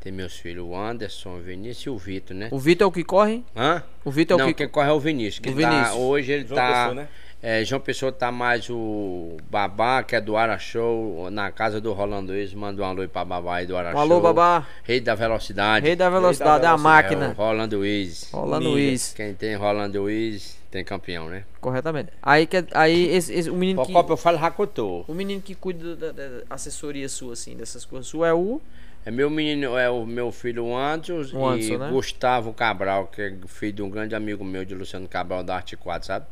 D: Tem meus filhos, o Anderson, o Vinícius e o Vitor, né?
A: O Vitor é o que corre?
D: Hã?
A: O Vitor é o
D: Não,
A: que
D: quem corre é o Vinícius. Que
A: O
D: tá-
A: Vinícius.
D: hoje ele
C: João
D: tá.
C: Pessoa, né?
D: é, João Pessoa tá mais o Babá, que é do Ara Show, na casa do Rolando Luiz. Manda um alô aí pra Babá aí do Ara
A: Um alô,
D: Show.
A: Babá.
D: Rei da velocidade.
A: Rei da velocidade, é a
D: É o
A: máquina.
D: Rolando Wiz.
A: Rolando Luiz.
D: Quem tem Rolando Wiz Tem campeão, né?
A: corretamente. Aí, que, é, aí esse, esse- o menino que.
D: Procopio, eu falo Racotô.
A: O menino que cuida da, da- da assessoria sua, assim, dessas coisas sua é o.
D: É meu menino, é o meu filho Anderson
A: O Anderson,
D: e
A: né?
D: Gustavo Cabral, que é filho de um grande amigo meu, de Luciano Cabral, da Arte Quadro, sabe?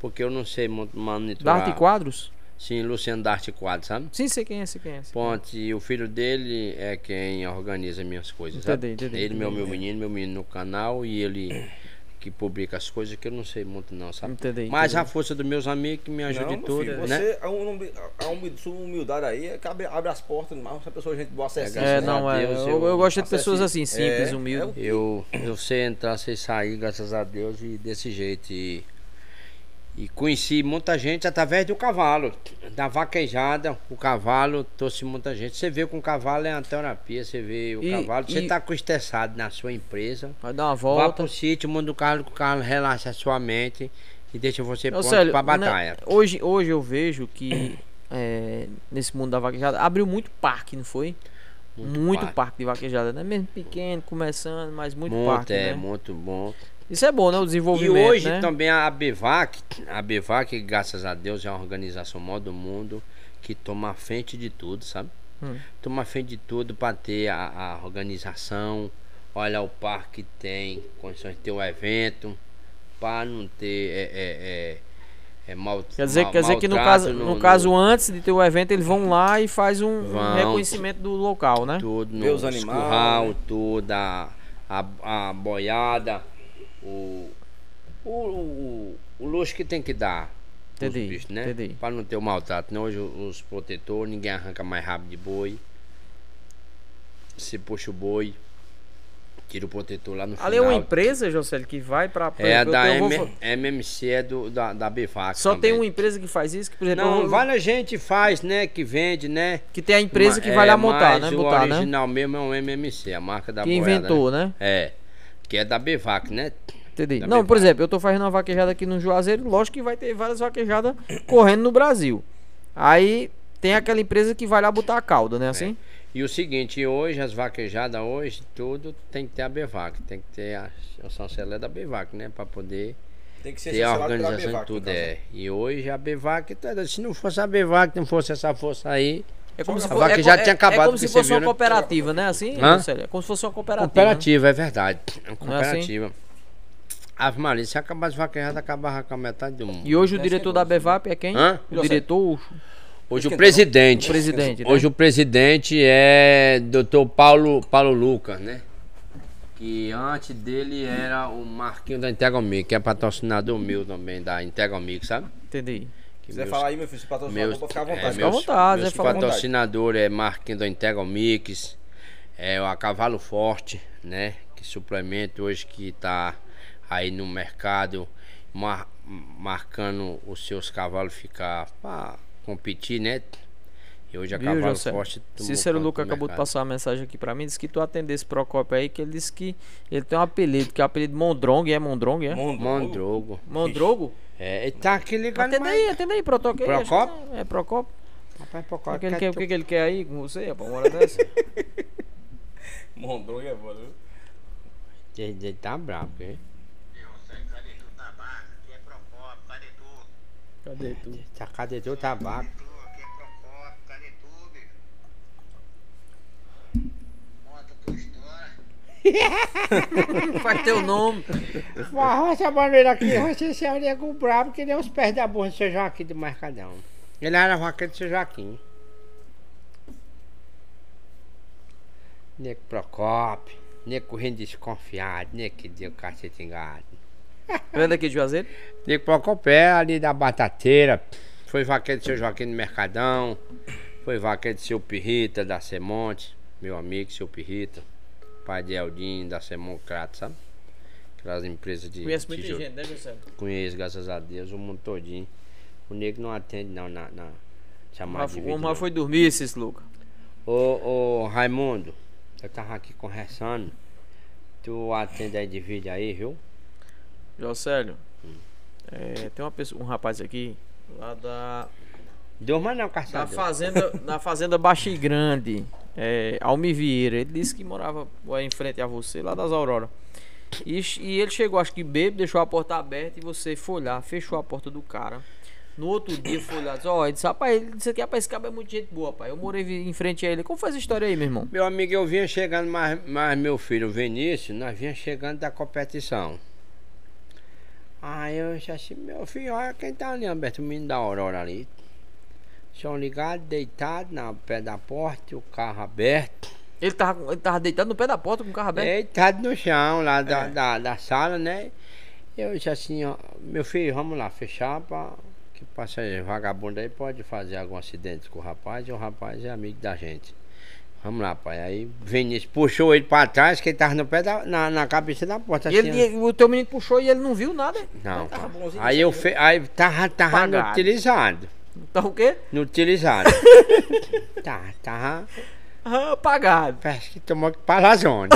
D: Porque eu não sei muito
A: Da
D: monitorar.
A: Arte e Quadros?
D: Sim, Luciano da Arte Quadro, sabe?
A: Sim, sei quem é, sei quem é. sei quem é.
D: Ponte, e o filho dele é quem organiza minhas coisas, sabe?
A: Entendi, entendi.
D: Ele, meu, meu menino, meu menino no canal e ele que publica as coisas que eu não sei muito não, sabe?
A: Entendi,
D: Mas
A: entendi.
D: a força dos meus amigos que me
C: Não,
D: ajuda em
C: meu
D: tudo,
C: filho,
D: né?
C: Você, a, humi- a humi- sua humildade aí é que abre, abre as portas, mas uma pessoa, gente boa, acessível. né?
A: É,
D: Graças
A: não,
D: a
A: é.
D: Deus,
A: eu,
D: eu-
A: eu gosto de pessoas
C: acesso-
A: assim, simples,
C: é,
A: humildes.
D: Eu, eu sei entrar, sei sair, graças a Deus, e desse jeito. E, e conheci muita gente através do cavalo, da vaquejada. O cavalo trouxe muita gente. Você vê com o cavalo é uma terapia, você vê o
A: E-
D: cavalo. Você
A: e-
D: está com estressado na sua empresa.
A: Vai dar uma
D: Vá
A: volta.
D: pro sítio, manda o carro, o carro relaxa a sua mente e deixa você
A: Ô,
D: pronto
A: Célio,
D: pra
A: né,
D: batalha.
A: hoje, hoje eu vejo que [COUGHS] é, nesse mundo da vaquejada abriu muito parque, não foi? Muito, parque.
D: parque.
A: de vaquejada, né? Mesmo pequeno, começando, mas muito,
D: Muito,
A: parque.
D: é,
A: né?
D: muito bom.
A: Isso é bom, né? O
D: E
A: desenvolvimento.
D: hoje
A: né?
D: também a Bivac, a Bivac, graças a Deus, é uma organização maior do mundo que toma a frente de tudo, sabe?
A: Hum.
D: Toma a frente de tudo para ter a, a organização, olha o parque que tem, condições de ter o evento, para não ter é, é, é, é mal-
A: Quer dizer,
D: ma-
A: quer dizer que no
D: maltrato
A: caso, no, caso antes de ter o evento, eles vão lá e faz um, um
D: Vão.
A: reconhecimento do local, né?
D: tudo,
C: Ver
D: no
C: os animais,
D: curral,
C: né?
D: toda a, a, a boiada, o, o, o, o luxo que tem que dar. pros
A: Entendi,
D: bichos, né?
A: entendi.
D: Pra não ter o maltrato. Né? Hoje os protetores, ninguém arranca mais rabo de boi. Se puxa o boi, tira o protetor lá no
A: Ali é
D: final.
A: uma empresa, José, que vai pra.
D: É a
A: eu- um,
D: da
A: eu vou
D: M-
A: fa-
D: MMC, é do, da, da Bivac.
A: Só tem uma
D: também.
A: empresa que faz isso, que, por exemplo, eu-
D: Não, várias gente faz, né? Que vende, né?
A: que tem a empresa
D: Ma-
A: que vai lá
D: é,
A: montar,
D: mas
A: né?
D: O
A: Botar, né?
D: original mesmo é o MMC, a marca da
A: Que
D: boiada,
A: inventou, né?
D: É. Que é da Bevac, né?
A: Entendi.
D: Da
A: Não,
D: minha
A: por
D: parte.
A: exemplo, eu tô fazendo uma vaquejada aqui no Juazeiro, lógico que vai ter várias vaquejadas correndo no Brasil. Aí tem aquela empresa que vai lá botar a cauda, né? Assim?
D: E o seguinte, hoje, as vaquejadas hoje, tudo tem que ter a Bevac, tem que ter a, a chanceler da Bevac, né? Pra poder
C: Tem que ser
D: ter a
C: chancelado pela
D: organização
C: Bevac, tá
D: e
C: no
D: tudo,
C: caso.
D: é. E hoje a Bevac, tá- se não fosse a Bevac, não fosse essa força aí,
A: É como
D: a
A: se fosse,
D: vaca
A: é,
D: já
A: co-
D: tinha
A: é-
D: acabado
A: é como se
D: que você
A: fosse
D: viu,
A: uma
D: né?
A: cooperativa, né? Assim,
D: Hã?
A: Josélio? É como se fosse uma cooperativa. né?
D: cooperativa, é verdade. É uma
A: Não é assim?
D: cooperativa. Ave Maria, se acabar as vaquejadas, acabava com a metade do mundo.
A: E hoje o diretor da Bevap é quem?
D: Hã?
A: O diretor, o
D: Hoje o presidente.
A: presidente, né?
D: Hoje o presidente é Dr. Paulo, Paulo Lucas, né? Que antes dele era o Marquinho da Integralmic, que é patrocinador meu também da Integralmic, sabe?
A: Entendi.
D: Que
C: Se quiser
D: meus-
C: falar aí, meu filho, se patrocinador,
D: meus,
C: pode ficar à
D: é,
C: vontade.
D: meus,
A: vontade,
D: meus
A: é, fala à vontade.
D: patrocinador é Marquinho da Integralmix, é o a Cavalo Forte, né? Que suplemento hoje que tá aí no mercado mar- marcando os seus cavalos ficar pra competir, né? E hoje a
A: Viu,
D: Cavalo
A: José?
D: Forte tomou
A: Cícero
D: conta do
A: Luca acabou de
D: mercado.
A: passar uma mensagem aqui pra mim. Disse que tu atendesse Procopio aí, que ele disse que ele tem um apelido, que é o apelido Mondrong, é Mondrong, é?
C: Mondro.
D: Mondrogo.
A: Mondrogo?
D: É, ele tá aqui ligado,
A: Atende aí, atende aí, Procopio. aí, acho que
D: Procopio?
A: É, é Procopio.
D: Rapaz,
A: O
D: Procopio,
A: que é ele
D: quer
A: quer- O
D: tu-
A: que que ele quer aí com você, rapaz, uma hora dessa? [LAUGHS]
C: Mondro é bom, viu?
D: Ele ele tá brabo, hein?
A: Cadê tu?
D: Tá cadê teu tabaco?
A: Faz teu nome.
D: Arrocha a bandeira aqui, arrocha esse nego brabo que nem os pés da burra do seu Joaquim do Mercadão. Ele era vaqueiro do seu Joaquim. Nego Procopio, nego correndo desconfiado, nego que deu cacete em gato.
A: Vem daqui de Juazeiro?
D: Nego Procopio é ali da Batateira, foi vaqueiro do seu Joaquim do Mercadão, foi vaqueiro do seu Pirrita da Semonte, meu amigo, seu Pirrita, pai de Eldinho da Semocrata, sabe? Aquelas empresas de.
A: Conheço muita
D: tijolo.
A: gente, né, José?
D: Conheço, graças a Deus, o mundo todinho. O negro não atende não na, na chamada de
A: O
D: vídeo.
A: homem já
D: não.
A: foi dormir, Cícero Luca.
D: Ô, ô, Raimundo, eu tava aqui conversando. Tu atende aí de vídeo aí, viu?
A: Josélio, é, tem uma pessoa, um rapaz aqui lá da
D: Durma não,
A: Na
D: caçador.
A: fazenda, na fazenda Baixa e Grande, é, Almivieira, ele disse que morava ué, em frente a você, lá das Aurora. E, e ele chegou, acho que bêbado, deixou a porta aberta e você foi olhar, fechou a porta do cara. No outro dia foi olhar, disse, ó, ele disse, rapaz, ele disse que rapaz, esse cabo é muito gente boa, pai. Eu morei vi- em frente a ele. Como foi essa história aí, meu irmão?
D: Meu amigo, eu vinha chegando, mas, mas meu filho, o Vinícius, nós vinha chegando da competição. Aí eu já assim, meu filho, olha quem tá ali, Alberto, o menino da Aurora ali. Chão ligado, deitado na pé da porta, o carro aberto.
A: Ele tava, com- ele tava deitado no pé da porta com o carro aberto.
D: Deitado no chão lá da,
A: É.
D: da, da sala, né? Eu disse assim, ó, meu filho, vamos lá, fechar pra que passa aí, vagabundo aí pode fazer algum acidente com o rapaz, e o rapaz é amigo da gente. Vamos lá, pai. Aí Vinícius puxou ele pra trás, que ele tava no pé da, na, na cabeça da porta.
A: E ele-
D: assim, ó.
A: e o teu menino puxou e ele não viu nada.
D: Não, pá.
C: bonzinho
D: Aí eu fe... aí tava, tava
A: né? Apagado.
D: no utilizado.
A: [LAUGHS] Tá o quê?
D: No utilizado. tá, tava.
A: Ah, Apagado.
D: Parece que tomou palazone.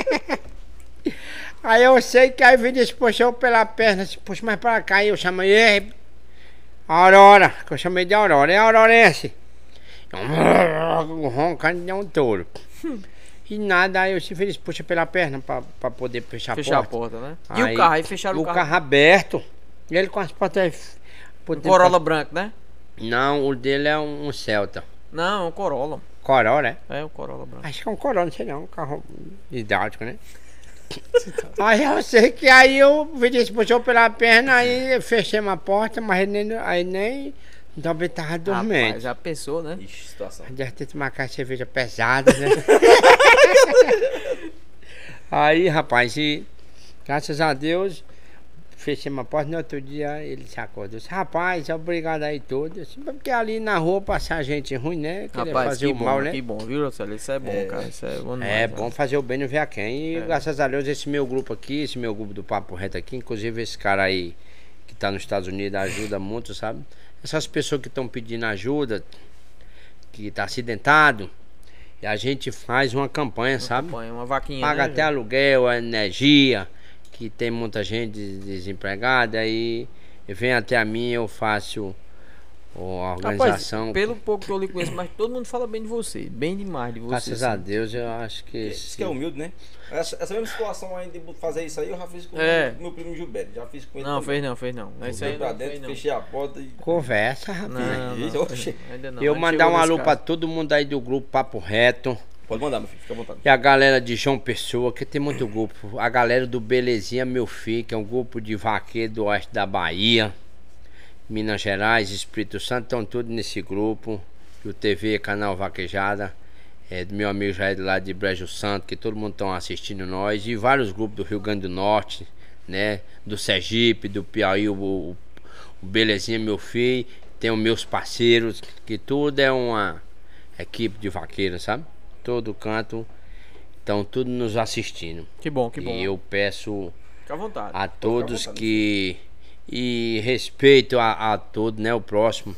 D: [LAUGHS] aí eu sei que aí Vinícius puxou pela perna, assim, puxa mais pra cá, aí eu chamei "Ei, Aurora, que eu chamei de Aurora, é Aurorense. [LAUGHS] Roncando deu um touro. E nada, aí eu se Vinícius puxa pela perna pra, pra poder fechar,
A: Fechar
D: a porta.
A: né? E o carro, aí fecharam o carro.
D: aberto. E ele com as portas.
A: Um Corolla branco, né?
D: Não, o dele é um, um Celta.
A: Não, é um Corolla.
D: Corolla, é?
A: É um Corolla branco.
D: Acho que é um Corolla, não sei não, um carro hidráulico, né?
A: Então.
D: aí eu sei que aí eu Vinícius puxou pela perna, aí eu fechei uma porta, mas ele nem, aí nem também tava dormindo.
A: Rapaz, já pensou, né?
C: Ixi, situação.
D: Deve ter tomado aquela cerveja pesada,
A: [LAUGHS]
D: né? aí, rapaz, e graças a Deus, fechei uma porta. No outro dia ele se acordou. Disse, rapaz, obrigado aí todo. Eu disse, Porque ali na rua passar gente ruim, né? Querer
A: Rapaz,
D: fazer
A: que
D: o
A: bom,
D: mal, né?
A: que bom, viu, Marcelo? Isso é bom, cara. Isso é bom demais,
D: É
A: né?
D: bom fazer o bem não ver a quem. E graças a Deus, esse meu grupo aqui, esse meu grupo do Papo Reto aqui, inclusive esse cara aí que tá nos Estados Unidos ajuda muito, sabe? Essas pessoas que estão pedindo ajuda, que tá acidentado, e a gente faz uma campanha, sabe?
A: Põe uma vaquinha.
D: Paga
A: né,
D: até aluguel, a energia, que tem muita gente des- desempregada, aí vem até a mim, eu faço ó, a
A: Rapaz,
D: organização.
A: pelo pouco que eu lhe conheço, mas todo mundo fala bem de você. Bem demais de você. assim.
D: Graças
A: sim.
D: a Deus, eu acho que.
C: Isso que é humilde, né? Essa, essa mesma situação aí de fazer isso aí, eu já fiz com
A: É.
C: o meu primo Gilberto. Já fiz com ele.
A: Não,
C: também.
A: fez não, fez não. É Isso aí
C: Entrei pra
A: não fez
C: dentro,
A: não.
C: fechei a porta e.
D: Conversa, rapaz.
A: Não, não,
C: Ih, oxe.
A: ainda não.
D: eu
A: Ainda
D: mandar
A: chegou
D: um
A: nesse
D: alô pra
A: caso.
D: todo mundo aí do grupo Papo Reto.
C: Pode mandar, meu filho, fica à vontade.
D: E a galera de João Pessoa, que tem muito grupo. A galera do Belezinha Meu Filho, que é um grupo de vaqueiro do oeste da Bahia. Minas Gerais, Espírito Santo, estão tudo nesse grupo. Do TV, canal Vaquejada. É, do meu amigo Jair lá de Brejo Santo, que todo mundo estão assistindo nós. E vários grupos do Rio Grande do Norte, né? Do Sergipe, do Piauí, o, o, o Belezinha Meu Filho. Tem os meus parceiros, que tudo é uma equipe de vaqueiro, sabe? Todo canto estão tudo nos assistindo.
A: Que bom, que bom.
D: E eu Ah, peço
A: Fica à vontade.
D: a todos que. E respeito a, a todo, né? O próximo.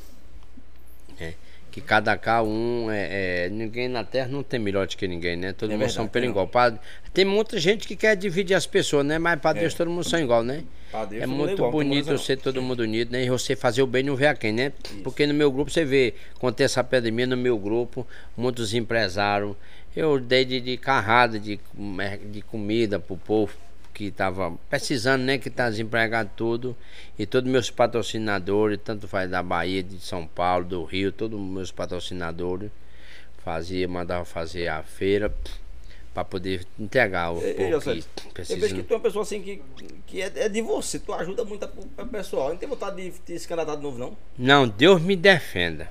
D: né, Que cada cá um é, é- Ninguém na Terra não tem melhor do que ninguém, né? Todo
C: É
D: mundo são
C: verdade,
D: pelo
C: não.
D: igual. Pra- tem muita gente que quer dividir as pessoas, né? Mas para Deus todo mundo são igual, né?
C: Pra Deus,
D: é
C: todo mundo é
D: muito
C: igual, não tem
D: bonito
C: coisa não.
D: ser todo mundo unido, né? E você fazer o bem e não ver a quem, né? Porque no meu grupo você vê, acontece essa pandemia no meu grupo, muitos empresários. Eu dei de, de carrada de, com- eh, de comida pro povo que estava precisando, né? Que tá desempregado tudo. E todos meus patrocinadores, tanto faz da Bahia, de São Paulo, do Rio, todos meus patrocinadores fazia, mandava fazer a feira para poder entregar o
C: Ei,
D: povo
C: José,
D: que
C: eu vejo que
D: precisa.
C: tu é uma pessoa assim que, que é, é de você, tu ajuda muito a, a pessoal. Não tem vontade de, de se candidatar de novo, não?
D: Não, Deus me defenda.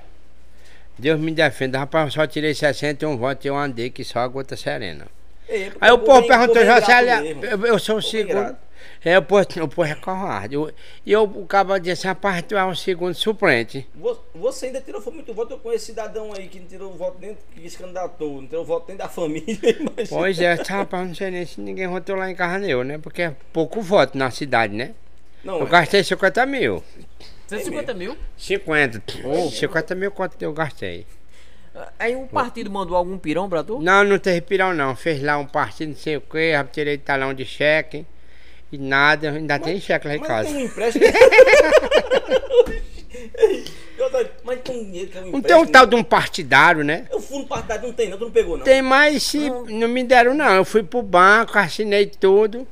D: Deus me defenda. Rapaz, eu só tirei 61 votos e eu andei que só a gota serena.
C: É, porque
D: Aí o povo
C: é-
D: perguntou,
C: é ingrato
D: José, olha,
C: mesmo.
D: eu, eu sou o
C: Povo é
D: segundo.
C: ingrato.
D: É, o povo, o povo é covarde. Eu- E eu, o cara disse, rapaz, tu é o segundo suplente.
C: Vo- Você ainda tirou foi muito voto. Eu conheço cidadão aí que não tirou voto nem que se candidatou, não tirou voto nem da família. [LAUGHS] Mas...
D: Pois é, rapaz, não sei nem se ninguém votou lá em Carneiro, né? Porque é pouco voto na cidade, né?
C: Não,
D: Eu
C: é-
D: gastei 50 mil. é
A: 150 mil?
D: 50. 50 mil quanto eu gastei.
A: Aí o É um partido mandou algum pirão pra tu?
D: Não, não teve pirão não. Fez lá um partido, não sei o quê, já tirei talão de cheque. E nada, ainda tem cheque lá em
C: mas
D: casa.
C: tem um empréstimo. [LAUGHS] Eu tô- Mas tem dinheiro que eu
D: Não
C: empresto.
D: tem um tal de um partidário, né?
C: Eu fundo partidário, não tem, não. Tu não pegou, não.
D: Tem mais se
C: Ah.
D: não me deram, não. Eu fui pro banco, assinei tudo.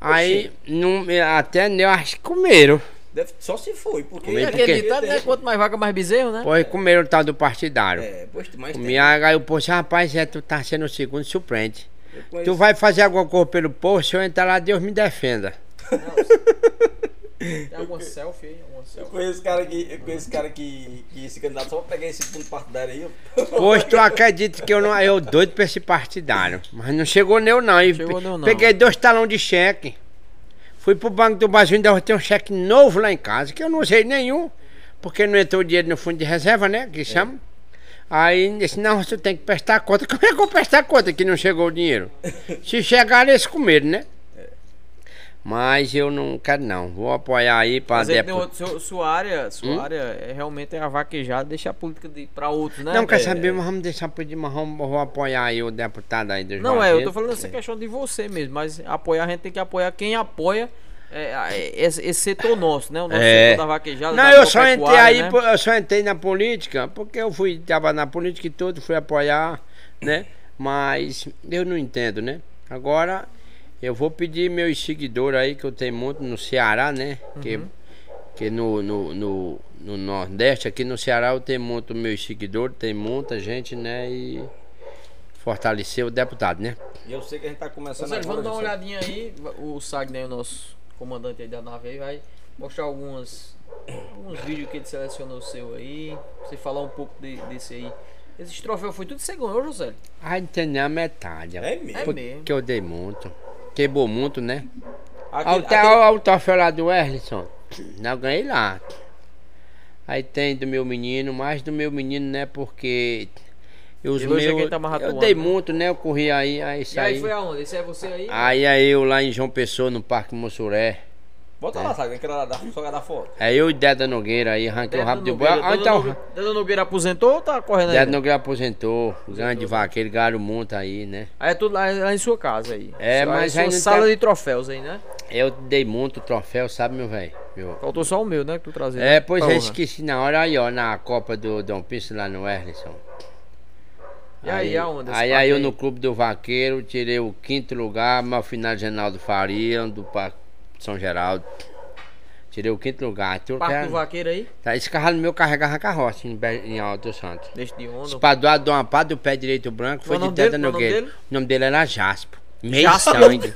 D: Aí não, eh, até eu acho que comeram.
C: Deve- Só se foi, porque. é,
D: Comer
A: E
D: por quê?
A: aquele ditado, né? Quanto mais vaca, mais bezerro, né?
D: Pois comeram o tal do partidário.
C: É, pois tem mais
D: O
C: tem.
D: Miaga, aí o povo disse, rapaz, é, tu tá sendo o segundo suplente.
C: Eu conheço-
D: Tu vai fazer alguma coisa pelo povo, se eu entrar lá, Deus me defenda.
A: Tem alguma selfie aí? Alguma
C: Eu
A: selfie?
C: conheço cara que, eu conheço cara que, que se candidato só pra pegar esse fundo partidário aí. ó.
D: Pois tu acredita que eu não eu doido pra esse partidário. Mas não chegou nem eu não. E
A: Chegou nem eu não.
D: Peguei dois talão de cheque. Fui pro Banco do Brasil, ainda tem um cheque novo lá em casa, que eu não usei nenhum, porque não entrou dinheiro no fundo de reserva, né? Que chama. Aí disse, não, você tem que prestar conta. Como é que eu vou prestar conta que não chegou o
A: [LAUGHS]
D: dinheiro? Se chegar, eles comeram, né? Mas eu não quero não. Vou apoiar aí pra
A: Mas aí tem
D: deputado.
A: outro- seu- sua área, sua
D: Hum?
A: área é, realmente é a vaquejada, deixar a política de, pra outros, né?
D: Não, quer
A: velho?
D: saber, mas vamos deixar pro Dilma, vamos, vou apoiar aí o deputado aí do
A: Não, é, eu
D: Juazeiro.
A: tô falando essa questão de você mesmo, mas apoiar, a gente tem que apoiar quem apoia é, a- é, esse, esse setor nosso, né? O nosso
D: É.
A: setor da vaquejada.
D: Não,
A: da
D: eu só entrei
A: agropecuária,
D: aí,
A: né?
D: po- eu só entrei na política, porque eu fui, tava na política e tudo, fui apoiar, né? Mas eu não entendo, né? Agora eu vou pedir meus seguidores aí, que eu tenho muito no Ceará, né? Que,
A: Uhum.
D: que no, no, no, no Nordeste, aqui no Ceará eu tenho muito meus seguidores, tem muita gente, né? E fortalecer o deputado, né?
C: [LAUGHS] E eu sei que a gente tá começando
A: Vocês vão
C: agora,
A: dar uma
C: José.
A: olhadinha aí, o Sagner, o nosso comandante aí da nave aí, vai mostrar algumas alguns vídeos que ele selecionou seu aí, pra você falar um pouco de- desse aí. Esse troféu foi tudo que você ganhou, José?
D: Ai, não tem nem a metade.
C: É mesmo.
A: É mesmo.
D: Porque eu dei muito. Quebrou muito, né? Olha
C: Aquele-
D: o ta-
C: aquele-
D: olha o troféu lá do Erlison. Eu ganhei lá. Aí tem do meu menino, mais do meu menino, né? Porque. Eu, os
A: Elogio
D: meus-
A: quem tá mais
D: eu
A: atuando,
D: dei
A: né?
D: muito, né? Eu corri aí, aí
A: E aí
D: saí. Ah,
A: foi aonde? Esse é você aí?
D: Aí aí eu lá em João Pessoa, no Parque Mussuré.
C: Bota lá, sabe? Aquela da sogra da foto.
D: É eu e Deda Nogueira aí, arranquei o rabo de boi. Ah, então.
A: Nogueira, Dando Nogueira aposentou ou tá correndo
D: Deda
A: aí?
D: Nogueira aposentou. Grande vaqueiro, garo monta aí, né?
A: Aí é tudo lá, lá em sua casa aí.
D: É,
A: Sua-
D: mas
A: sua
D: aí não
A: sala
D: tá-
A: de troféus aí, né?
D: Eu dei muito troféu, sabe, meu velho? Meu-
A: Faltou só o meu, né? Que tu trazendo.
D: É, pois
A: Porra.
D: eu esqueci na hora aí, ó, na Copa do Dom Piso lá no Erlison.
A: E aí, aonde esse
D: Aí,
A: parque
D: aí eu
A: aí?
D: no Clube do Vaqueiro tirei o quinto lugar, mas final Genaldo Faria, do Parque São Geraldo. Tirei o quinto lugar. Tu
A: Parque
D: quer-
A: do Vaqueiro aí?
D: Tá, esse carro no meu carregava carroça em, Be- em Alto Santo.
A: Deixa de onda.
D: Espadoado do Ampá do pé direito branco, foi
A: Qual o
D: de
A: nome
D: Teta
A: dele? Qual o nome
D: Nogueira.
A: dele?
D: O nome dele era Jaspo. Meio
A: Jaspo? [LAUGHS]
D: sangue.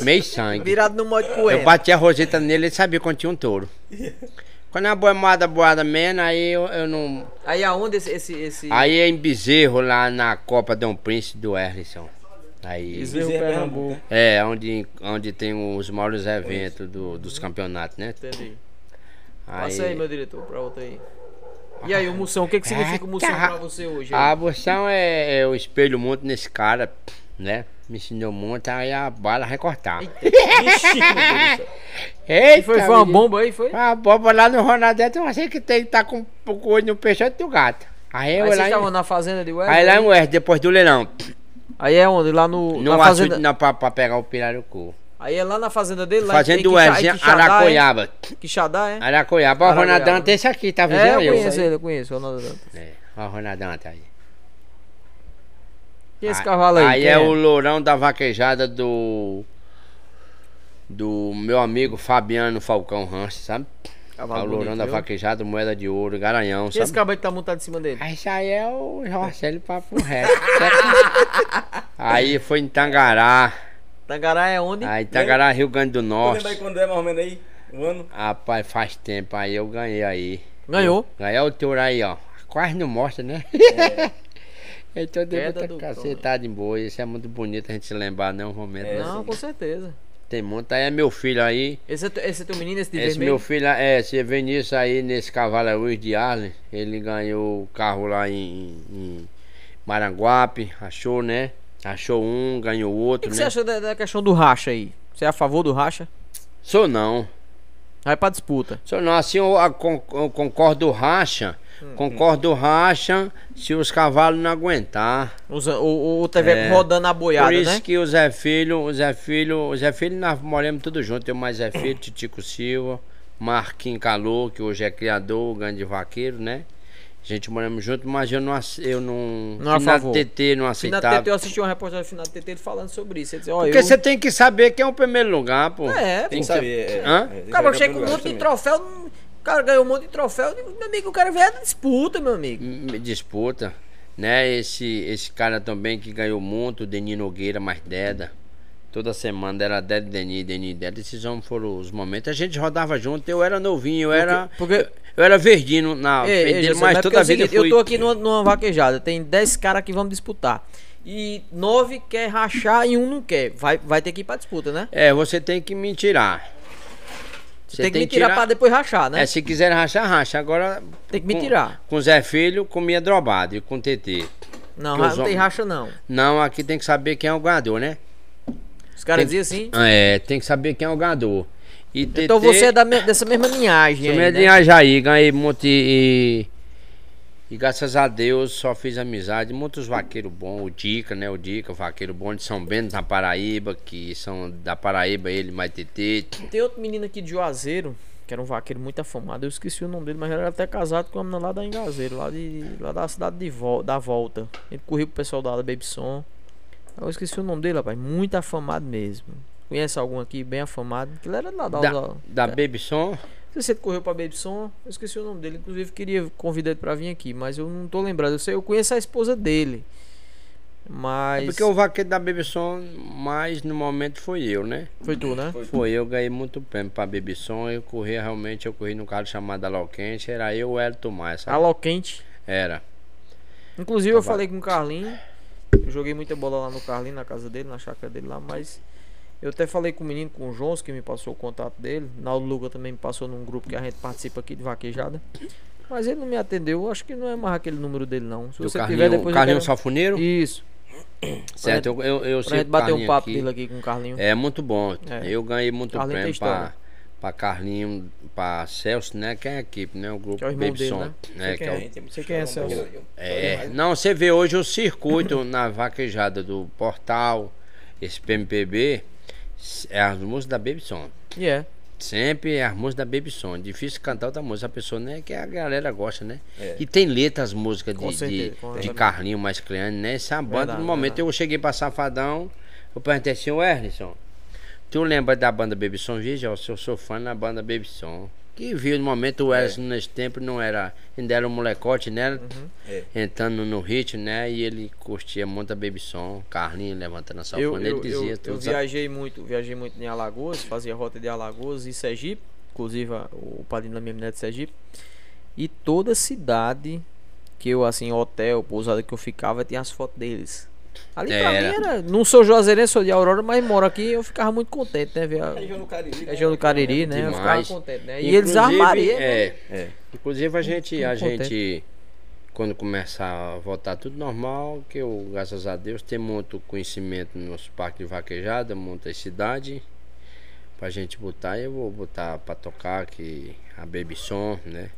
D: Meio sangue.
A: Virado no modo
D: Eu
A: coelho.
D: bati a roseta nele, ele sabia quando tinha
A: [LAUGHS]
D: um touro. Quando é uma boemada boada menos, aí eu, eu não.
A: Aí aonde esse. esse, esse...
D: Aí é em Bezerro, lá na Copa Dom Príncipe do Erlison. Aí.
A: Bezerro
C: Bezerro,
A: Pernambuco.
C: Pernambuco.
D: É, onde, onde tem os maiores eventos do- dos campeonatos, né?
A: Entendi.
D: Aí, Ah,
A: Passa aí, meu diretor, pra outra aí. E aí, o Moção, o que, que significa o Moção pra você hoje? aí?
D: a abolição é. Eu espelho muito nesse cara, né? Me ensinou muito, aí a bala
A: [LAUGHS]
D: recortar.
C: Ixi, meu Deus do céu.
D: Eita,
A: E foi, foi uma
D: menino. Ah,
A: bomba aí, foi?
D: A bomba lá no Ronaldete, eu sei que tem que estar tá com com o olho no peixote do gato. Aí, eu
A: aí vocês
D: lá. em-
A: estavam né? na fazenda de Wesley?
D: Aí lá em Oeste, depois do leilão.
A: Aí é onde? Lá no.
D: Não
A: na
D: açude
A: fazenda...
D: não pra, pra pegar o pirarucu.
A: Aí é lá na fazenda dele, lá
D: Fazendo
A: em
D: o Oeste, Aracoiaba.
A: Quixadá, é?
D: Aracoiaba. Ó,
A: Aracoiaba.
D: o Ronadão tem esse aqui, tá vendo?
A: É, eu
D: Eu.
A: conheço ele, eu conheço. o Ronaldo.
D: É, ó, o Ronadão tá aí.
A: Quem é esse cavalo aí?
D: Aí
A: Quem
D: é o lourão da vaquejada do. Do meu amigo Fabiano Falcão Rancho, sabe?
A: Cavalo
D: É o lourão
A: bonito,
D: da
A: viu?
D: vaquejada, moeda de ouro, garanhão,
A: Quem é esse
D: sabe?
A: cabo aí que tá montado em cima dele?
D: Aí Esse aí é o Marcelo Papo Reto. aí foi em Tangará.
A: Tangará é onde?
D: Aí Tangará, Rio Grande do
C: Tu lembra aí
D: Norte.
C: quando é mais ou menos aí? Um ano?
D: Rapaz, faz tempo aí eu ganhei aí.
A: Ganhou.
D: Ganhar o touro aí, ó. Quase não mostra, né? [LAUGHS] então deu
A: É. Queda
D: muita
A: do
D: cacetada em boi. Isso é muito bonito a gente se lembrar, não, momento. né?
A: Não, com certeza.
D: Tem muito. Aí é meu filho aí.
A: Esse é, tu- esse é teu menino, esse de
D: Esse
A: vermelho?
D: meu filho, é, você vê nisso aí, nesse cavalo é Luiz de Arlen. Ele ganhou o carro lá em, em Maranguape. Achou, né? Achou um, ganhou
A: O que
D: outro,
A: que você
D: né?
A: acha da, da questão do racha aí? Você é a favor do racha?
D: Sou não.
A: Vai pra disputa.
D: Só não, assim eu, a- con- eu concordo racha.
A: Hum.
D: Concordo racha se os cavalos não aguentar.
A: Os- o, o, o TV
D: É.
A: rodando a boiada,
D: Por isso
A: né?
D: que o
A: Hum.
D: Zé Filho, o Zé Filho, o Zé Filho nós moramos tudo junto, eu mais Zé Filho, Titico Silva, Marquinhos Calor, que hoje é criador, grande vaqueiro, né? A gente moramos junto, mas eu não. ace- Eu não.
A: Não é a
D: Finado
A: favor.
D: TT
A: Final do
D: não
A: TT, eu
D: aceitava.
A: assisti uma reportagem do final do TT ele falando sobre isso. Ele disse, ó,
D: tá- Porque
A: é eu...
D: você tem que saber quem é o primeiro lugar, pô.
A: É,
C: Tem que
A: pô.
C: saber. é,
D: Hã?
C: é, tem que
A: O cara
C: saber
A: chega com um
C: lugar
A: monte de
C: também.
A: troféu, não- o cara ganhou um monte de troféu. eu digo, Meu amigo, o cara veio da disputa, meu amigo.
D: M- disputa, né? Esse, esse cara também que ganhou muito, o Denis Nogueira, mais Deda. Toda semana era Deda, Denis, Denis, Deda. Esses homens foram os momentos. A gente rodava junto, eu era novinho, eu era.
A: porque-
D: Eu era verdino na
A: Ei, ei,
D: pendeira,
A: Gilson,
D: mas
A: é porque
D: toda
A: é
D: a
A: o
D: vida
A: seguinte,
D: eu fui.
A: Eu tô aqui numa, numa vaquejada, tem 10 caras que vamos disputar. E 9 quer rachar e um não quer. Vai, vai ter que ir pra disputa, né?
D: É, você tem que me tirar.
A: Você tem que me tirar pra depois rachar, né?
D: É, se quiser rachar, racha. Agora.
A: Tem que me
D: com-
A: tirar.
D: Com Zé Filho, comia drobado e com TT.
A: não,
D: É, que
A: ra-
D: os
A: não tem
D: homens-
A: racha, não.
D: Não, aqui tem que saber quem é o ganhador, né?
A: Os caras dizem assim.
D: É, tem que saber quem é o ganhador. E
A: Então
D: TT
A: você é da me- dessa mesma linhagem.
D: Tomei
A: aí, né?
D: de Ajaí, ganhei muito e, e graças a Deus só fiz amizade. Muitos vaqueiros bons, o Dica, né? O Dica, vaqueiro bom de São Bento, na Paraíba, que são da Paraíba, ele, mais TT.
A: Tem outro menino aqui de Juazeiro, que era um vaqueiro muito afamado. Eu esqueci o nome dele, mas ele era até casado com uma menina lá da Engazeiro, lá, de, lá da cidade de Vol- da Volta. Ele corria pro pessoal da da Baby Som. Eu esqueci o nome dele, rapaz. Muito afamado mesmo. Conhece algum aqui bem afamado? Que ele era lá da.
D: Da, da
A: é.
D: Baby Som.
A: Não sei se ele correu pra Baby Som. Eu esqueci o nome dele. Inclusive, queria convidar ele pra vir aqui, mas eu não tô lembrado. Eu, sei, eu conheço a esposa dele. Mas.
D: É Porque o vaqueiro da Baby Som, mais no momento foi eu, né?
A: Foi tu, né?
D: Foi eu, ganhei muito prêmio pra Baby Som. Eu corri realmente, eu corri num carro chamado Alô Quente, era eu, o Elton Maia, sabe?
A: Alô Quente.
D: Era.
A: Inclusive,
D: Então
A: eu falei com o Carlinho. Eu joguei muita bola lá no Carlinho, na casa dele, na chácara dele lá, mas eu até falei com o menino, com o Jones, que me passou o contato dele. Naldo Luga também me passou num grupo que a gente participa aqui de vaquejada. Mas ele não me atendeu, eu acho que não é mais aquele número dele, não. Se
D: Do
A: você
D: Carlinho,
A: tiver depois. eu
D: Carlinho
A: quero-
D: Safoneiro?
A: Isso.
D: Certo, eu, eu, eu
A: Pra
D: sei
A: gente
D: o
A: bater um
D: Carlinho
A: papo
D: aqui.
A: dele aqui com o Carlinho.
D: É muito bom.
A: É.
D: Eu ganhei muito
A: Carlinho tem
D: prêmio
A: história.
D: pra, pra Carlinho, pra Celso, né? Que é a equipe, né? O grupo
A: Que é o irmão dele,
D: Babyson,
A: né?
D: né? que é o-
C: Tem muito
A: Você quem é,
C: história,
A: Celso?
C: não,
D: é. Não, você vê hoje o circuito na vaquejada do portal, esse PMPB, é as músicas da Babyson.
A: E é.
D: Sempre é as músicas da Babyson. Difícil cantar outra música. A pessoa nem que a galera gosta, né?
C: É.
D: E tem letras as músicas
A: Com
D: de, de,
A: certeza, com
D: de
A: certeza.
D: Carlinho mais Cleane, né? Essa é uma banda
A: Verdade,
D: no momento.
A: verdade.
D: Eu cheguei pra Safadão, eu perguntei assim, ô Erlison, tu lembra da banda Babyson? Veja, eu sou, sou fã da banda Babyson. Que viu no momento
A: É.
D: o Erlison nesse tempo não era. Ainda era um molecote, né?
A: Uhum. É.
D: Entrando no ritmo, né? E ele curtia muito a Babyson, Carlinho levantando a
A: Eu,
D: sanfona, ele
A: eu,
D: dizia
A: eu, eu
D: tudo. sabe?
A: viajei muito, viajei muito em Alagoas, fazia rota de Alagoas e Sergipe, inclusive a- o padrinho da minha mulher é de Sergipe. E toda cidade que eu, assim, hotel, pousada que eu ficava, tinha as fotos deles. Ali pra
D: Era.
A: mim era. Não sou juazeirense, sou de Aurora, mas moro aqui eu ficava muito contente, né? Ver a
C: Região do É Cariri.
A: região do Cariri, né? Eu ficava
D: Demais.
A: contente, né? E
D: Inclusive,
A: eles armariam.
D: É,
C: É.
D: Inclusive a gente, a
A: contente.
D: gente quando começar a voltar tudo normal, que eu, graças a Deus, tem muito conhecimento nos parques de vaquejada, muitas cidades pra gente botar, eu vou botar pra tocar aqui a Baby Som, né?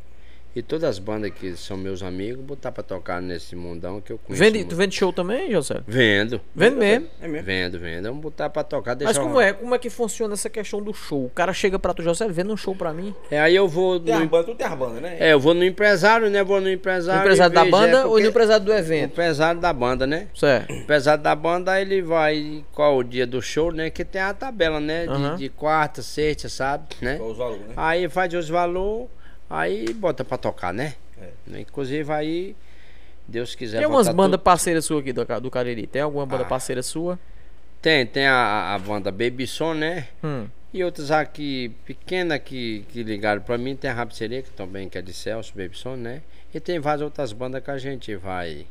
D: E todas as bandas que são meus amigos, botar pra tocar nesse mundão que eu conheço.
A: Vende, tu
D: muito.
A: vende show também, José?
D: Vendo,
A: Vende mesmo.
C: É mesmo?
D: vendo, vendo. Vamos botar pra tocar, deixa
A: Mas como é? Como é que funciona essa questão do show? O cara chega pra tu, José, vende um show pra mim.
D: É, aí eu vou
C: Tem
D: no,
C: a banda, tudo tem a banda, né?
D: é, eu vou no empresário, né? Vou no empresário.
A: No um empresário
D: e
A: da
D: vejo, é,
A: banda ou
D: porque-
A: no empresário do
D: O
A: evento?
D: empresário da banda, né?
A: Certo.
D: O empresário da banda, ele vai qual o dia do show, né? Que tem a tabela, né? De,
A: Aham.
D: de quarta, sexta, sábado, né?
C: Qual os valores, né?
D: Aí faz os valores, aí bota pra tocar, né? Inclusive aí, Deus quiser.
A: Tem umas
D: botar
A: bandas
D: tudo-
A: parceiras suas aqui do, Ca- do Cariri. Tem alguma banda
D: Ah.
A: parceira sua?
D: Tem, tem a, a banda Baby Son, né?
A: Hum.
D: E outras aqui pequenas que, que ligaram pra mim. Tem a Rap Sereia, que também que é de Celso, Baby Son, né? E tem várias outras bandas que a gente vai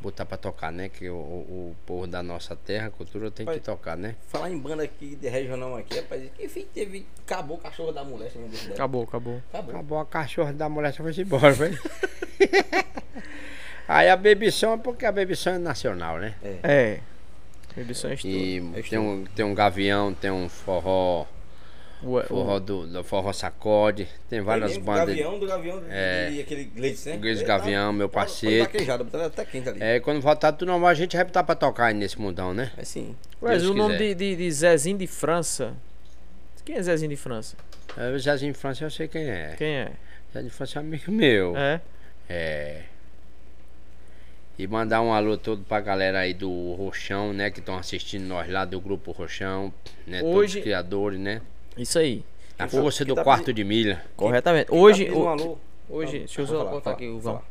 D: botar pra tocar, né? Que o, o, o povo da nossa terra, cultura, tem que
C: Vai.
D: tocar, né?
C: Falar em banda aqui, de regional aqui, rapaz. Que fim teve? Acabou o cachorro da mulher. também desse daí.
A: Acabou, acabou.
C: Acabou.
D: Acabou a cachorra da mulher, só foi embora, foi? Aí a bebição, porque a bebição é nacional, né?
A: É. Eles é estudo.
D: E tem um, tem um gavião, tem um forró,
A: Ué,
D: forró do, do forró sacode, tem várias
C: Aí mesmo,
D: bandas.
C: Gavião do Gavião
D: É.
C: e aquele Gleides, né?
D: Gleides
C: É,
D: Gavião, meu
C: pode- pode
D: parceiro.
C: vaquejada, botar até quente ali.
D: É, quando voltar tudo normal, a gente vai botar pra tocar aí nesse mundão, né?
C: É sim.
A: Mas
D: Deus
A: o nome de,
D: quiser.
A: de, de Zezinho de França. Quem é Zezinho de França?
D: O Zé de Infância eu sei quem é.
A: Quem é?
D: Zé de Infância é amigo meu.
A: É?
D: É. E mandar um alô todo pra galera aí do Rochão, né? Que estão assistindo nós lá do Grupo Rochão, né? Todos
A: Hoje-
D: os criadores, né?
A: Isso aí.
D: A força
C: que
D: do
C: tá
D: quarto de milha.
A: Corretamente.
C: Quem
A: Hoje.
C: tá pedindo um
A: o-
C: alô?
A: Hoje, deixa eu
C: Vou
A: só
C: falar,
A: cortar
C: fala,
A: aqui,
C: vou
A: Vão.
C: falar.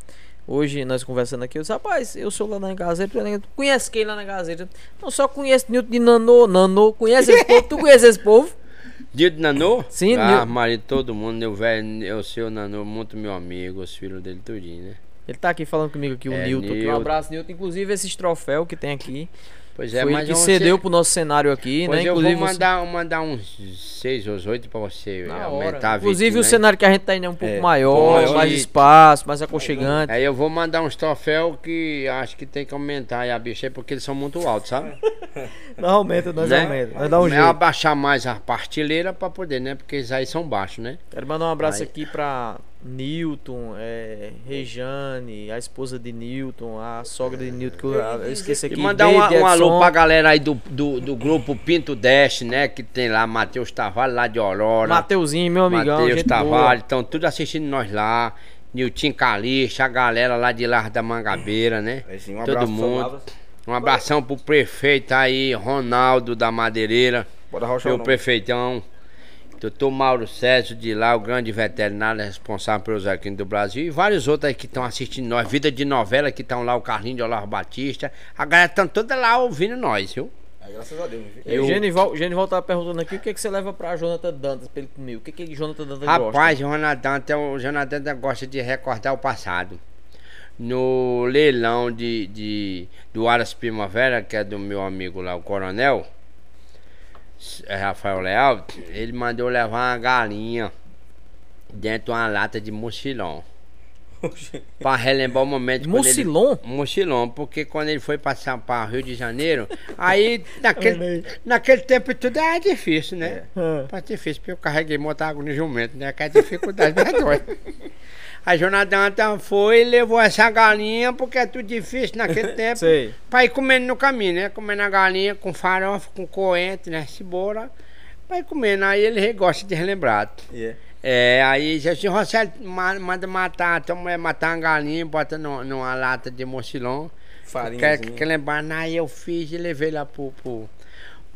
A: Hoje nós conversando aqui, eu disse, rapaz, eu sou lá na Gazeta, tu conhece quem lá na Gazeta? Não só conheço Nilton de Nanô, Nanô, conhece esse povo, tu conhece esse povo?
D: Dia do Nanô?
A: Sim,
D: Ah,
A: Nil-
D: marido, todo mundo, meu velho, eu sei o Nanô, muito meu amigo, os filhos dele tudinho, né?
A: Ele tá aqui falando comigo aqui, o
D: É,
A: Nilton, aqui, um
D: Nilton.
A: abraço, Nilton, inclusive esses troféus que tem aqui,
D: Pois é,
A: foi ele
D: mas
A: que
D: eu-
A: cedeu pro nosso cenário aqui,
D: Pois
A: né,
D: eu vou
A: inclusive... o-
D: mandar, mandar uns seis ou oito pra você
A: na hora.
D: aumentar a
A: Inclusive o
D: vitrine, né?
A: cenário que a gente tá indo é um pouco
D: Bom,
A: maior,
D: hoje-
A: mais espaço, mais aconchegante.
D: Aí eu vou mandar uns troféus que acho que tem que aumentar aí a bicha aí, porque eles são muito altos, sabe?
A: Não aumenta, nós
D: Né?
A: aumenta, nós dá um
D: é
A: jeito.
D: abaixar mais a partilheira pra poder, né? Porque eles aí são baixos, né?
A: Quero mandar um abraço
D: Aí.
A: aqui pra Newton, é, Rejane, a esposa de Newton, a sogra de Newton, que eu, eu esqueci
D: E
A: aqui.
D: mandar um,
A: Deide,
D: um alô
A: Edson.
D: pra galera aí do, do, do grupo Pinto Dash, né? Que tem lá Matheus Tavale lá de Aurora.
A: Mateuzinho, meu é um amigão,
D: Matheus
A: gente boa.
D: Tavale, estão tudo assistindo nós lá. Nilton Calixto, a galera lá de Lar da Mangabeira, né?
C: É, sim, um
D: Todo
C: abraço,
D: mundo.
C: palavras.
D: Um abração pro prefeito aí, Ronaldo da Madeireira.
C: Bora rochar
D: Meu
C: o nome.
D: prefeitão, doutor Mauro Sérgio de lá, o grande veterinário responsável pelos arquivos do Brasil, e vários outros aí que estão assistindo nós, Vida de Novela, que estão lá, o Carlinho de Olavo Batista, a galera tá toda lá ouvindo nós, viu?
C: É, graças a Deus. viu?
D: Eu-
A: Genival, Genival tava perguntando aqui o que, é que você leva pra Jonathan Dantas pra ele comer. O que, é que Jonathan Dantas gosta?
D: Rapaz, é o Jonathan, até o Jonathan até gosta de recordar o passado. No leilão de, de, do Aras Primavera, que é do meu amigo lá, o Coronel, S- é, Rafael Leal, ele mandou levar uma galinha dentro de uma lata de mochilão. Pra relembrar o momento. quando ele-
A: Mocilon?
D: Mochilon, porque quando ele foi passar para Rio de Janeiro, aí naquele, naquele tempo tudo era difícil, né?
A: É.
D: Era difícil, porque eu carreguei motágua no jumento, né? Que é dificuldade é doida. A Jonathan foi e levou essa galinha, porque é tudo difícil naquele tempo.
A: Sei.
D: Pra ir comendo no caminho, né? Comendo a galinha com farofa, com coentro, né? Cebola. Pra ir comendo, aí ele gosta de relembrar.
C: E é.
D: É, aí se assim, Rosélio ma- manda matar, a tua mulher matar uma galinha, bota no- numa lata de mocilon. Quer,
C: Farinhazinha.
D: quer lembrar, né? aí eu fiz e levei lá pro, pro,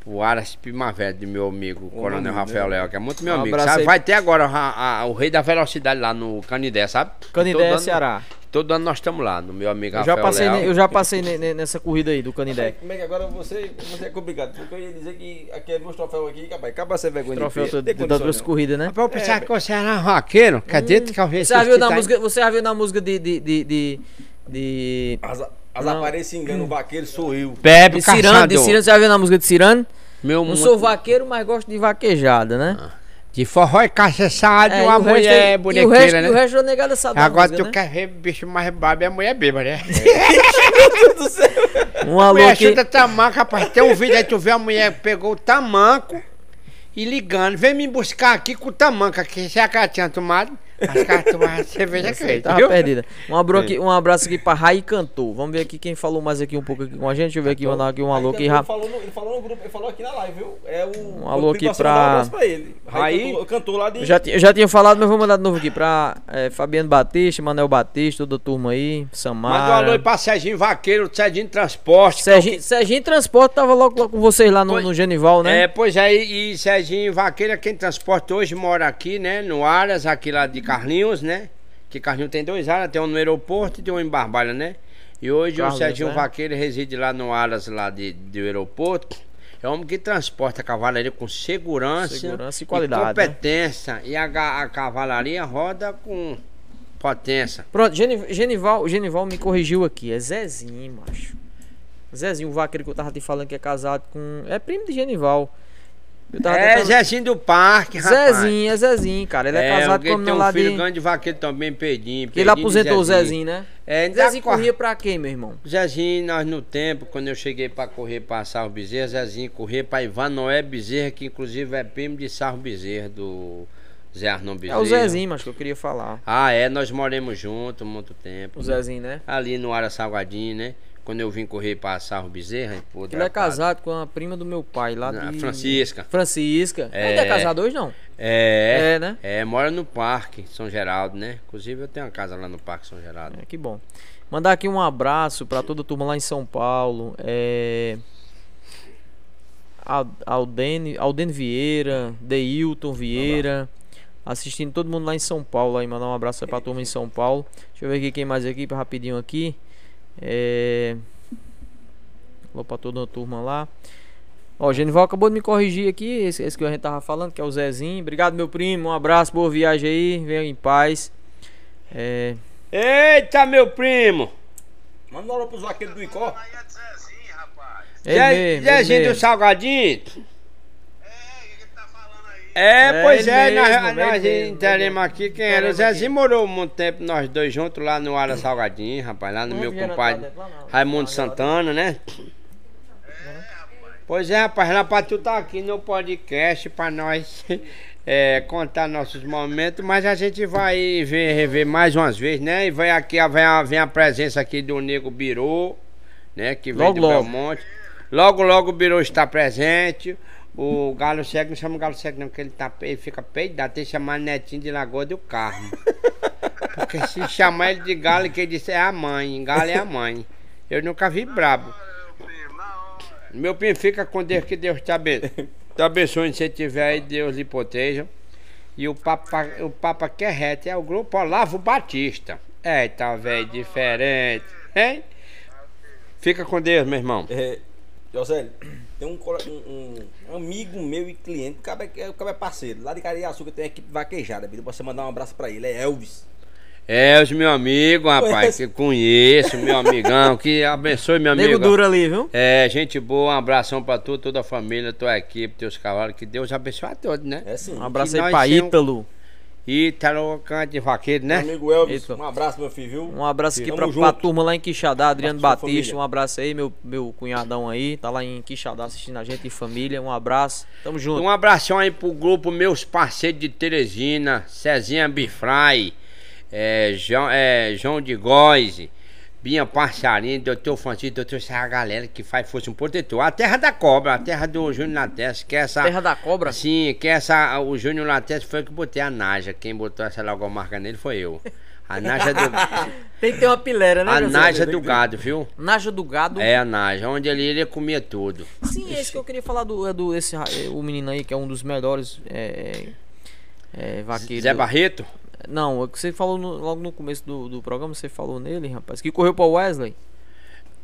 D: pro Aras Primavera do meu amigo, Coronel
C: amigo,
D: Rafael Leal, que é muito meu
A: Um
D: amigo,
A: abraço
D: sabe?
A: aí.
D: Vai ter agora a- a- o Rei da Velocidade lá no Canidé, sabe?
A: Canidé,
D: Todo ano-
A: Ceará.
D: Todo ano nós estamos lá, no meu amigo
A: Eu
D: Rafael
A: já passei,
D: Leal.
A: ne- eu já passei ne- ne- nessa corrida aí do Canidé.
C: Como é que agora você, você é complicado? Porque eu ia dizer que aqui é meus troféus aqui, capaz. Acaba sem vergonha
A: Troféu
C: de feira.
A: da-
C: Tem
A: das
C: condição,
A: duas
C: não.
A: corridas, né?
D: Rapaz, Eu pensava que você era um roqueiro, quer dizer que eu
A: Hum. Você já viu na música, você já viu na música de... de, de, de, de...
C: As, as
A: Não.
C: aparelhas se enganam, o vaqueiro sou eu.
D: Bebe
A: De Cirano, de
D: caçador.
A: Cirano, você já viu na música de Cirano?
D: Meu
A: Não
D: mundo-
A: sou vaqueiro, mas gosto de vaquejada, né? É,
D: De forró e cachaçada,
A: e
D: Ah. É uma
A: o resto
D: mulher
A: e
D: bonequeira,
A: o resto,
D: né?
A: E o resto eu negado sabe. da
D: Agora
A: música,
D: tu
A: né?
D: quer ver bicho mais babo é a mulher bêbada,
A: [LAUGHS]
D: né?
A: Um
D: A
A: alô
D: mulher
A: aqui.
D: chuta tamanco, rapaz. Tem um vídeo aí, tu vê a mulher pegou o tamanco e ligando. Vem me buscar aqui com o tamanco aqui. Será que ela tinha tomado? As caras tomaram a cerveja
A: Essa aí
D: que
A: Tava perdida. Um, abro aqui, um abraço aqui pra Rai Cantor. Vamos ver aqui quem falou mais aqui um pouco aqui com a gente. Deixa eu ver aqui, mandar aqui um alô
C: Aí,
A: aqui
C: ele,
A: rápido.
C: falou no, ele falou no grupo, ele falou aqui na live, viu? É o.
A: Um alô
C: o Pipa
A: aqui
C: Só
A: pra-
C: dá um abraço pra ele.
D: Aí-
C: Aí cantou, cantou lá de.
A: Eu já, ti- eu já tinha falado, mas vou mandar de novo aqui pra eh, Fabiano Batista, Manuel Batista, toda a turma aí,
D: Manda um alô aí
A: Samara.
D: pra Serginho Vaqueiro, Serginho Transporte. que é o
A: Serginho, Serginho Transporte tava logo, logo com vocês lá no,
D: Pois-
A: no Genival, né?
D: É, pois é, e e Serginho Vaqueira, quem transporta hoje, mora aqui, né? No Aras, aqui lá de Carlinhos, né? Que Carlinhos tem dois áreas, tem um no aeroporto e tem um em Barbalha, né? E hoje
A: Carlinhos,
D: o Serginho
A: né?
D: Vaqueiro reside lá no Aras, lá de, do aeroporto. É um homem que transporta a cavalaria com segurança,
A: Segurança e qualidade, né?
D: competência. E a, ga- a cavalaria roda com potência.
A: Pronto, Geni- Genival, o Genival me corrigiu aqui. É Zezinho, macho. Zezinho, o vaqueiro que eu tava te falando que é casado com. É primo de Genival. Eu tava
D: É,
A: tentando-
D: Zezinho do Parque, rapaz.
A: Tá, Zezinho, é Zezinho, cara. Ele é,
D: É,
A: casado
D: casado
A: com a
D: tem
A: menina
D: um
A: lá
D: filho
A: de.
D: grande vaqueiro também, Pedinho.
A: Ele aposentou o Zezinho, né?
D: É,
A: Zezinho
D: da-
A: corria pra quem, meu irmão?
D: Zezinho, nós no tempo, quando eu cheguei pra correr pra Sarro Bezerra, Zezinho corria pra Ivan Noé Bezerra, que inclusive é primo de Sarro Bezerra, do Zé Arnon
A: É
D: Bezerra.
A: o Zezinho, mas que eu queria falar.
D: Ah, é, nós moramos juntos muito tempo.
A: O Zezinho, né?
D: Ali no Ara Salgadinho, né? quando eu vim correr pra Sarro Bezerra. pô,
A: Ele é
D: deputado,
A: casado com a prima do meu pai lá
D: na-
A: de...
D: Ah, Francisca.
A: Francisca.
D: É.
A: Ainda é casado hoje, não?
D: É,
A: É, né?
D: É, mora no Parque São Geraldo, né? Inclusive eu tenho uma casa lá no Parque São Geraldo.
A: É, que bom. Mandar aqui um abraço para toda a turma lá em São Paulo. É... Al- Aldene, Aldene Vieira, Deilton Vieira. Assistindo todo mundo lá em São Paulo. Aí, mandar um abraço aí pra turma em São Paulo. Deixa eu ver aqui quem mais aqui, pra- rapidinho aqui. É... Falou pra toda a turma lá. Ó, o Genival acabou de me corrigir aqui, esse, esse que a gente tava falando, que é o Zezinho. Obrigado, meu primo. Um abraço, boa viagem aí. Venha em paz. É...
D: Eita, meu primo!
C: Manda uma hora pros vaqueiros do Icó.
F: Aí é de Zezinho, rapaz.
A: Ele É mesmo, ele
D: Zezinho do
A: mesmo.
D: Salgadinho?
F: É, o que que tá falando aí?
D: É,
A: É,
D: pois
A: ele
D: é,
A: mesmo,
D: nós,
A: ele
D: nós
A: mesmo,
D: enteremos
A: ele
D: aqui quem era. O
A: Enteremos
D: Zezinho morou muito tempo, nós dois juntos, lá no Ara Salgadinho, rapaz, lá no
A: Não
D: meu
A: viera
D: compadre
A: nada, lá não.
D: Raimundo Santana, né? Pois é, rapaz, lá pra tu tá aqui no podcast pra nós [LAUGHS] é, contar nossos momentos, mas a gente vai ver, rever mais umas vezes, né? E vem aqui, a- vem a, vem a presença aqui do Nego Birô, né? Que vem
A: Logo,
D: de
A: logo.
D: Belmonte. Logo, logo o Birô está presente. O Galo Cego, não chama o Galo Cego não, que ele, tá, pe- ele fica peidado, tem que chamar Netinho de Lagoa do Carmo. Porque se chamar ele de Galo, que ele disse é a mãe, Galo é a mãe. Eu nunca vi brabo.
F: Olha, meu primo, na hora.
D: Meu filho, fica com Deus, que Deus te
A: [LAUGHS]
D: abençoe. Te abençoe onde você estiver aí, Deus lhe proteja. E o Papa, o Papa que é reto é o grupo Olavo Batista. É, tá velho, diferente. Hein? Fica com Deus, meu irmão.
C: É, José, tem um, cole- um- um amigo meu e cliente, o cara, é, o cara é parceiro. Lá de Cariaçuca tem a equipe vaquejada, viu? Você mandar um abraço pra ele, é Elvis.
D: É, os meus amigos, rapaz, que conheço, meu amigão, que abençoe, meu amigo.
A: Nego duro ali, viu?
D: É, gente boa, um abração pra tu, toda a família, tua equipe, teus cavalos, que Deus abençoe a todos, né?
C: É sim.
A: Um abraço
D: que
A: aí
D: nós
A: pra
D: temos-
A: Ítalo.
D: Ítalo, cante vaqueiro,
C: Meu
D: né?
C: amigo Elvis,
A: Eita.
C: um abraço, meu filho, viu?
A: Um abraço aqui
C: Tamo
A: pra,
C: junto.
A: pra turma lá em Quixadá, Adriano
C: Pra sua
A: Batista.
C: família.
A: Um abraço aí, meu, meu cunhadão aí. Tá lá em Quixadá assistindo a gente e família. Um abraço. Tamo junto.
D: Um abração aí pro grupo Meus Parceiros de Teresina, Cezinha Bifrai, é, João, é, João de Góes, Binha Passarinho, Doutor Francisco, Doutor essa galera que faz força um protetor. A terra da cobra, a terra do Júnior Lattes, que é essa...
A: Terra da Cobra.
D: Sim, que é essa... O Júnior Lattes foi eu que botei a Naja, quem botou essa logomarca nele foi eu. A
A: [LAUGHS]
D: Naja do,
A: Tem que ter uma pilera, né?
D: a
A: José?
D: Naja do gado, viu?
A: Naja do Gado.
D: É a Naja, onde ele, ele comia tudo.
A: Sim, é isso que eu queria falar do, é do esse, ra- é, o menino aí, que é um dos melhores é, é, é, vaqueiros.
D: Zé Barreto?
A: Não, o que você falou no- logo no começo do, do programa, você falou nele, rapaz. Que correu pra Wesley.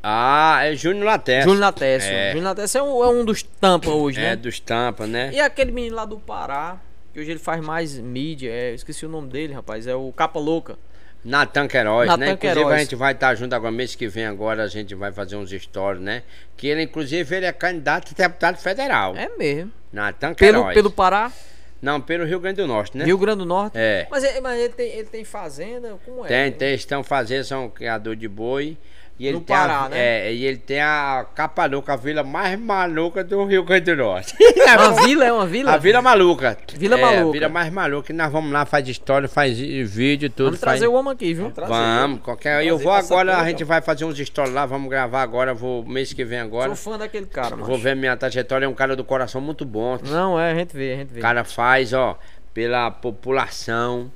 D: Ah, é Júnior Lattes.
A: Júnior Natécio.
D: É.
A: Júnior Natécio é um, é um dos tampa hoje,
D: É,
A: né?
D: dos tampa, né?
A: E aquele menino lá do Pará, que hoje ele faz mais mídia, é, eu esqueci o nome dele, rapaz, é o Capa Louca.
D: Natan Queiroz,
A: Natan
D: né? Inclusive
A: Queiroz.
D: a gente vai estar junto agora, mês que vem agora, a gente vai fazer uns stories, né? Que ele, inclusive, ele é candidato a deputado federal.
A: É mesmo.
D: Natan
A: Pelo,
D: Queiroz.
A: pelo Pará,
D: Não, pelo Rio Grande do Norte, né?
A: Rio Grande do Norte.
D: É.
A: Mas, ele, mas ele, tem, ele tem fazenda, como é?
D: Tem, tem, estão fazendo, são criador de boi. E ele
A: No
D: tem a-
A: Pará, né?
D: É, e ele tem a capa louca, a vila mais maluca do Rio Grande do Norte.
A: Uma vila, é uma vila?
D: [LAUGHS] A Vila Maluca.
A: Vila
D: é, A
A: Maluca.
D: Vila mais maluca. E nós vamos lá, faz história, faz eh, vídeo, tudo.
A: Vamos
D: faz...
A: trazer o homem aqui, viu?
C: Vamos trazer,
D: Vamos,
C: viu?
D: qualquer.
C: Vamos
D: Eu
C: trazer
D: vou
C: pra essa
D: agora, a
C: porra,
D: gente vai fazer uns stories lá, vamos gravar agora, vou mês que vem agora.
A: Sou fã daquele cara, mano.
D: Vou ver minha trajetória, é um cara do coração muito bom.
A: Não, é, a gente vê, a gente
D: O
A: vê.
D: cara faz, ó, pela população.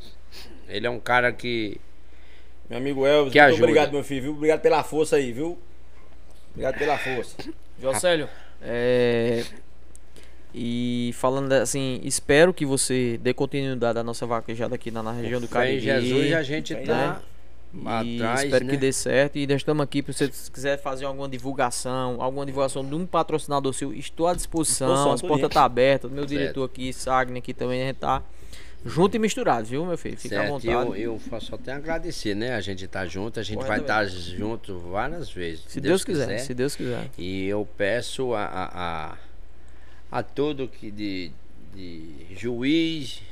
D: Ele é um cara que.
C: Meu amigo Elvis,
D: Que
C: muito
D: ajuda.
C: obrigado, meu filho, viu? Obrigado pela força aí, viu? Obrigado pela força.
A: Jocélio, é... E falando assim, espero que você dê continuidade à nossa vaquejada aqui na, na região do
D: Fé em
A: Cariri. né?
D: Jesus a gente
C: Fé em
D: tá
A: E
D: atrás.
A: espero
D: né?
A: que dê certo. E nós estamos aqui para se você quiser fazer alguma divulgação, alguma divulgação de um patrocinador seu, estou à disposição.
C: Disposição,
A: as
C: tô
A: portas
C: dentro.
A: estão tá abertas. Meu
D: Certo.
A: diretor aqui, Sagni, aqui também, a gente tá junto e misturado, viu, meu filho? Fica à
D: Certo,
A: vontade.
D: eu, eu só tenho a agradecer, né? A gente tá junto, a gente vai estar
A: Corretamente.
D: junto várias vezes.
A: se Deus, quiser, se Deus quiser.
D: E eu peço a, a, a, a todo que de, de juiz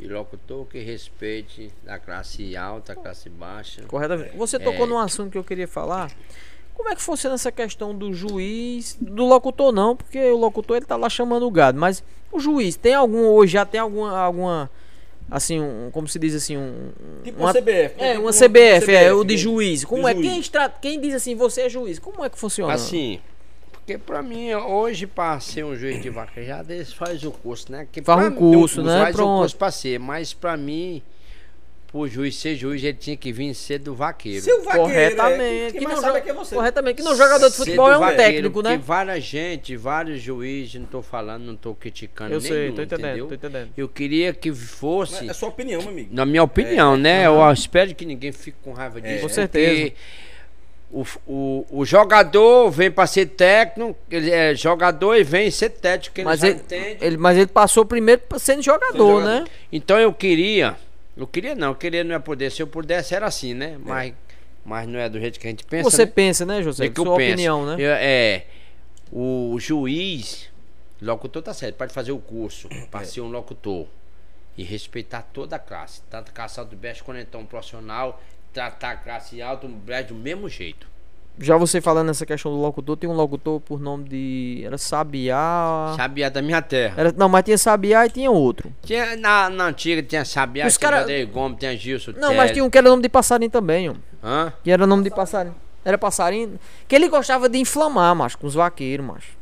D: e locutor que respeite da classe alta, classe baixa.
A: Corretamente. Você tocou num assunto que eu queria falar. Como é que funciona essa questão do juiz, do locutor não, porque o locutor ele tá lá chamando o gado, mas o juiz tem algum hoje já tem alguma alguma assim, um, como se diz assim, um,
C: Tipo uma CBF, né?
A: É,
C: Tipo
A: uma
C: uma
A: CBF, é,
C: CBF,
A: o de
C: né?
A: juiz. Como
C: De
A: é?
C: juiz.
A: Quem, extra... Quem diz assim, você é juiz? Como é que funciona?
D: Assim, porque pra mim, hoje, pra ser um juiz de vaquejada, eles fazem o curso, né? Que
A: Faz
D: pra
A: um
D: mim,
A: curso, né?
D: Faz o
A: Pronto.
D: curso pra ser, mas pra mim, pro juiz ser juiz, ele tinha que vir ser do vaqueiro.
C: Se o vaqueiro é,
A: corretamente.
C: né? quem,
A: que
C: mais
A: não
C: sabe
A: jo-
C: é que é você.
A: Corretamente. Que não jogador de
D: Ser
A: futebol
D: do
A: é um
D: vaqueiro,
A: técnico, né?
D: Porque várias gente, vários juízes, não tô falando, não tô criticando
A: Eu sei,
D: nenhum,
A: tô entendendo,
D: entendeu?
A: tô entendendo.
D: Eu queria que fosse...
C: É a sua opinião, meu amigo.
D: Na minha opinião, né? Eu espero que ninguém fique com raiva disso. né?
A: Com
D: porque
A: certeza.
D: O, o, o jogador vem para ser técnico, ele é jogador e vem ser técnico, ele
A: Mas
D: já
A: ele,
D: entende.
A: ele- mas ele passou primeiro sendo jogador, né?
D: Então eu queria, eu queria não, eu queria não é poder, se eu pudesse era assim, né? Mas, mas não é do jeito que a gente pensa.
A: Você
D: né?
A: pensa, né, José?
D: É que eu
A: Sua
D: penso.
A: opinião, né?
D: Eu- é, o juiz, locutor tá certo, pode fazer o curso
A: É.
D: para ser um locutor e respeitar toda a classe, tanto a classe alto best quanto então um profissional, tratar a classe alto best do mesmo jeito.
A: Já você falando nessa questão do locutor, tem um locutor por nome de. Era Sabiá.
D: Sabiá da minha terra.
A: Era, não, mas tinha Sabiá e tinha outro.
D: Tinha, na, na antiga tinha Sabiá,
A: Os
D: tinha
A: cara-
D: Vanderlei Gomes, tinha Gilson.
A: Não, mas tinha um que era nome de passarinho também, um. ó.
D: Hã?
A: Que era nome de passarinho. Era passarinho. Que ele gostava de inflamar, macho, com os vaqueiros, macho.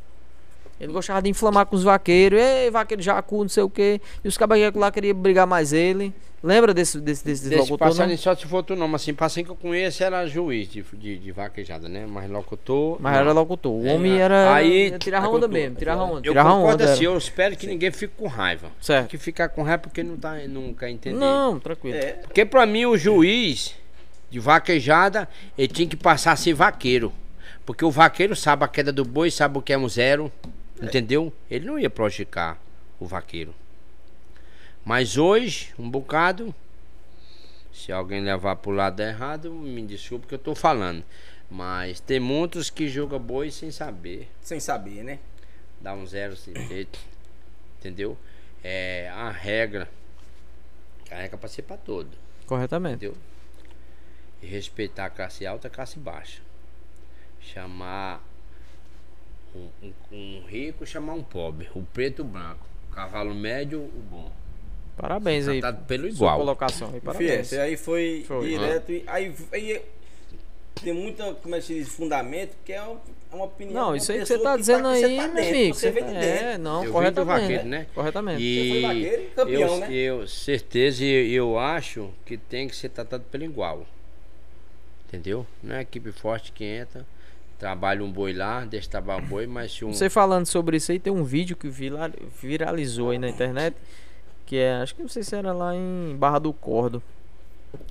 A: Ele gostava de inflamar com os vaqueiros. Ei, vaqueiro jacu, não sei o quê. E os cabagueiros lá queriam brigar mais ele. Lembra desse, desse, desse,
D: Desse
A: locutor, não?
D: passarinho, só se for tu nome, assim, passarinho que eu conheço era juiz de, de, de vaquejada, né? Mas locutor.
A: Mas
D: não.
A: era locutor. O
D: É,
A: homem
D: né?
A: era.
D: Aí-
A: era tirava
D: aí
A: onda
D: quando-
A: mesmo, tirava onda.
D: Eu
A: Tirava
D: concordo
A: onda. era.
D: assim, eu espero que ninguém fique com raiva.
A: Certo.
D: Que ficar com raiva porque não, tá, não quer entender.
A: Não, tranquilo.
C: É,
D: Porque pra mim o juiz de vaquejada, ele tinha que passar a ser vaqueiro. Porque o vaqueiro sabe a queda do boi, sabe o que é um zero. Entendeu? Ele não ia prejudicar o vaqueiro. Mas hoje, um bocado, se alguém levar pro lado errado, me desculpe que eu tô falando. Mas tem muitos que jogam boi sem saber
C: sem saber, né?
D: dá um zero sem jeito. Entendeu? É a regra. A regra é pra ser pra todo,
A: Corretamente.
D: entendeu? E respeitar a classe alta e a classe baixa. Chamar um, um- um rico, chamar um pobre. O preto, o branco. O cavalo médio, o bom.
A: Parabéns aí.
D: Tratado pelo
A: sua
D: tá igual.
A: colocação aí.
C: Fih,
A: Parabéns.
C: é, você aí foi,
A: Foi.
D: né?
C: direto e aí, aí tem muita, como é que se diz, fundamento, porque é uma, é uma opinião. de
A: Não,
C: uma
A: isso aí que você
C: pessoa
A: tá
C: que
A: dizendo
C: que
A: aí,
C: você tá
A: meu
C: dentro,
A: amigo.
C: Você vem de dentro.
A: É, não,
D: Eu vim do
A: corretamente.
D: vaqueiro, né?
A: Corretamente.
D: E
C: Você foi vaqueiro e campeão,
D: eu,
C: né?
D: eu certeza e eu acho que tem que ser tratado pelo igual. Entendeu? Não é equipe forte que entra, trabalha um boi lá, deixa trabalhar o boi, mas se um
A: Você falando sobre isso aí, tem um vídeo que vila- viralizou aí na internet. Que é, acho que não sei se era lá em Barra do Cordo.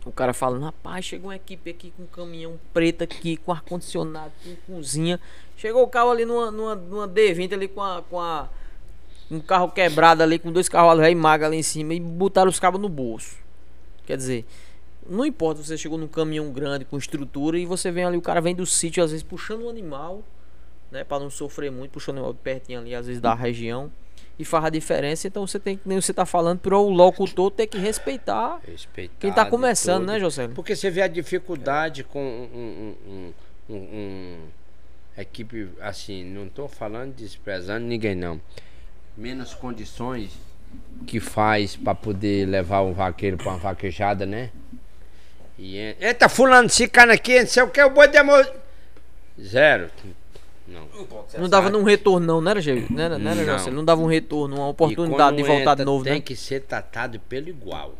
A: O cara falando, rapaz, chegou uma equipe aqui com um caminhão preto aqui, com ar-condicionado, com cozinha. Chegou o carro ali numa, numa, numa D20 ali com a. Com a um carro quebrado ali, com dois carros velho e maga ali em cima, e botaram os cabos no bolso. Quer dizer, não importa, você chegou num caminhão grande com estrutura e você vem ali, o cara vem do sítio, às vezes puxando um animal, né, para não sofrer muito, puxando um animal de pertinho ali, às vezes da região, e faz a diferença. Então você tem que, nem você tá falando, para o locutor ter que respeitar
D: respeitar.
A: quem tá
D: de
A: começando,
D: tudo.
A: né, José?
D: Porque você vê a dificuldade com um, um- um- um- um- equipe assim, não tô falando desprezando ninguém não. Menos condições que faz pra poder levar o vaqueiro pra uma vaquejada, né? E en- Eita, fulano, esse cara aqui, não sei o que, o boi demorou. Zero. Não.
A: Não dava num retorno, não, né, José? Não, era- não, era,
D: Não.
A: José? não dava um retorno, uma
D: E
A: oportunidade de
D: quando
A: voltar
D: entra,
A: de novo,
D: tem
A: né?
D: que ser tratado pelo igual.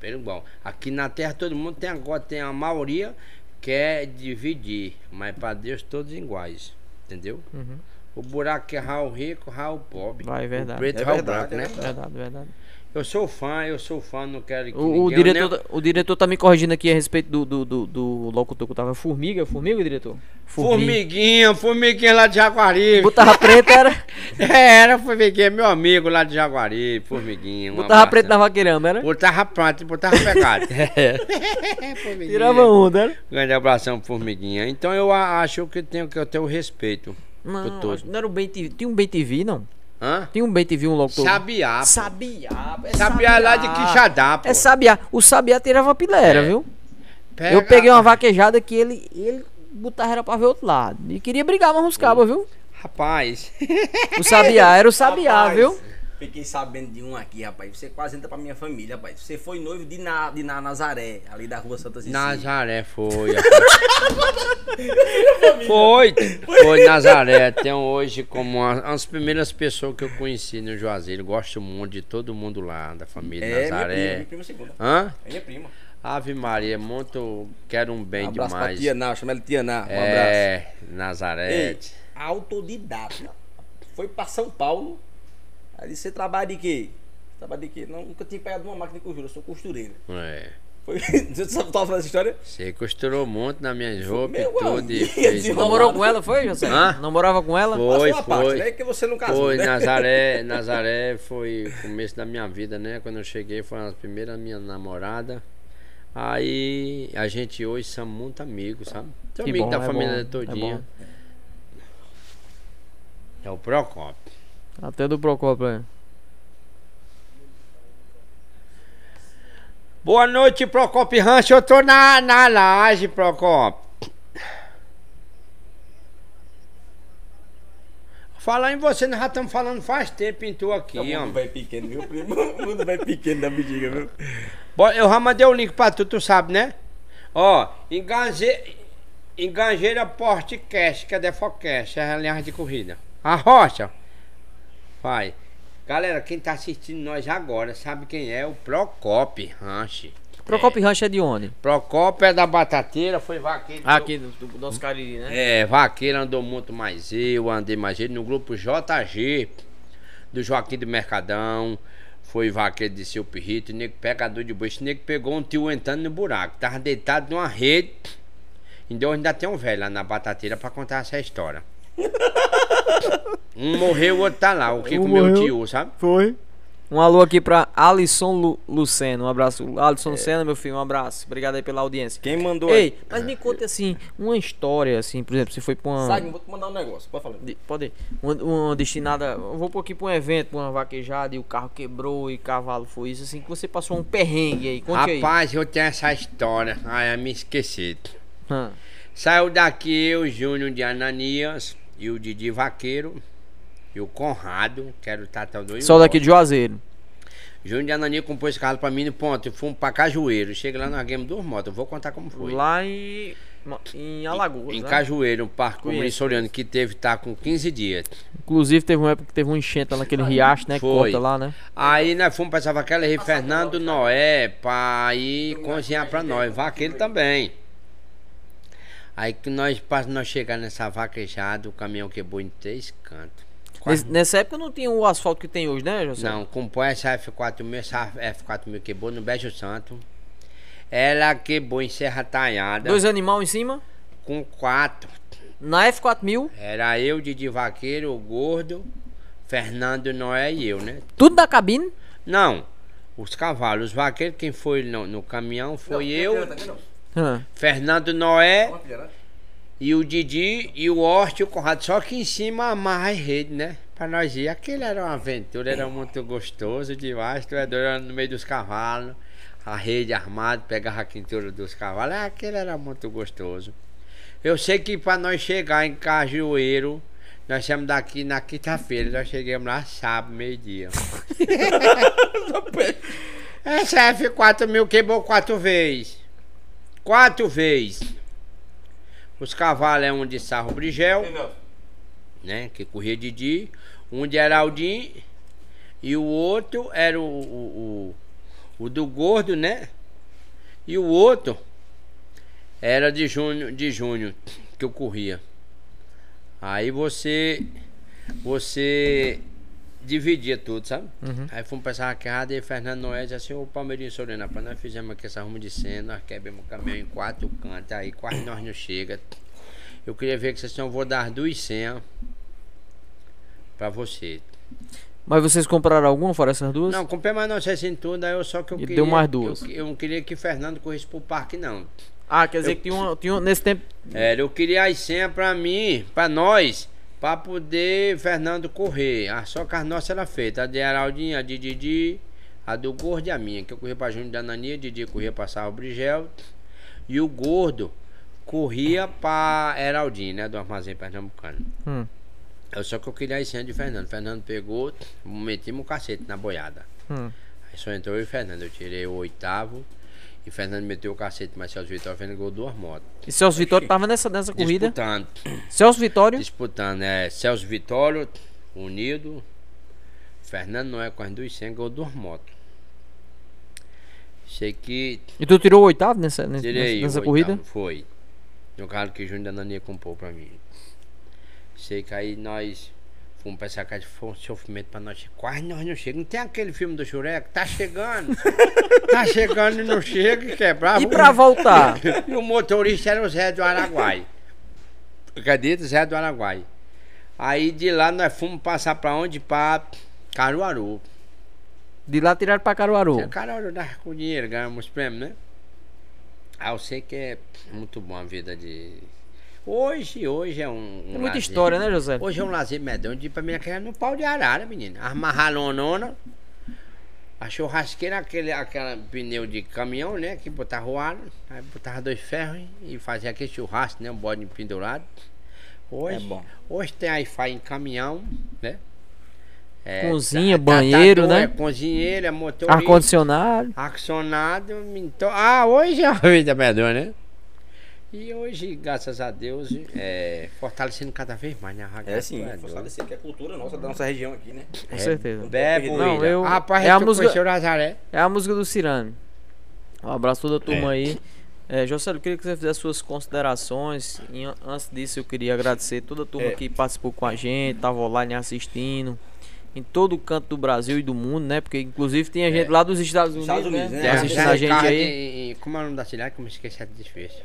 D: Pelo igual. Aqui na Terra todo mundo tem agora, tem a maioria quer dividir, mas para Deus todos iguais, entendeu?
A: Uhum.
D: O buraco é rar o rico, rar o pobre.
A: Vai, é verdade.
D: O preto
C: É
D: rar o
C: verdade,
D: branco,
C: é
D: né?
C: verdade.
A: Verdade, verdade.
D: Eu sou fã, eu sou fã, não quero que
A: O, o
D: ninguém- né?
A: diretor, tá- o diretor tá me corrigindo aqui a respeito do, do, do, do locutor que eu tava. Formiga, formiga, diretor?
D: Formiguinha, formiguinha lá de Jaguaribe.
A: Botava preto, era.
D: [LAUGHS] É, era formiguinha, meu amigo lá de Jaguaribe, formiguinha. um
A: Botava
D: abraço.
A: preto na vaqueirama, era.
D: Botava pronto,
A: [LAUGHS]
D: botava pegado. [LAUGHS] Formiguinha.
A: Tirava onda, era.
D: Grande abração, formiguinha. Então eu a- acho que tenho que eu ter o respeito por
A: Não,
D: todos.
A: acho que não era o Bem TV. Tinha um Bem TV, não?
D: Hã?
A: Tinha um Bem TV, um locutor.
D: Sabiá. pô.
A: Sabiá. É
D: Sabiá lá de Quixadá, pô.
A: É Sabiá. O Sabiá tirava pilera,
D: É.
A: viu?
D: Pega-
A: Eu peguei uma vaquejada que ele, ele botava era pra ver outro
C: [LAUGHS]
A: lado. E queria brigar, mas uns cabos, viu?
D: Rapaz,
A: O Sabiá era o Sabiá,
C: Rapaz.
A: viu?
C: Fiquei sabendo de um aqui, rapaz. Você quase entra pra minha família, rapaz. Você foi noivo de, na, de na Nazaré, ali da rua Santa Cecília. [LAUGHS]
D: Nazaré foi. rapaz. foi, foi Nazaré. Até hoje, como uma, uma das primeiras pessoas que eu conheci no Juazeiro. Gosto muito de todo mundo lá, da família
C: É, minha prima, minha
D: Nazaré.
C: prima segunda.
D: Hã?
C: É minha prima.
D: Ave Maria, muito. Quero um bem
C: Um abraço pra
D: demais.
C: tia Ná, chama ela de tia Ná. Um abraço.
D: é, Nazaré.
C: Ei, autodidata. Foi pra São Paulo. Aí disse, você trabalha de quê? Trabalha de quê? Não, nunca tinha pegado uma máquina de costura, eu sou costureira.
D: É.
C: Foi, [LAUGHS] você sabe, tava falando essa história?
D: Você costurou muito nas minhas roupas e
C: meu
D: tudo. E
C: amigo,
D: fez um
C: de
D: uma-
A: Namorou com ela, foi, José?
D: Hã?
A: Namorava com ela?
D: Foi.
C: Passou uma parte,
D: foi.
C: né? Que você não casou,
D: Foi,
C: né?
D: Nazaré, Nazaré foi o começo da minha vida, né? Quando eu cheguei, foi a primeira minha namorada. Aí a gente hoje somos muito amigos, sabe? Sou
A: Que
D: amigo
A: bom,
D: da
A: é
D: família
A: bom, é
D: todinha.
A: bom.
D: É, o Procopio.
A: Até do Procopio. é. aí.
D: É. Boa noite, Procopio Rancho. Eu tô na, na laje, Procopio. Falar em você, nós já estamos falando faz tempo em tu aqui,
C: [LAUGHS] O mundo
D: homem.
C: vai pequeno, viu, primo? O mundo vai pequeno da bexiga, viu?
D: Bom, eu já mandei o link pra tu, tu sabe, né? Ó, Enganje... Enganjeira Podcast, que é Defocast, é a linha de corrida. A rocha. Vai. Galera, quem tá assistindo nós agora sabe quem é o Procop Ranch.
A: Procopio Rancho é de onde?
D: Procop é da Batateira, foi vaqueiro.
A: Aqui do, do nosso Cariri, né?
D: É, vaqueiro andou muito mais eu, andei mais ele no grupo JG do Joaquim do Mercadão. Foi vaqueiro de seu pirrito, nego pegador de boi. Esse nego pegou um tio entrando no buraco. Tava deitado numa rede. Então ainda tem um velho lá na batateira pra contar
A: [LAUGHS]
D: essa história. um morreu, o outro tá lá. O que
A: Um
D: comeu o
A: morreu.
D: tio, sabe?
A: Foi. Um alô aqui pra Alisson Lu Luceno. Um abraço.
D: É.
A: Alisson Luceno, meu filho, um abraço. Obrigado aí pela audiência.
C: Quem mandou aí?
A: Ei,
D: É.
A: mas me conta assim, uma história, assim, por exemplo, se foi pra uma.
C: Sabe, vou te mandar um negócio, pode falar.
A: De- Pode ir. Uma, uma destinada. eu Vou pôr aqui pra um evento, pra uma vaquejada, e o carro quebrou e cavalo foi isso, assim, que você passou um perrengue aí. Conte aí.
D: Rapaz, eu tenho essa história. Ai, eu me esqueci.
A: Hã.
D: Saiu daqui eu, Júnior de Ananias e o Didi Vaqueiro e o Conrado, que era o tratador. e o
A: Só daqui de
D: Jorge.
A: Juazeiro.
D: Júnior de Ananias comprou esse carro pra mim no ponto. Eu fomos pra Cajueiro. Chega lá na Game dos Motos. Eu vou contar como foi.
A: Lá em. ma- Em Alagoas.
D: em
A: né?
D: Cajueiro, um parque
A: Conheço,
D: comunicatoriano que teve, tá com 15 dias.
A: Inclusive, teve uma época que teve um enchente lá naquele riacho, né?
D: Foi.
A: Corta lá, né?
D: Aí nós fomos pra essa vaqueira e Fernando Noé pra ir cozinhar pra nós. Vaqueiro também. Aí que nós, pra nós chegar nessa vaquejada, o caminhão quebrou em três cantos. Quase
A: Nesse- nessa época não tinha o asfalto que tem hoje, né, José?
D: Não, compõe essa F4000, essa F4000 quebrou no Beijo Santo. Ela quebrou em Serra Talhada
A: Dois animais em cima.
D: com quatro.
A: Na F4000,
D: Era eu, Didi Vaqueiro, o Gordo, Fernando Noé e eu, né?
A: tudo da cabine.
D: Não, os cavalos, os vaqueiros, quem foi no, no caminhão foi eu,
A: Hã.
D: Fernando Noé e o Didi e o Horto e o Conrado. Só que em cima amarra as redes, né? Pra nós ir. Aquilo era uma aventura, era muito gostoso demais. Tu é doido, era no meio dos cavalos, a rede armada, pegava a quintura dos cavalos. Ah, Aquilo era muito gostoso. Eu sei que pra nós chegar em Cajueiro, nós saímos daqui na quinta-feira, nós chegamos lá sábado, meio-dia. É, Essa F4000 quebrou quatro vezes. Quatro vezes. Os cavalos é um de Sarro Brigel, né? Que corria Didi. Um de Heraldim. E o outro era o, o, o, o do Gordo, né? E o outro era de Júnior, de Júnior que eu corria. Aí você. Você dividia tudo, sabe? Aí fomos pra essa arcada e Fernando Noé disse assim, ô Palmeirinho Sorena, pra nós fizemos aqui essa rumo de cena, nós quebramos o caminhão em quatro cantos, aí quase nós não chega. Eu queria ver que vocês não vou dar duas senhas pra você.
A: Mas vocês compraram alguma fora essas duas?
D: Não, comprei mais não sei se em tudo, aí eu só que eu
A: E
D: queria.
A: deu mais
D: eu-
A: duas.
D: Eu, não queria que Fernando corresse pro parque, não.
A: Ah, quer dizer que tinha, uma, tinha um- nesse tempo.
D: Era, eu queria as senhas pra mim, pra nós, pra poder Fernando correr. Ah, só que as nossas era feita. A de Heraldinha, a de Didi, a do Gordo e a minha. Que eu corria pra Júnior da Nania, Didi corria pra Sarro Brigel. E o Gordo corria pra Heraldinha, né? Do Armazém Pernambucano.
A: Hum.
D: Eu só que eu queria a senha de Fernando. Fernando pegou, metimos o cacete na boiada.
A: Hum.
D: Aí só entrou eu e o Fernando. Eu tirei o oitavo e Fernando meteu o cacete, mas Celso Vitória Fernando ganhou duas motos.
A: E Celso Vitório tava nessa, nessa corrida.
D: Disputando.
A: Celso Vitório.
D: Disputando. É, Celso Vitório, unido. Fernando não é com as duas senhas, ganhou duas motos. Sei que
A: E tu tirou o oitavo nessa, nessa,
D: Tirei
A: nessa
D: o
A: corrida?
D: oitavo, Foi. No carro que o Júnior da Nania comprou pra mim. Sei que aí nós fomos pra essa casa, foi um sofrimento pra nós. Quase nós não chegamos. Não tem aquele filme do Jureco? Tá chegando.
A: [LAUGHS]
D: tá chegando e não chega, e quebrava.
A: E pra
D: [LAUGHS]
A: voltar?
D: E o motorista era o Zé do Araguai. Acredita, Zé do Araguai. Aí de lá nós fomos passar pra onde? Pra Caruaru.
A: De lá tiraram pra Caruaru. É
D: O cara olhava com dinheiro, ganhamos prêmio, né? Ah, eu sei que é muito bom a vida de. Hoje, hoje é um. um
A: Tem muita
D: lazer.
A: história, né, José?
D: Hoje é um lazer medão de ir pra minha casa no pau de arara, menina. Armar ralonona. A churrasqueira, aquele aquela pneu de caminhão, né? Que botava o ar, aí botava dois ferros e fazia aquele churrasco, né? Um bode pendurado. Hoje,
C: É bom.
D: hoje tem Wi-Fi em caminhão, né? É,
A: Cozinha,
D: tá-
A: banheiro,
D: tratador,
A: né? Ah,
D: É, cozinheiro, é motorista.
A: Ar-condicionado.
D: Acionado, então. Ah, hoje é a
A: [LAUGHS]
D: vida melhor, né? E hoje, graças a Deus, é, fortalecendo cada vez mais, né? a rádio?
C: É sim,
D: doido.
C: fortalecer que é a cultura nossa, da nossa região aqui, né?
D: É.
A: Com certeza.
D: Bebe,
C: Não,
D: não, eu.
A: eu-
D: Rapaz,
A: é
D: tu
A: a música-
D: conheceu Nazaré.
A: É a música do Cirano. Um abraço a toda a turma aí. É, Josélio, eu queria que você fizesse suas considerações. E an- antes disso, eu queria agradecer toda a turma
C: É.
A: que participou com a gente, tava online assistindo. Em todo canto do Brasil e do mundo, né? Porque inclusive tem a gente lá dos Estados Unidos,
C: É. Estados Unidos,
A: né?
C: né?
A: Tá Assistindo
D: Nazaré
A: a gente
D: Ricardo
A: aí.
D: e- e- como é o nome da cidade? Como eu esqueci a desfecho.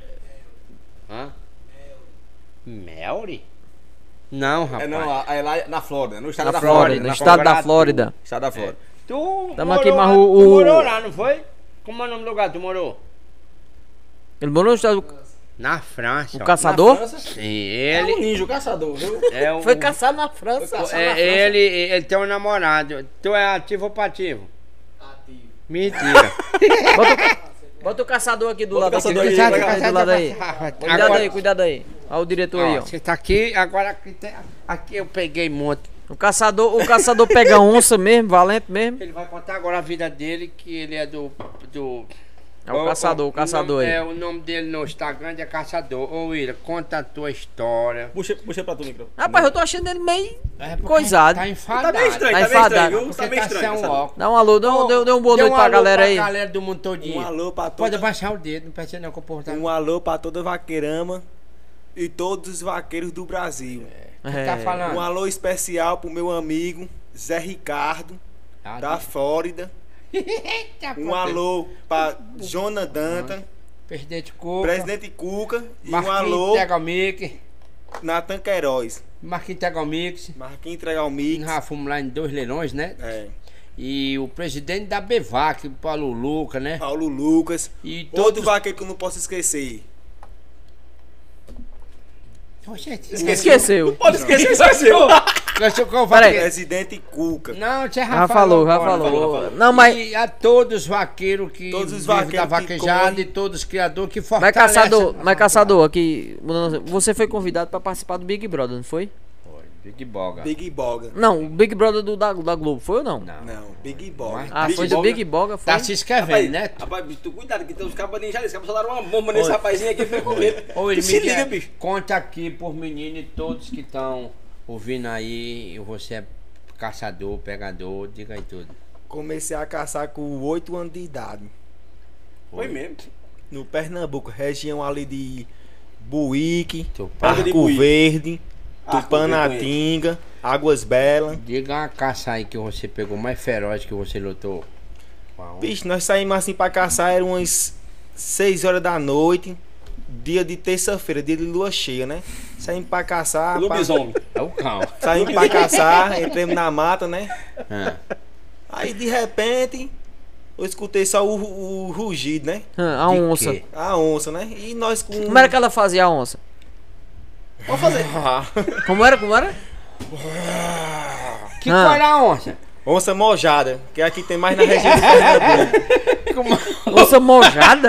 D: Hã? Melri? Não, rapaz.
C: É não, lá- é lá na Flórida, no estado
A: Na
C: da
A: Flórida,
C: Flórida.
A: no
C: na
A: estado da
D: Colorado.
A: Flórida.
C: Estado da Flórida.
D: Tu.
A: Tamo
D: morou
A: aqui, mas o-
D: lá- Tu
A: o-
D: morou lá, não foi? Como é o nome do lugar? que Tu morou?
A: Ele morou no estado.
D: Na França.
A: O
D: ó.
A: caçador?
C: Na França, um-
D: Sim,
C: É um
D: ele.
C: ninja, o caçador, viu?
D: é o.
A: Foi caçado na França.
C: Caçar na
D: É,
C: França.
D: ele, ele tem um namorado. Tu é ativo ou pativo? Ativo.
A: [LAUGHS]
D: Mentira.
A: Bota o caçador aqui do
C: Bota o
A: lado
C: caçador
A: aqui,
C: aí,
A: cuidado
C: vai lá.
A: aqui do lado aí. Cuidado
D: Agora-
A: aí, cuidado aí. Olha o diretor aí,
D: Ó,
A: ó.
D: Você tá aqui, agora aqui, tem- aqui eu peguei muito.
A: O caçador, o caçador pega onça mesmo, valente mesmo.
D: Ele vai contar agora a vida dele, que ele é do. do
A: É o caçador, o caçador
D: nome-
A: aí.
D: É, o nome dele no Instagram é Caçador. Ô, William, conta a tua história.
C: Puxa, puxa pra tu, micro.
A: Rapaz, eu tô achando ele meio
D: É porque
A: coisado.
D: Tá
C: Tá
D: enfadado.
C: meio estranho,
A: Tá
C: tá meio
A: enfadado.
C: estranho, viu?
D: Porque
C: Tá meio
D: tá sem
C: estranho.
D: um
C: caçador.
D: óculos.
A: Dá um alô, dá um, dê, dê um boa
D: Dê
A: noite
D: um
A: pra
D: alô
A: galera aí.
D: galera do mundo todinho.
C: Um alô pra
D: Pode
C: toda,
D: abaixar o tá dedo, não precisa não comportar.
C: um alô pra toda vaqueirama e todos os vaqueiros do Brasil.
A: É.
D: Tá falando.
H: Um alô especial pro meu amigo Zé Ricardo,
D: Ah,
H: da Flórida.
D: Eita,
H: Um
D: pô,
H: alô pra Jona Dantan,
D: Presidente Cuca.
H: presidente Cuca. E um
D: Marquinhos
H: alô
D: Tegalmix.
H: Natan Queiroz.
D: Marquinhos Tegalmix.
H: Marquinhos entregar o
D: E
H: mix.
D: já fomos lá em dois leilões, né?
H: É,
D: E o presidente da Bevac, o Paulo Luca, né?
H: Paulo Lucas.
D: E
H: Outro
D: todos.
H: vaqueiro que eu não posso esquecer.
D: Oxe,
A: Esqueceu.
C: Pode esquecer, esqueceu.
D: esqueceu qual
A: Peraí.
D: vaqueiro?
H: Presidente Cuca.
D: Não, você já,
A: Já falou, já
D: agora.
A: falou. Não, mas.
D: E a todos os vaqueiros que
H: Todos os
D: vivem da
H: vaqueiros que
D: vaquejada
H: correm.
D: e todos os criadores que
A: Mas
D: fortalecem.
A: caçador,
D: tá
A: mas caçador, aqui. Você foi convidado pra participar do Big Brother, não foi?
D: Oi, Big Boga.
H: Big Boga.
A: Não, o Big Brother do, da, da Globo, foi ou não?
D: Não.
H: Não, Big Boga.
A: Ah, foi do
C: Boga.
A: Big Boga, foi.
D: Tá se
C: Rapaz,
D: inscrevendo, né?
C: rapaz, bicho, tu cuidado que tem uns cabos nem já, eles cabos só deram uma bomba nesse rapazinho aqui, foi com medo.
D: Ô, ele
C: Tu se
D: Miguel,
C: liga, bicho.
D: Conta aqui por menino e todos que estão ouvindo aí. Você é caçador, pegador, diga aí tudo.
H: Comecei a caçar com 8 anos de idade.
C: Foi mesmo.
H: No Pernambuco, região ali de Buíque,
D: Teu pai.
C: Barra de
H: Arco
C: Buíque.
H: Verde,
C: Arco
H: Tupanatinga, Águas Belas.
D: Diga a caça aí que você pegou mais feroz que você lutou. Uau.
H: Bicho, nós saímos assim pra caçar, eram umas 6 horas da noite, dia de terça-feira, dia de lua cheia, né? Saímos pra caçar, pra...
C: Lobisomem.
D: É o cão.
H: saímos pra caçar, entramos na mata, né?
D: Ah,
C: É.
H: Aí de repente, eu escutei só o, o rugido, né?
A: Ah, a
D: de
A: onça.
D: quê?
H: A onça, né? E nós com.
A: Como era que ela fazia a onça?
H: Vamos fazer.
C: Ah.
A: Como era,
D: [LAUGHS]
A: como era?
D: Que
A: Ah.
D: cor é a onça?
H: Onça mojada, que aqui tem mais na região de Pernambuco.
D: [LAUGHS]
A: Onça mojada?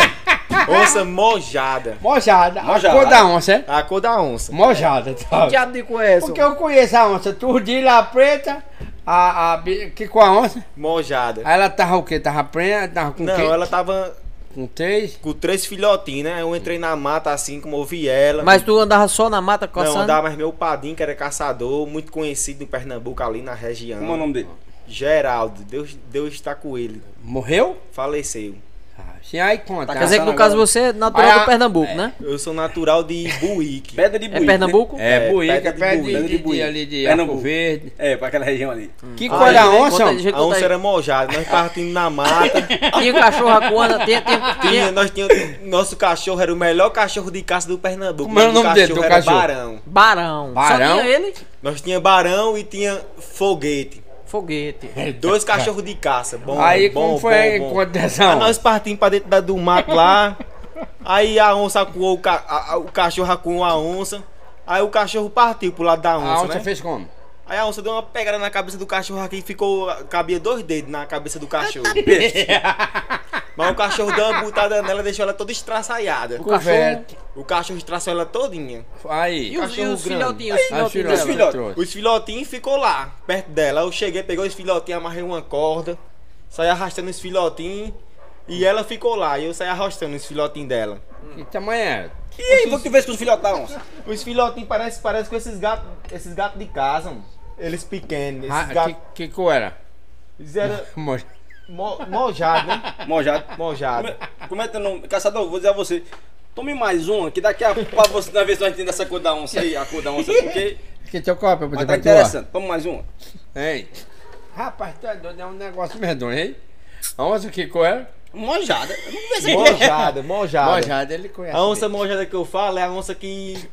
H: Onça mojada.
D: Mojada.
C: Mojada.
D: A cor da onça, é?
H: A cor da onça.
D: Mojada,
A: Que
D: [LAUGHS] tá?
A: diabo de cor é essa?
D: Porque eu conheço a onça. Turdilha a preta, a, a. bi- Que com a onça?
H: Mojada.
D: Aí ela tava o quê? Tava preta? Tava com
H: Não,
D: quê?
H: ela tava
D: Com três?
H: com três filhotinhos, né? Eu entrei na mata assim, como ouvi ela.
A: Mas tu andava só na mata coçando?
H: Não, andava, mas meu padrinho, que era caçador, muito conhecido em Pernambuco, ali na região.
C: Como é o nome dele?
H: Geraldo. Deus, Deus está com ele.
D: Morreu?
H: Faleceu.
D: Ah, Sim, aí conta.
A: Tá, Quer dizer que no caso você é natural
D: Aí a-
A: do Pernambuco, né?
H: Eu sou natural de Buíque.
C: Pedra de né?
A: É
C: Buíque.
A: Pernambuco?
D: É, buíca,
H: pedra
D: é
H: de
D: perto
H: buíca,
D: de, de,
C: de
D: de,
C: buíca.
D: ali de
C: Pernambuco.
D: Arco Verde.
C: É, pra aquela região ali.
D: Que
A: Ah,
D: cor é a
A: ele-
D: onça?
A: conta- deixa eu
H: A onça
A: contar
H: era mojada, nós tava indo na mata.
D: É.
A: aí. Tinha cachorro acuana, tinha,
D: [LAUGHS]
A: tinha,
H: Tinha,
A: tinha
H: nós tínhamos. Nosso cachorro era o melhor cachorro de caça do Pernambuco.
D: Como era o nome dele, do
H: era
D: cachorro?
H: Barão.
A: barão.
D: Barão?
A: Só tinha ele,
H: Nós tinha Barão e tinha Foguete.
A: foguete.
D: É,
H: Dois cachorros de caça. Bom,
D: Aí
H: bom,
D: como foi a
H: bom, bom.
D: condição?
H: Aí nós partimos pra dentro da- do mato lá. Aí a onça acuou, o, ca- a- a- o cachorro acuou a onça. Aí o cachorro partiu pro lado da onça,
D: A onça
C: é?
H: né?
D: fez como?
H: Aí a onça deu uma pegada na cabeça do cachorro aqui e ficou. Cabia dois dedos na cabeça do cachorro.
D: [LAUGHS]
H: Mas o cachorro deu uma butada nela e deixou ela toda estraçaiada.
A: O cachorro.
D: Coberto.
H: O cachorro estraçou ela todinha.
D: Aí.
A: E os, e
H: Cachorro
A: os
H: grande.
A: filhotinhos, os
D: Aí
A: filhotinhos
D: tirou
A: dela?
D: ela,
C: filhote.
D: trouxe.
H: Os filhotinhos ficou lá, perto dela. Eu cheguei, peguei os filhotinhos, amarrei uma corda, saí arrastando os filhotinhos e ela ficou lá. E eu saí arrastando os filhotinhos dela.
D: Que tamanho é?
C: E aí, foi que tu fez com os filhotes da onça?
H: Os filhotinhos parecem parece com esses gatos esses gatos de casa, mano. Eles pequenos, esses
D: Ah,
H: gatos.
D: que, que cor era? é?
H: Eles eram
D: Moja-
H: mo, mojados, né?
C: [LAUGHS] Mojado.
H: Mojados.
C: Como é teu nome? Caçador, vou dizer a você. Tome mais uma, que daqui a pouco pra você na vez nós entendemos essa cor da onça aí, a cor da onça, porque
D: Que teu copo, eu
C: mas tá
D: botei pra tu,
C: interessante. Toma mais uma.
D: ó. Hein? Rapaz, tu é doido, é um negócio medonho, hein? A onça que cor era?
C: Mojada. Eu não vi essa cor.
H: Mojada, mojada.
D: Mojada, ele conhece.
H: A onça
D: bem.
H: mojada que eu falo é a onça que.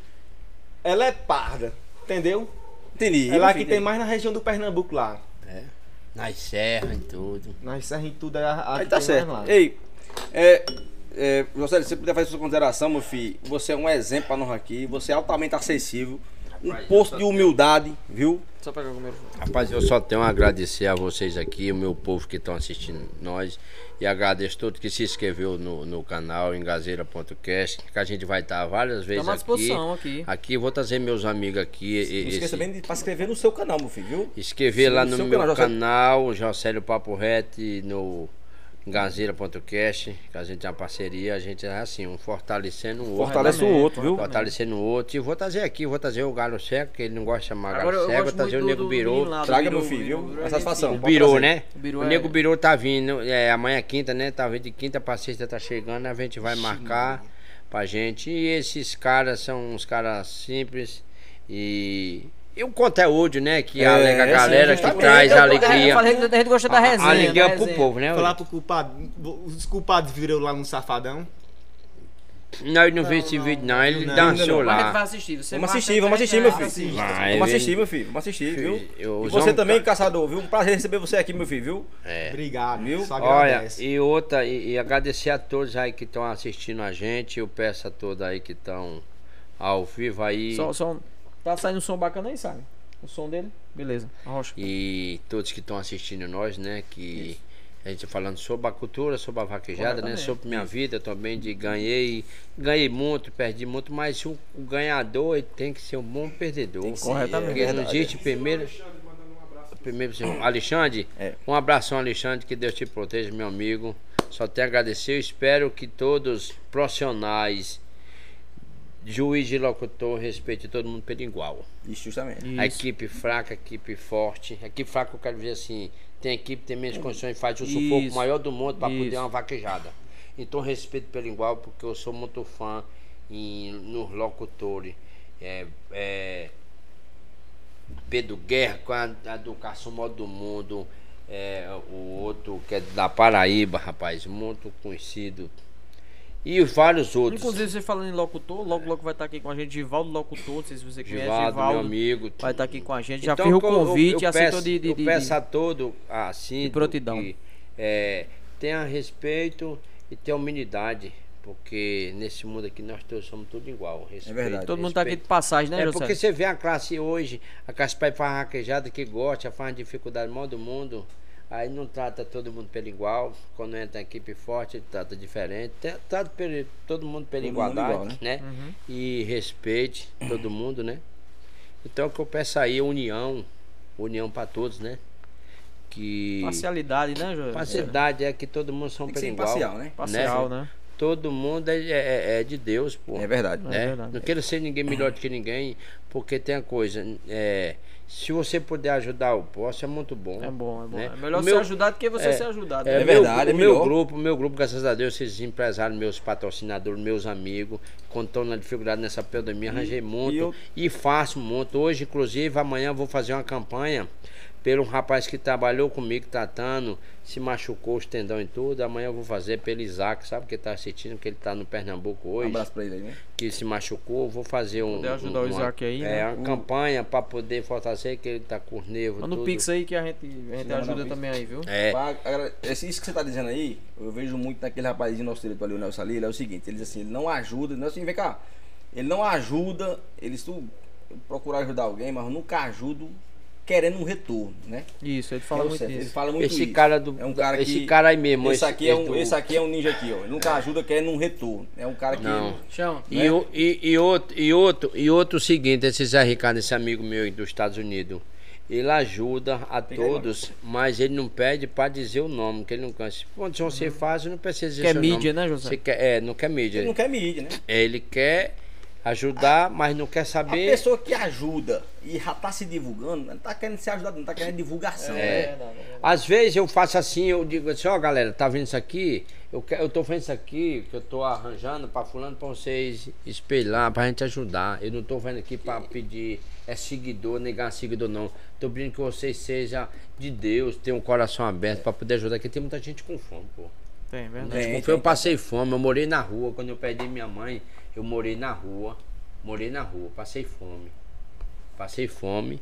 H: Ela é parda, entendeu?
C: Entendi.
H: É lá que
C: Entendi.
H: tem mais na região do Pernambuco lá.
D: Nas serras e tudo.
H: Nós serra tudo é a, a
C: Aí
H: que
C: tá
H: tem
C: certo.
H: mais lá.
C: Ei, é, é, José, se você puder fazer sua consideração, meu filho, você é um exemplo pra nós aqui, você é altamente acessível, um posto de humildade, viu?
A: Só pegar o primeiro.
D: Rapaz, eu só tenho a agradecer a vocês aqui, o meu povo que estão assistindo nós. E agradeço todo que se inscreveu no, no canal engazeira.cast, que a gente vai estar várias vezes
A: Estamos à
D: aqui.
A: disposição aqui.
D: Aqui, vou trazer meus amigos aqui. e-
C: Não esqueça
D: esse-
C: bem de pra se inscrever no seu canal, meu filho, viu?
D: Escrever lá
C: no
D: no
C: seu
D: meu
C: canal, Jocélio.
D: canal, Jocélio Papo Reto, e no Gazeira.cast, que a gente tem uma parceria, a gente é assim, um fortalecendo o outro. né?
C: Fortalece o outro, né? viu?
D: Fortalecendo o outro. E vou trazer aqui, vou trazer o Galo Seco, que ele não gosta de chamar
A: Agora
D: Galo
A: eu
D: Seco,
A: gosto
D: vou trazer o
A: muito do- do
D: Nego Birô.
A: menino lá, do
C: Traga, meu
A: Birô,
C: filho,
A: Birô,
C: viu?
A: Birô
C: A
A: é
C: satisfação.
D: O
C: pode
D: Birô,
C: trazer.
D: né?
A: O Birô
D: o Nego
A: é-
D: Birô tá vindo, é, amanhã é quinta, né? Talvez de quinta pra sexta tá chegando, a gente vai marcar pra gente. E esses caras são uns caras simples e... E o conteúdo, né? Que
C: É,
D: alega a
C: sim,
D: galera, que
C: justamente.
D: traz
A: Eu- tá eu- Eu
D: alegria.
A: falei que a gente gosta da resenha.
D: A alegria
A: da
D: pro
A: resenha.
D: povo, né?
H: Falar pro culpado. Os culpados viram lá no Safadão.
D: Não, ele não viu esse vídeo, não. Ele
H: não,
D: dançou
A: Mas A gente vai
D: lá.
A: assistir. Você
C: Vamos
A: marca
C: assistir, vamos
A: a
C: assistir, meu
A: gente,
C: filho.
A: assiste.
D: Vai,
C: vamos
D: vem.
C: assistir, meu filho. Vamos assistir, viu?
D: Eu-
C: E
D: os
C: você
D: homens-
C: também, caçador, viu? Um prazer receber você aqui, meu filho, viu?
H: Obrigado,
C: Viu?
H: Só
D: É. Olha,
H: agradece.
D: e outra, e, e agradecer a todos aí que estão assistindo a gente. Eu peço a todos aí que estão ao vivo aí.
A: Só, só, tá saindo um som bacana aí, sabe? O som dele? Beleza. Arrocha.
D: E todos que estão assistindo nós, né? Que a gente tá falando sobre a cultura, sobre a vaquejada, né?
A: Corretamente.
D: Sobre minha vida também, de ganhei, ganhei muito, perdi muito, mas o, o ganhador ele tem que ser um bom perdedor.
A: Corretamente.
D: Porque não existe primeiro. Primeiro, senhor. Alexandre,
C: É.
D: um abração, Alexandre, que Deus te proteja, meu amigo. Só tenho a agradecer. Eu espero que todos profissionais, juiz e locutor, respeitem todo mundo pelo igual.
C: Isso, justamente.
D: A equipe fraca, a equipe forte. A equipe fraca, eu quero dizer assim, tem equipe, tem menos condições, faz o sufoco
A: Isso.
D: maior do mundo para poder
A: Isso.
D: uma vaquejada. Então, respeito pelo igual, porque eu sou muito fã em, nos locutores. É, é, Pedro Guerra, com a, a educação maior do mundo. É, o outro que é da Paraíba, rapaz, muito conhecido. E os vários outros.
A: Inclusive, você falando em locutor, logo logo vai estar aqui com a gente, Givaldo Locutor, não sei se você conhece,
D: Givaldo,
A: Givaldo,
D: meu amigo.
A: vai estar aqui com a gente. Já
D: Então,
A: fiz o
D: que eu- eu-
A: convite,
D: eu
A: aceitou
D: peço-
A: de, de,
D: Eu
A: de,
D: peço a
A: de...
D: todo, assim,
A: de
D: do
A: prontidão.
D: que, é, tenha respeito e tenha humildade, porque nesse mundo aqui nós todos somos tudo igual. Respeito,
C: verdade.
A: Todo mundo tá aqui de
D: respeito.
A: passagem, né,
D: É
A: José?
D: porque você vê a classe hoje, a classe pai farraquejada que gosta, faz uma dificuldade maior do mundo. Aí não trata todo mundo pelo igual. Quando entra uma equipe forte, trata diferente. Tra- Trata pelo- todo mundo pela
C: Todo mundo
D: igualdade,
C: igual,
D: né?
A: Uhum.
D: E respeite todo mundo, né? Então o que eu peço aí é união. União para todos, né? Que.
A: Parcialidade, né, Jorge?
D: Parcialidade é que todo mundo são
C: Tem que ser
D: pelo igual.
C: imparcial, né?
A: Parcial, né?
D: Todo mundo é, é- é de Deus, pô.
C: É verdade.
A: É
D: né?
A: verdade.
D: Não quero ser ninguém melhor do que ninguém, porque tem a coisa, é, se você puder ajudar o próximo é muito bom.
A: É bom, é bom.
D: né?
A: É melhor
D: O
A: ser
D: meu-
A: ajudado que você ser ajudado.
D: é,
A: né?
C: É
D: meu-
C: verdade, é
D: o meu
C: melhor.
D: grupo, o meu grupo, graças a Deus, esses empresários, meus patrocinadores, meus amigos, quando estão na dificuldade nessa pandemia, arranjei muito e,
H: eu-
D: faço muito. Hoje, inclusive, amanhã eu vou fazer uma campanha pelo um rapaz que trabalhou comigo, tratando, se machucou os tendão e tudo. Amanhã eu vou fazer pelo Isaac, sabe, que está assistindo, que ele está no Pernambuco
C: Um
D: hoje
C: abraço pra ele aí, né?
D: que se machucou, vou fazer um.
A: Poder ajudar
D: um-
A: o
D: uma-
A: Isaac aí,
D: é,
A: né?
D: uma campanha pra poder fortalecer, que ele tá com os nervos.
A: Manda um
D: tudo.
A: pix aí que a gente, a gente
C: Manda um
A: ajuda
C: pix.
A: também aí, viu?
D: É.
C: Pra- agora, esse- Isso que você tá dizendo aí, eu vejo muito naquele rapazinho nosso direito ali, o Nelson ali, ele é o seguinte, ele diz assim, ele não ajuda, não assim, vem cá, ele não ajuda, ele tu procurar ajudar alguém, mas eu nunca ajudo querendo um retorno, né?
A: Isso, ele fala
C: É o
A: muito
C: certo, Ele
A: disso.
C: fala muito
D: Esse
C: isso.
D: cara do-
C: é um cara
D: esse
C: que-
D: cara aí mesmo,
C: Esse
D: esse-
C: aqui, é
D: esse
C: um,
D: do-
C: esse aqui é um ninja aqui, ó. Ele nunca ajuda querendo um retorno. É um cara que.
D: Não.
A: Chama.
D: E, o- e, e outro, e, outro, e outro seguinte, esse Zé Ricardo, esse amigo meu aí dos Estados Unidos, ele ajuda a
C: aí,
D: todos, mas ele não pede pra dizer o nome, que ele não cansa. Quando você faz, não precisa dizer
A: Uhum. Quer
D: seu
A: mídia,
D: nome.
A: né, José?
D: Você quer, é, não quer mídia. É,
C: Ele não quer mídia, né?
D: Ele quer ajudar, mas não quer
C: A
D: saber.
C: pessoa que ajuda e já tá se divulgando, não tá querendo ser ajudado, não tá querendo divulgação. né?
D: É. Às vezes eu faço assim, eu digo assim, ó galera, tá vendo isso aqui? Eu, que- eu tô fazendo isso aqui, que eu tô arranjando pra fulano pra vocês espelhar, pra gente ajudar. Eu não tô vendo aqui pra pedir, é seguidor, negar seguidor não. Tô pedindo que vocês sejam de Deus, tenham um coração aberto pra poder ajudar, porque tem muita gente com fome, pô.
A: Tem, verdade.
C: Tem,
D: Tipo,
C: tem.
D: eu passei fome, eu morei na rua. Quando eu perdi minha mãe, eu morei na rua. Morei na rua, passei fome. Passei fome.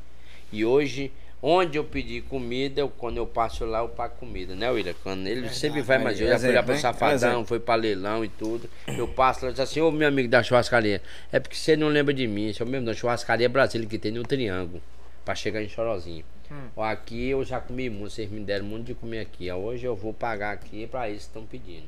D: E hoje, onde eu pedi comida, eu- quando eu passo lá, eu pago comida, né, William? Quando ele sempre vai, mas
C: aí,
D: eu já fui lá
C: exemplo,
D: pro
C: né?
D: Safadão,
C: Exemplo.
D: foi pra leilão e tudo. Eu passo lá e diz assim, ô meu amigo da churrascaria, é porque você não lembra de mim, isso é o mesmo da churrascaria Brasília que tem no Triângulo, pra chegar em Chorozinho.
C: Hum.
D: Ó, Aqui eu já comi muito, vocês me deram muito de comer aqui. ó, Hoje eu vou pagar aqui pra isso que estão pedindo.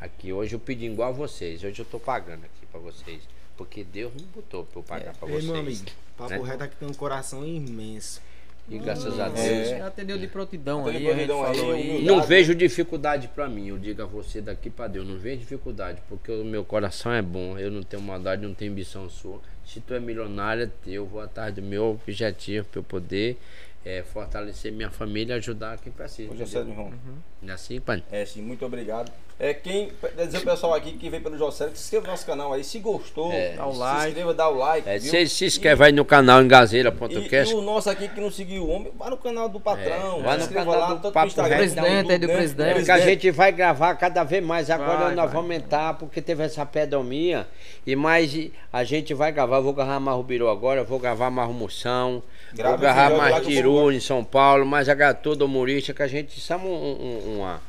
D: Aqui hoje eu pedi igual a vocês, hoje eu tô pagando aqui pra vocês. Porque Deus me botou pra eu
C: É.
D: pagar pra
H: Ei,
D: vocês.
H: meu amigo, papo
D: né?
H: reto aqui tem um coração imenso.
D: E graças a Deus.
C: É.
A: Já Atendeu de prontidão
C: Atendeu
A: aí, né?
C: de
A: a gente
C: prontidão aí, um
A: falou aí.
C: humildade.
D: Não vejo dificuldade pra mim, eu digo a você daqui pra Deus, não vejo dificuldade, porque o meu coração é bom, eu não tenho maldade, não tenho ambição sua. Se tu é milionário, é teu, vou atrás do meu objetivo pra eu poder eh, fortalecer minha família e ajudar quem precisa.
C: Hoje é sério, meu irmão.
D: Não é assim, pai?
C: É, sim, muito obrigado. É, quem quer dizer o pessoal aqui que veio pelo Josélio, que se inscreva no nosso canal aí. Se gostou,
A: Dá o
C: se
A: like.
C: inscreva, dá o like.
D: É,
C: viu?
D: se, se inscreve aí no canal
C: E, e,
D: engazeira.cast.
C: e o nosso aqui que não seguiu o homem, vai no canal do patrão.
D: É, vai
C: se
D: no
C: inscreva
D: canal
C: lá,
D: do
C: tanto no
D: Papo
C: Instagram,
D: Reto.
C: tanto no
A: Presidente, aí do
C: né?
A: presidente.
D: É que a gente vai gravar cada vez mais. Agora
A: Vai,
D: nós
A: vai.
D: vamos aumentar, porque teve essa pedomia. E mais e a gente vai gravar. Eu Vou gravar mais Rubiru agora, vou gravar mais Moção,
C: Grava
D: vou gravar
C: esse jogo lá
D: mais
C: que eu
D: Tiru em São Paulo, mais a Gatuda Humorista, que a gente somos um- um- uma,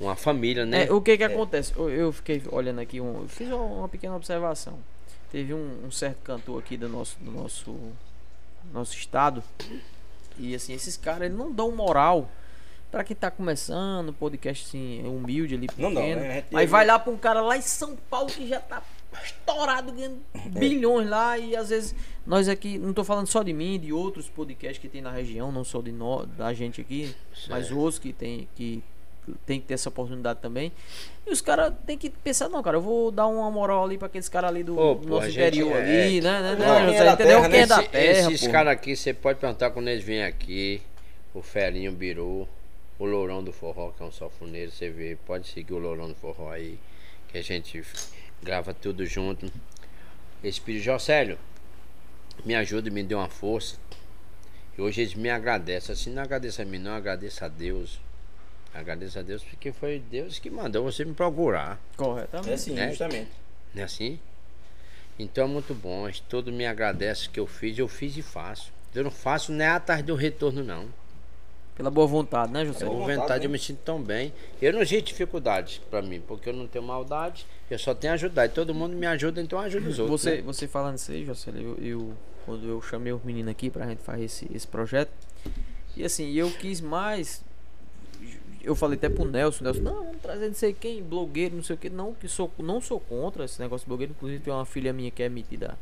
D: uma família, né?
A: É, o que que acontece? Eu, eu fiquei olhando aqui, um, eu fiz uma pequena observação. Teve um, um certo cantor aqui do nosso, do nosso, nosso estado. E assim, esses caras eles não dão moral pra quem tá começando, podcast assim, humilde ali,
C: Não
A: pequeno.
C: dão, né? A gente-
A: Aí vai lá pra um cara lá em São Paulo que já tá estourado, ganhando
C: É.
A: bilhões lá. E às vezes nós aqui, não tô falando só de mim, de outros podcasts que tem na região, não só de nós, da gente aqui, mas outros que tem que tem que ter essa oportunidade também. E os caras tem que pensar, não, cara, eu vou dar uma moral ali pra aqueles caras ali do
D: Ô,
A: do
D: pô,
A: nosso
D: a gente
A: interior
D: é-
A: ali, né? né, né,
C: Não, quem é
A: José?
C: da
A: entendeu?
C: terra,
A: Quem é
C: né?
A: da
D: Esse-
A: terra,
D: esses
A: pô.
D: caras aqui, você pode perguntar quando eles vêm aqui, o Ferinho, o Biru, o Lourão do Forró, que é um sofoneiro, você vê, pode seguir o Lourão do Forró aí, que a gente grava tudo junto. Esse Espírito Jocélio, me ajuda, me deu uma força. E hoje eles me agradecem. Assim, não agradeço a mim, não, agradeço a Deus. Agradeço a Deus porque foi Deus que mandou você me procurar.
A: Corretamente.
C: É sim,
D: né?
C: justamente.
D: Não é assim? Então é muito bom. Todo me agradece que eu fiz, eu fiz e faço. Eu não faço nem atrás do retorno, não.
A: Pela boa vontade, né, José?
D: Eu,
C: boa
D: é vontade,
C: vontade,
D: eu me sinto tão bem. Eu não sinto dificuldade pra mim, porque eu não tenho maldade, eu só tenho ajudar. E todo mundo me ajuda, então eu ajudo os outros.
A: Você,
D: né?
A: você falando isso aí, José, eu, eu- quando eu chamei os meninos aqui pra gente fazer esse, esse projeto, E assim, eu quis mais. Eu falei até pro Nelson, Nelson, não, vamos trazer não sei quem, blogueiro, não sei o que. Não, que sou, não sou contra esse negócio de blogueiro. Inclusive tem uma filha minha que é metida.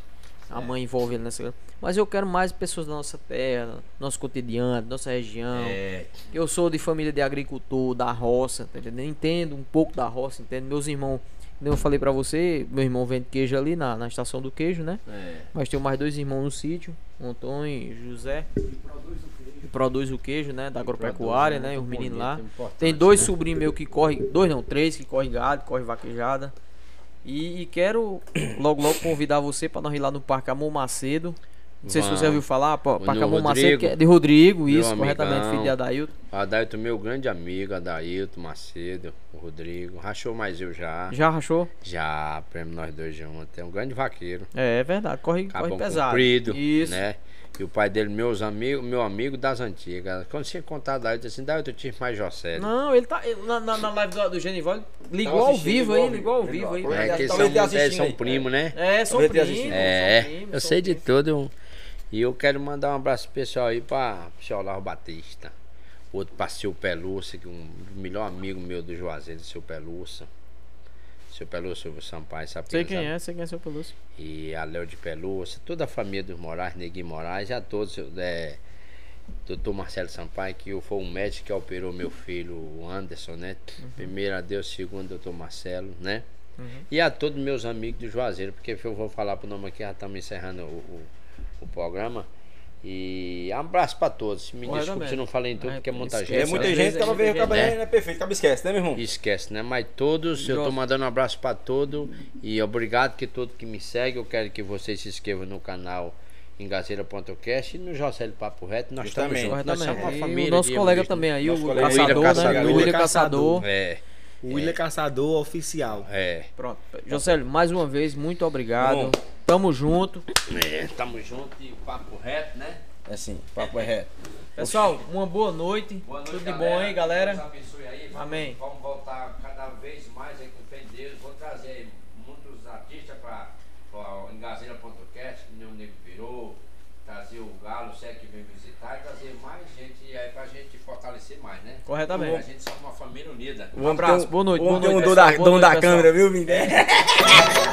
A: A mãe envolvendo nessa. Mas eu quero mais pessoas da nossa terra, nosso cotidiano, da nossa região.
D: É,
A: Eu sou de família de agricultor, da roça, tá entendendo? Entendo um pouco da roça, entendo. Meus irmãos, como eu falei pra você, meu irmão vende queijo ali na, na estação do queijo, né?
D: é.
A: Mas tenho mais dois irmãos no sítio, Antônio e José. Que produz o queijo, né? Da agropecuária,
D: produz,
A: né?
D: um muito
A: Os meninos
D: bonito,
A: lá.
D: é importante, né?
A: Tem dois sobrinhos meus que correm, dois não, três que correm gado, correm vaquejada. E, e quero [COUGHS] logo, logo convidar você pra nós ir lá no Parque Amor Macedo. Não sei se
D: Vamos.
A: você já ouviu falar, pô,
D: No
A: Parque Amor Macedo,
D: Rodrigo.
A: que é de Rodrigo,
D: Meu
A: isso, corretamente,
D: amigão.
A: filho de Adailton.
D: Adailton, meu grande amigo, Adailton Macedo, o Rodrigo. Rachou mais eu já.
A: Já rachou?
D: Já, prêmio nós dois juntos. É um grande vaqueiro.
A: É, é verdade, corre, corre
D: Cabão
A: pesado.
D: comprido,
A: Isso.
D: né? E o pai dele, meus amigos, meu amigo das antigas. Quando você contar daí, eu disse assim, daí eu tive mais José.
A: Não, ele tá. ele- na, na, na live do, do Genival, ele ligou
C: Tava
A: ao
C: assistindo,
A: vivo
C: ligou
A: aí,
C: ao
A: ligou ao
C: vivo,
A: vivo aí. tá
C: ligou.
D: É, que
C: Talvez
D: são,
C: ele esteja
D: é, são
C: assistindo aí.
D: primo, né?
A: É, são
C: Talvez tenha
A: primos.
C: assistido.
D: É,
A: são primos,
D: eu
A: são
D: sei de
A: primos.
D: tudo. E eu quero mandar um abraço especial aí pra seu Olavo Batista. Outro pra seu Pelúcia, que é um melhor amigo meu do Juazeiro, seu Pelúcia. Seu Pelúcia, Silvio Sampaio, sabe
A: Sei
D: quem
A: quem
D: sabe?
A: é, sei quem é seu pelúcio.
D: e a Léo de Pelúcia, toda a família dos Moraes, Neguinho Moraes, a todos, é, doutor Marcelo Sampaio, que foi um médico que operou meu filho, o Anderson, né?
A: Uhum.
D: Primeiro a Deus, segundo doutor Marcelo, né? E a todos meus amigos do Juazeiro, porque eu vou falar pro nome aqui, já estamos encerrando o, o- o programa. E abraço pra todos. Me
A: Corretamente.
D: desculpe se não falei em tudo,
A: É,
D: porque é muita
A: esquece,
D: gente.
C: É
D: né?
C: muita
A: às
C: gente,
A: vezes
C: acaba
A: é
C: vendo, acaba
D: gente,
C: não é perfeito, acaba esquece, né, meu irmão?
D: Esquece, né? Mas todos, eu tô
A: Gosto.
D: mandando um abraço pra todo e obrigado que todo que me segue. Eu quero que vocês se inscrevam no canal Engazeira.cast e no José Papo Reto. Nós estamos
A: É,
C: Justamente.
D: juntos, nós somos uma
A: E
D: família.
A: o nosso
D: de
A: colega
D: humoristas.
A: também aí,
C: Nosso
A: o
C: colega
A: caçador, né?
D: William Caçador.
A: O William
H: William
A: Caçador.
D: É,
H: O William Caçador Oficial.
D: é.
A: Pronto. Josélio, mais uma vez, muito obrigado.
C: Bom.
A: Tamo junto.
D: É, tamo junto e o Papo Reto, né?
C: É assim, papo é reto.
A: Pessoal, uma boa noite. Tudo de bom aí, galera.
D: abençoe aí.
A: vamos- Amém.
D: Vamos voltar cada vez mais aí com fé em Deus. Vou trazer muitos artistas para o Engazeira.cast, que o Nego virou, trazer o Galo, se é que vem visitar, e trazer mais gente aí pra gente fortalecer mais, né?
A: Corretamente.
D: A gente somos uma família unida.
C: Um
A: abraço, boa noite, boa
C: Vamos ter um
A: noite,
C: dono da,
A: pessoal, boa
C: dono
A: noite,
C: da
A: pessoal. É.
C: câmera, viu, Vim?